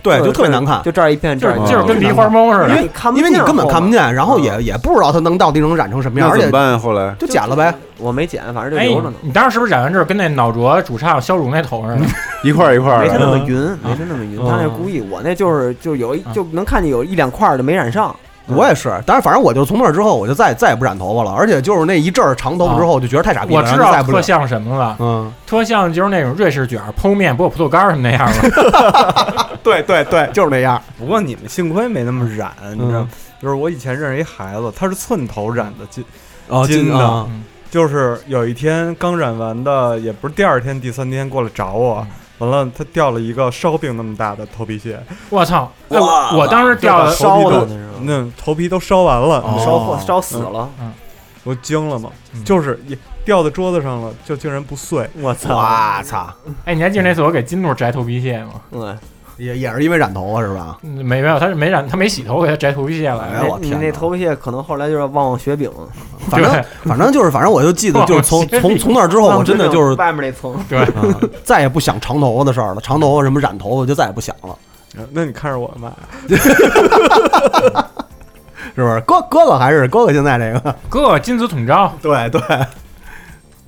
Speaker 7: 对，
Speaker 8: 就
Speaker 7: 就特别难看，
Speaker 8: 就这儿一片，这儿一片
Speaker 7: 因
Speaker 6: 哎
Speaker 8: 因为
Speaker 7: 为
Speaker 8: 你看不
Speaker 7: 因为你
Speaker 8: 见
Speaker 7: 根本
Speaker 8: 后
Speaker 7: 看不
Speaker 8: 面
Speaker 7: 见，然后也也不知道它能到底能染成什么样，
Speaker 4: 那
Speaker 7: 而
Speaker 4: 怎么
Speaker 7: 且
Speaker 4: 办啊？后来
Speaker 7: 就剪了呗。
Speaker 8: 我没剪，反正就
Speaker 6: 哎
Speaker 8: 留着呢。，
Speaker 6: 你当时是不是染完之后跟那脑浊主唱肖汝那头似的？
Speaker 4: 一块儿一块儿
Speaker 8: 没
Speaker 4: 的
Speaker 8: 他那么匀，没他那么匀，
Speaker 6: 嗯
Speaker 8: 他那是故意。我那就是就有一就能看见有一两块儿的没染上，
Speaker 7: 我也是，但是反正我就从那儿之后，我就再再也不染头发了，而且就是那一阵儿长头发之后，我就觉得太傻逼了，
Speaker 6: 我知
Speaker 7: 然后就再
Speaker 6: 道
Speaker 7: 也不
Speaker 6: 特
Speaker 7: 染。
Speaker 6: 像什么了，
Speaker 7: 嗯，
Speaker 6: 特像就是那种瑞士卷儿剖面不有葡萄干儿什么那样了。
Speaker 9: 对对对，
Speaker 7: 就是那样。
Speaker 9: 不过你们幸亏没那么染，你知道吗，就是我以前认识一孩子，他是寸头染的金，
Speaker 7: 哦
Speaker 9: 金
Speaker 7: 金
Speaker 9: 的
Speaker 7: 啊，
Speaker 9: 就是有一天刚染完的，也不是第二天、第三天过来找我，完了他掉了一个烧饼那么大的头皮屑，
Speaker 6: 我操！哎我我当时
Speaker 9: 就
Speaker 6: 掉
Speaker 9: 把
Speaker 6: 了
Speaker 9: 头皮都
Speaker 8: 嗯
Speaker 9: 那头皮都烧完了，
Speaker 8: 烧破烧死了。
Speaker 6: 嗯
Speaker 9: 我惊了嘛，就是也掉在桌子上了，就竟然不碎，
Speaker 8: 我
Speaker 6: 操
Speaker 7: 我操！
Speaker 6: 哎，你还记得那次我给金柱摘头皮屑吗？
Speaker 8: 对，
Speaker 7: 也也是因为染头啊发是吧？
Speaker 6: 嗯没没有，他是没染，他没洗头，给他摘头皮屑了。
Speaker 7: 哎呦我
Speaker 8: 你那头皮屑可能后来就是旺旺雪饼，
Speaker 7: 反正反正就是，反正我就记得，就是 从从从那之后，我真的就是
Speaker 8: 外面那层，
Speaker 7: 啊再也不想长头发的事儿了。长头发什么染头发，就再也不想了，
Speaker 9: 那你看着我吧，
Speaker 7: 是不是？哥哥哥还是哥哥现在这个
Speaker 6: 哥哥金子统招，
Speaker 7: 对对，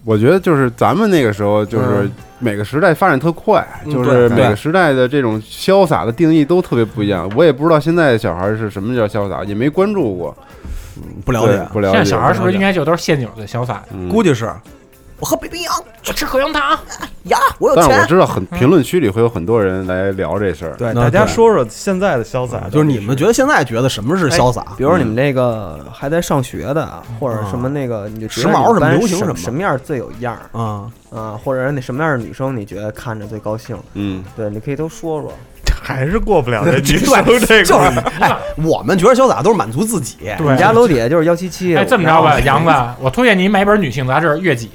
Speaker 4: 我觉得就是咱们那个时候，就是
Speaker 7: 嗯
Speaker 4: 每个时代发展特快，
Speaker 7: 嗯
Speaker 4: 就是
Speaker 7: 对
Speaker 4: 每个时代的这种潇洒的定义都特别不一样。我也不知道现在小孩是什么叫潇洒，也没关注过，
Speaker 7: 不了解
Speaker 4: 对不了解。
Speaker 6: 现在小孩是不是应该就都是陷阱的潇洒？
Speaker 4: 嗯
Speaker 7: 估计是。我喝北冰洋，
Speaker 6: 我吃口香糖，
Speaker 7: 呀，我
Speaker 4: 但是我知道很评论区里会有很多人来聊这事儿。
Speaker 9: 对哎大家说说现在的潇洒，
Speaker 7: 啊就是你们觉得现在觉得什么是潇洒？
Speaker 8: 比如说
Speaker 6: 嗯
Speaker 8: 你们那个还在上学的啊，或者什么那个，你就觉
Speaker 7: 时
Speaker 8: 得
Speaker 7: 髦
Speaker 8: 你
Speaker 7: 什么
Speaker 8: 班
Speaker 7: 流行什
Speaker 8: 什
Speaker 7: 么
Speaker 8: 什么样最有样儿
Speaker 7: 啊
Speaker 8: 啊，或者那什么样的女生你觉得看着最高兴？
Speaker 4: 嗯，
Speaker 8: 对，你可以都说说。
Speaker 9: 还是过不了这女 生
Speaker 7: 对，
Speaker 9: 这
Speaker 7: 就是
Speaker 9: 个。
Speaker 7: 哎，我们觉得潇洒都是满足自己。
Speaker 6: 对你家楼底
Speaker 8: 下就是幺七七
Speaker 6: 哎，这么着吧，杨子，我推荐你买本女性杂志《月几》，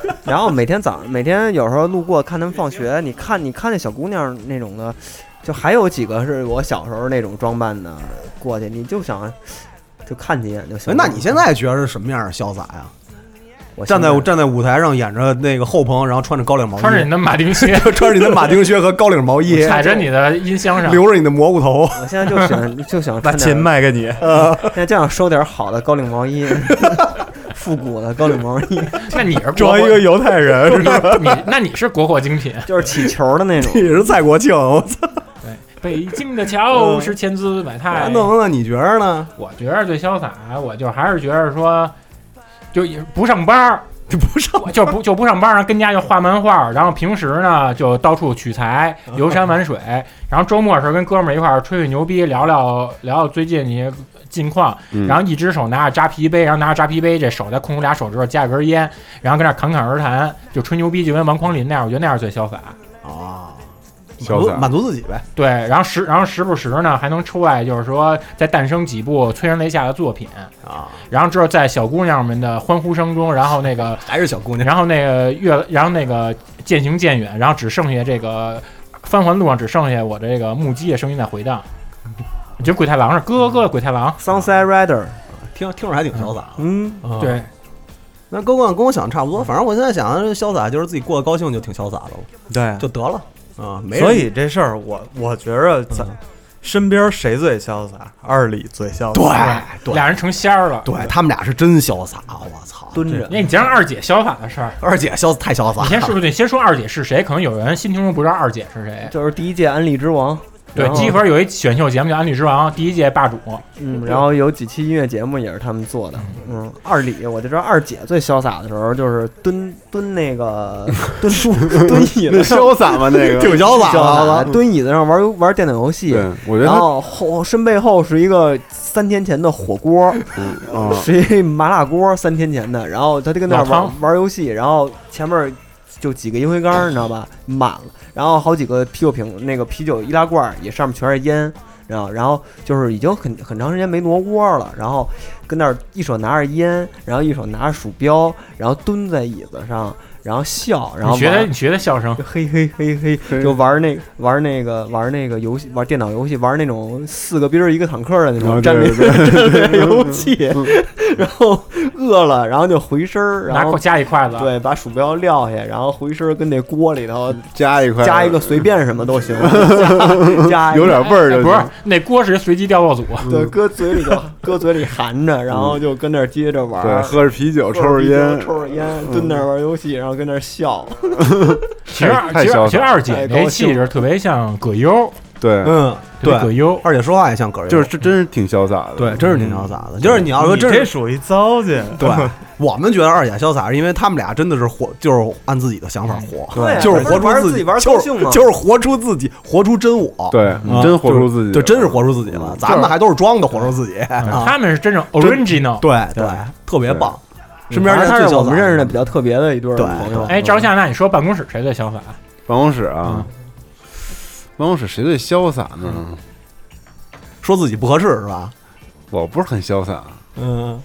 Speaker 8: 然后每天早上，每天有时候路过看他们放学，你看你看那小姑娘那种的，就还有几个是我小时候那种装扮的，过去你就想就看几眼就行
Speaker 7: 哎
Speaker 8: 了。
Speaker 7: 那你现在觉得是什么样的潇洒呀？
Speaker 8: 我
Speaker 7: 站
Speaker 8: 现
Speaker 7: 在站在舞台上演着那个后棚，然后穿着高领毛衣，
Speaker 6: 穿着你的马丁靴
Speaker 7: 穿着你的马丁靴和高领毛衣，
Speaker 6: 踩着你的音箱上，
Speaker 7: 留着你的蘑菇头。我
Speaker 8: 我现在就想 就想
Speaker 9: 把
Speaker 8: 穿
Speaker 9: 琴
Speaker 8: 点
Speaker 9: 卖给你，
Speaker 8: 现在就想收点好的高领毛衣， 复古的高领毛 衣。
Speaker 6: 那你是
Speaker 9: 装一个犹太人是吧？
Speaker 6: 你那你是国货精品，
Speaker 8: 就是起球的那种。
Speaker 7: 你是蔡国庆，我操！
Speaker 6: 北京的桥是千姿百态。
Speaker 7: 那那你觉得呢？
Speaker 6: 我觉得最潇洒，我就还是觉得说，就也不上班儿，
Speaker 7: 就不上，
Speaker 6: 就不就不上班儿，然后跟家就画漫画儿，然后平时呢就到处取材、游山玩水，然后周末的时候跟哥们儿一块儿吹吹牛逼，聊聊聊聊最近一些近况，
Speaker 3: 嗯
Speaker 6: 然后一只手拿着扎啤杯，然后拿着扎啤杯这手再空出俩手指头夹着根烟，然后跟那儿侃侃而谈，就吹牛逼，就跟王匡林那样，我觉得那样最潇洒。
Speaker 7: 啊，
Speaker 4: 潇洒
Speaker 7: 满足自己呗。
Speaker 6: 对，然后时然后时不时呢还能出来，就是说再诞生几部催人泪下的作品
Speaker 7: 啊，
Speaker 6: 然后之后在小姑娘们的欢呼声中，然后那个
Speaker 7: 还是小姑娘，
Speaker 6: 然后那个越然后那个渐行渐远，然后只剩下这个翻环路上只剩下我这个木屐的声音在回荡。我觉得鬼太郎是咯咯的鬼太郎
Speaker 8: ，Sunset Rider，
Speaker 7: 听听着还挺潇洒。啊
Speaker 8: 嗯，
Speaker 6: 对。
Speaker 7: 那哥哥跟我想的差不多，反正我现在想的潇洒就是自己过得高兴就挺潇洒的了，
Speaker 9: 对，
Speaker 7: 就得了啊。没人嗯
Speaker 9: 哎所以这事儿我我觉着咱身边谁最潇洒？二李最潇洒，
Speaker 7: 对
Speaker 6: 俩人成仙儿了。
Speaker 7: 对他们俩是真潇洒，我操，
Speaker 8: 蹲
Speaker 6: 对，。那你讲讲二姐潇洒的 事儿。
Speaker 7: 二姐潇太潇洒了，
Speaker 6: 你先说说，你先说二姐是谁？可能有人新听众不知道二姐是 谁。
Speaker 8: 就是第一届安利之王。
Speaker 6: 对
Speaker 8: 然，后
Speaker 6: 集合有一选秀节目叫《安利之王》，第一届霸主。
Speaker 8: 嗯，然后有几期音乐节目也是他们做的。嗯，二李，我就知道二姐最潇洒的时候就是蹲蹲那个蹲树蹲椅
Speaker 4: 那
Speaker 8: 子上，
Speaker 4: 潇洒吗？那个
Speaker 7: 挺潇洒
Speaker 8: 潇
Speaker 7: 啊
Speaker 8: 洒，蹲椅子上玩玩电脑游戏
Speaker 4: 对。我觉得
Speaker 8: 然
Speaker 4: 他
Speaker 8: 后后身背后是一个三天前的火锅，
Speaker 6: 嗯
Speaker 4: 啊
Speaker 8: 是一麻辣锅，三天前的。然后他就跟那儿
Speaker 6: 老
Speaker 8: 玩
Speaker 6: 汤
Speaker 8: 玩游戏，然后前面就几个烟灰缸，你知道吧，满了，然后好几个啤酒瓶，那个啤酒易拉罐儿也上面全是烟，然后然后就是已经很很长时间没挪窝了，然后跟那儿一手拿着烟，然后一手拿着鼠标，然后蹲在椅子上，然后笑，然后
Speaker 6: 你学
Speaker 8: 玩
Speaker 6: 的你学的笑声，
Speaker 8: 嘿嘿嘿嘿，就玩那玩那个玩那个游戏，玩电脑游戏，玩那种四个兵儿一个坦克的那
Speaker 4: 啊
Speaker 8: 种
Speaker 4: 对
Speaker 8: 战略
Speaker 4: 对对嗯
Speaker 8: 战略游戏， 然后饿了，然后就回身儿，
Speaker 6: 拿
Speaker 8: 然后
Speaker 6: 筷夹一筷子。
Speaker 8: 对，把鼠标撂下，然后回身儿跟那锅里头
Speaker 4: 加一块，
Speaker 8: 加一个随便什么都 行，加
Speaker 4: 哎有点味儿就
Speaker 6: 哎不是
Speaker 4: 行，
Speaker 6: 那锅是随机掉落组。
Speaker 8: 对，搁嘴里头，搁嘴里含着，然后就跟那儿接着玩
Speaker 4: 嗯对，
Speaker 8: 儿，
Speaker 4: 喝着啤酒，抽着烟，嗯
Speaker 8: 抽着烟，蹲那儿玩游戏，然后跟那儿笑，
Speaker 6: 其实二
Speaker 4: 太
Speaker 6: 其实
Speaker 4: 潇洒
Speaker 6: 其实二姐
Speaker 8: 哎
Speaker 6: 那
Speaker 8: 高兴
Speaker 6: 气质特别像葛优，
Speaker 4: 对，
Speaker 7: 嗯，
Speaker 6: 特别葛
Speaker 7: 对，
Speaker 6: 优。
Speaker 7: 二姐说话也像葛优，
Speaker 4: 就是这真是挺潇洒的，
Speaker 7: 对，真是挺潇洒的。就是你要说
Speaker 9: 嗯你
Speaker 7: 真是
Speaker 9: 这属于糟践。
Speaker 7: 对，我们觉得二姐潇洒，是因为他们俩真的是活，就是按自己的想法活，
Speaker 8: 对啊
Speaker 7: 就是活
Speaker 8: 玩儿
Speaker 7: 出
Speaker 8: 自己
Speaker 7: 己，
Speaker 8: 玩儿
Speaker 7: 就
Speaker 8: 高兴
Speaker 7: 是
Speaker 8: 嘛
Speaker 7: 就是活出自己，活出真我。
Speaker 4: 对
Speaker 7: 啊
Speaker 4: 你真活出自己嗯
Speaker 7: 就就真是活出自己了。咱们还都是装的活出自己，啊
Speaker 6: 嗯他们是真正 original。
Speaker 7: 对对，特别棒。身边人
Speaker 8: 他
Speaker 7: 最
Speaker 8: 是我
Speaker 7: 潇
Speaker 8: 们认
Speaker 7: 洒。
Speaker 8: 识的比较特别的一对儿朋友。
Speaker 6: 哎，赵夏，那你说办公室谁最潇洒？
Speaker 4: 办公室啊，办公室谁最潇洒呢？
Speaker 7: 说自己不合适是吧？
Speaker 4: 我不是很潇洒，
Speaker 7: 嗯，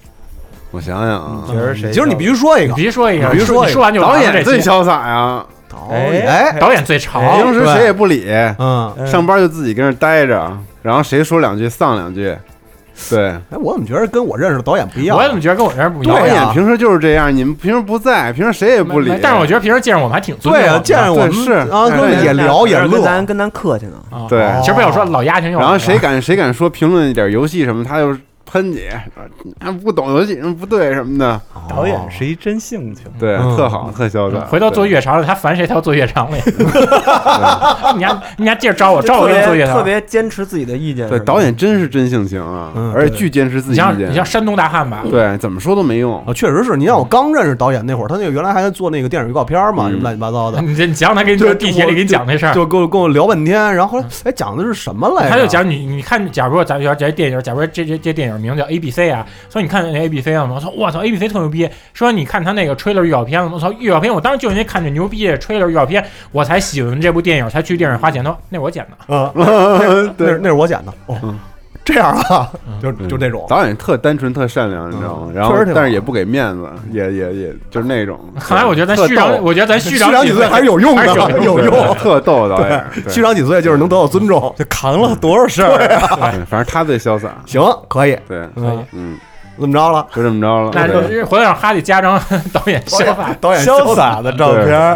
Speaker 4: 我想想啊，
Speaker 9: 觉得谁？
Speaker 7: 其实你必须说一个
Speaker 6: 你，别说一个，
Speaker 7: 你别说
Speaker 6: 说
Speaker 7: 一个
Speaker 6: 你说完就完
Speaker 4: 导
Speaker 6: 了
Speaker 4: 演
Speaker 6: 这
Speaker 4: 最
Speaker 6: 期
Speaker 4: 潇洒呀，
Speaker 7: 导
Speaker 6: 哎导演最潮
Speaker 4: 平时谁也不理，
Speaker 7: 嗯
Speaker 4: 上班就自己跟那儿待着，然后谁说两句丧两句，对。
Speaker 7: 哎，我怎么觉得跟我认识的导演不一样？啊
Speaker 6: 我怎么觉得跟我这儿不一样？
Speaker 4: 导演平时就是这样，你们平时不在，平时谁也不理
Speaker 6: 啊没。但是我觉得平时见着我们还挺尊重
Speaker 4: 对啊
Speaker 6: 我们的
Speaker 4: 见着我们
Speaker 6: 对
Speaker 4: 是啊
Speaker 6: 对
Speaker 8: 哎
Speaker 4: 跟
Speaker 6: 对
Speaker 4: 也聊也
Speaker 8: 跟
Speaker 4: 乐
Speaker 8: 咱跟咱客气呢。
Speaker 6: 啊
Speaker 4: 对，
Speaker 6: 其实被我说老丫挺有
Speaker 4: 然后
Speaker 6: 名
Speaker 4: 谁
Speaker 6: 的
Speaker 4: 敢谁敢说评论一点游戏什么，他就是喷你，啊不懂游戏人不对什么的。
Speaker 9: 导
Speaker 7: 哦
Speaker 9: 演是一真性 情，
Speaker 4: 对，
Speaker 6: 嗯
Speaker 4: 特好，特潇洒。
Speaker 6: 回头做越长了，他烦谁他要做越长了呀。 你还你还接着招我，招我给你做越长。
Speaker 8: 特别坚持自己的意见。
Speaker 4: 对，导演真是真性情啊，而且巨坚持自
Speaker 6: 嗯
Speaker 4: 己
Speaker 6: 你
Speaker 4: 意
Speaker 6: 像
Speaker 4: 见。
Speaker 6: 你像山东大汉 吧？
Speaker 4: 对，怎么说都 没用。
Speaker 7: 啊，确实是你让我刚认识导演那会儿，他那个原来还做那个电影预告片嘛，什么乱七八糟的。
Speaker 6: 你这你想他给你
Speaker 7: 就
Speaker 6: 地铁里给你讲那事儿
Speaker 7: 就跟我跟我聊半天，然后后来哎讲的是什么来着？
Speaker 6: 他
Speaker 4: 啊
Speaker 6: 就讲你，你看，假如说咱们要这电影，假如说这这这电影名叫 A B C 啊，说你看那 A B C 啊，我操，我操 A B C 特牛逼。说你看他那个 trailer 预告片，我操，预告片我当时就因为看这牛逼的 trailer 预告片，我才喜欢这部电影，才去电影院花钱的。那是我剪 的，
Speaker 7: 啊，那
Speaker 4: 对嗯
Speaker 7: 是那是我剪的哦， 这样啊，就就那种
Speaker 4: 导演特单纯、特善良，你知道吗？然后
Speaker 7: 确实挺好
Speaker 4: 但是也不给面子，也也也就是那种。
Speaker 6: 看来我觉得咱
Speaker 4: 特
Speaker 6: 虚长
Speaker 4: 逗
Speaker 6: 我觉得咱虚长
Speaker 7: 虚长几岁还是有用的
Speaker 6: 还是有 用
Speaker 7: 有用
Speaker 4: 特逗导演。
Speaker 7: 对，虚长几岁就是能得到尊重，
Speaker 9: 就扛了多少事儿
Speaker 4: 啊？对反正他最潇洒。
Speaker 7: 行，可以，
Speaker 4: 对，
Speaker 7: 嗯
Speaker 4: 嗯，
Speaker 7: 怎么着了？
Speaker 4: 就这么着了。
Speaker 6: 那
Speaker 4: 对
Speaker 6: 就是回头让哈利加张 导演潇洒
Speaker 7: 导演潇洒
Speaker 9: 的
Speaker 4: 对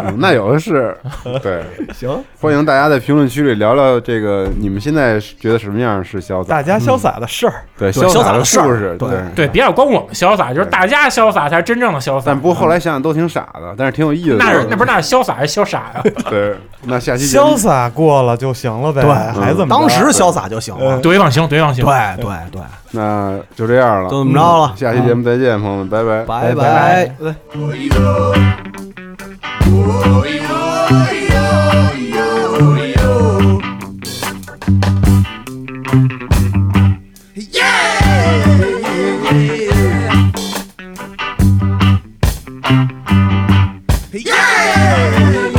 Speaker 4: 嗯那有的是。对，
Speaker 7: 行，
Speaker 4: 欢迎大家在评论区里聊聊这个，你们现在觉得什么样是潇洒？
Speaker 9: 大
Speaker 7: 嗯
Speaker 9: 家潇洒的事儿，
Speaker 4: 对
Speaker 6: 对潇
Speaker 4: 洒
Speaker 6: 洒的事儿
Speaker 4: 故事，对。
Speaker 6: 对，别老光我们潇洒，就是大家潇洒才是真正的潇洒。
Speaker 4: 但不过后来想想都挺傻的，但是挺有意思的。
Speaker 6: 那是那不是那是潇洒还是潇洒呀？
Speaker 4: 对，那下期节目
Speaker 9: 潇洒过了就行了呗，
Speaker 4: 对
Speaker 9: 还怎么着？
Speaker 7: 嗯当时潇洒就行了。
Speaker 6: 对怼往行，怼往行。
Speaker 7: 对对对，
Speaker 4: 那就这样了，
Speaker 7: 就这么着了
Speaker 4: 嗯下期节目再见，朋友们，拜拜，
Speaker 7: 拜拜。
Speaker 11: Yeah!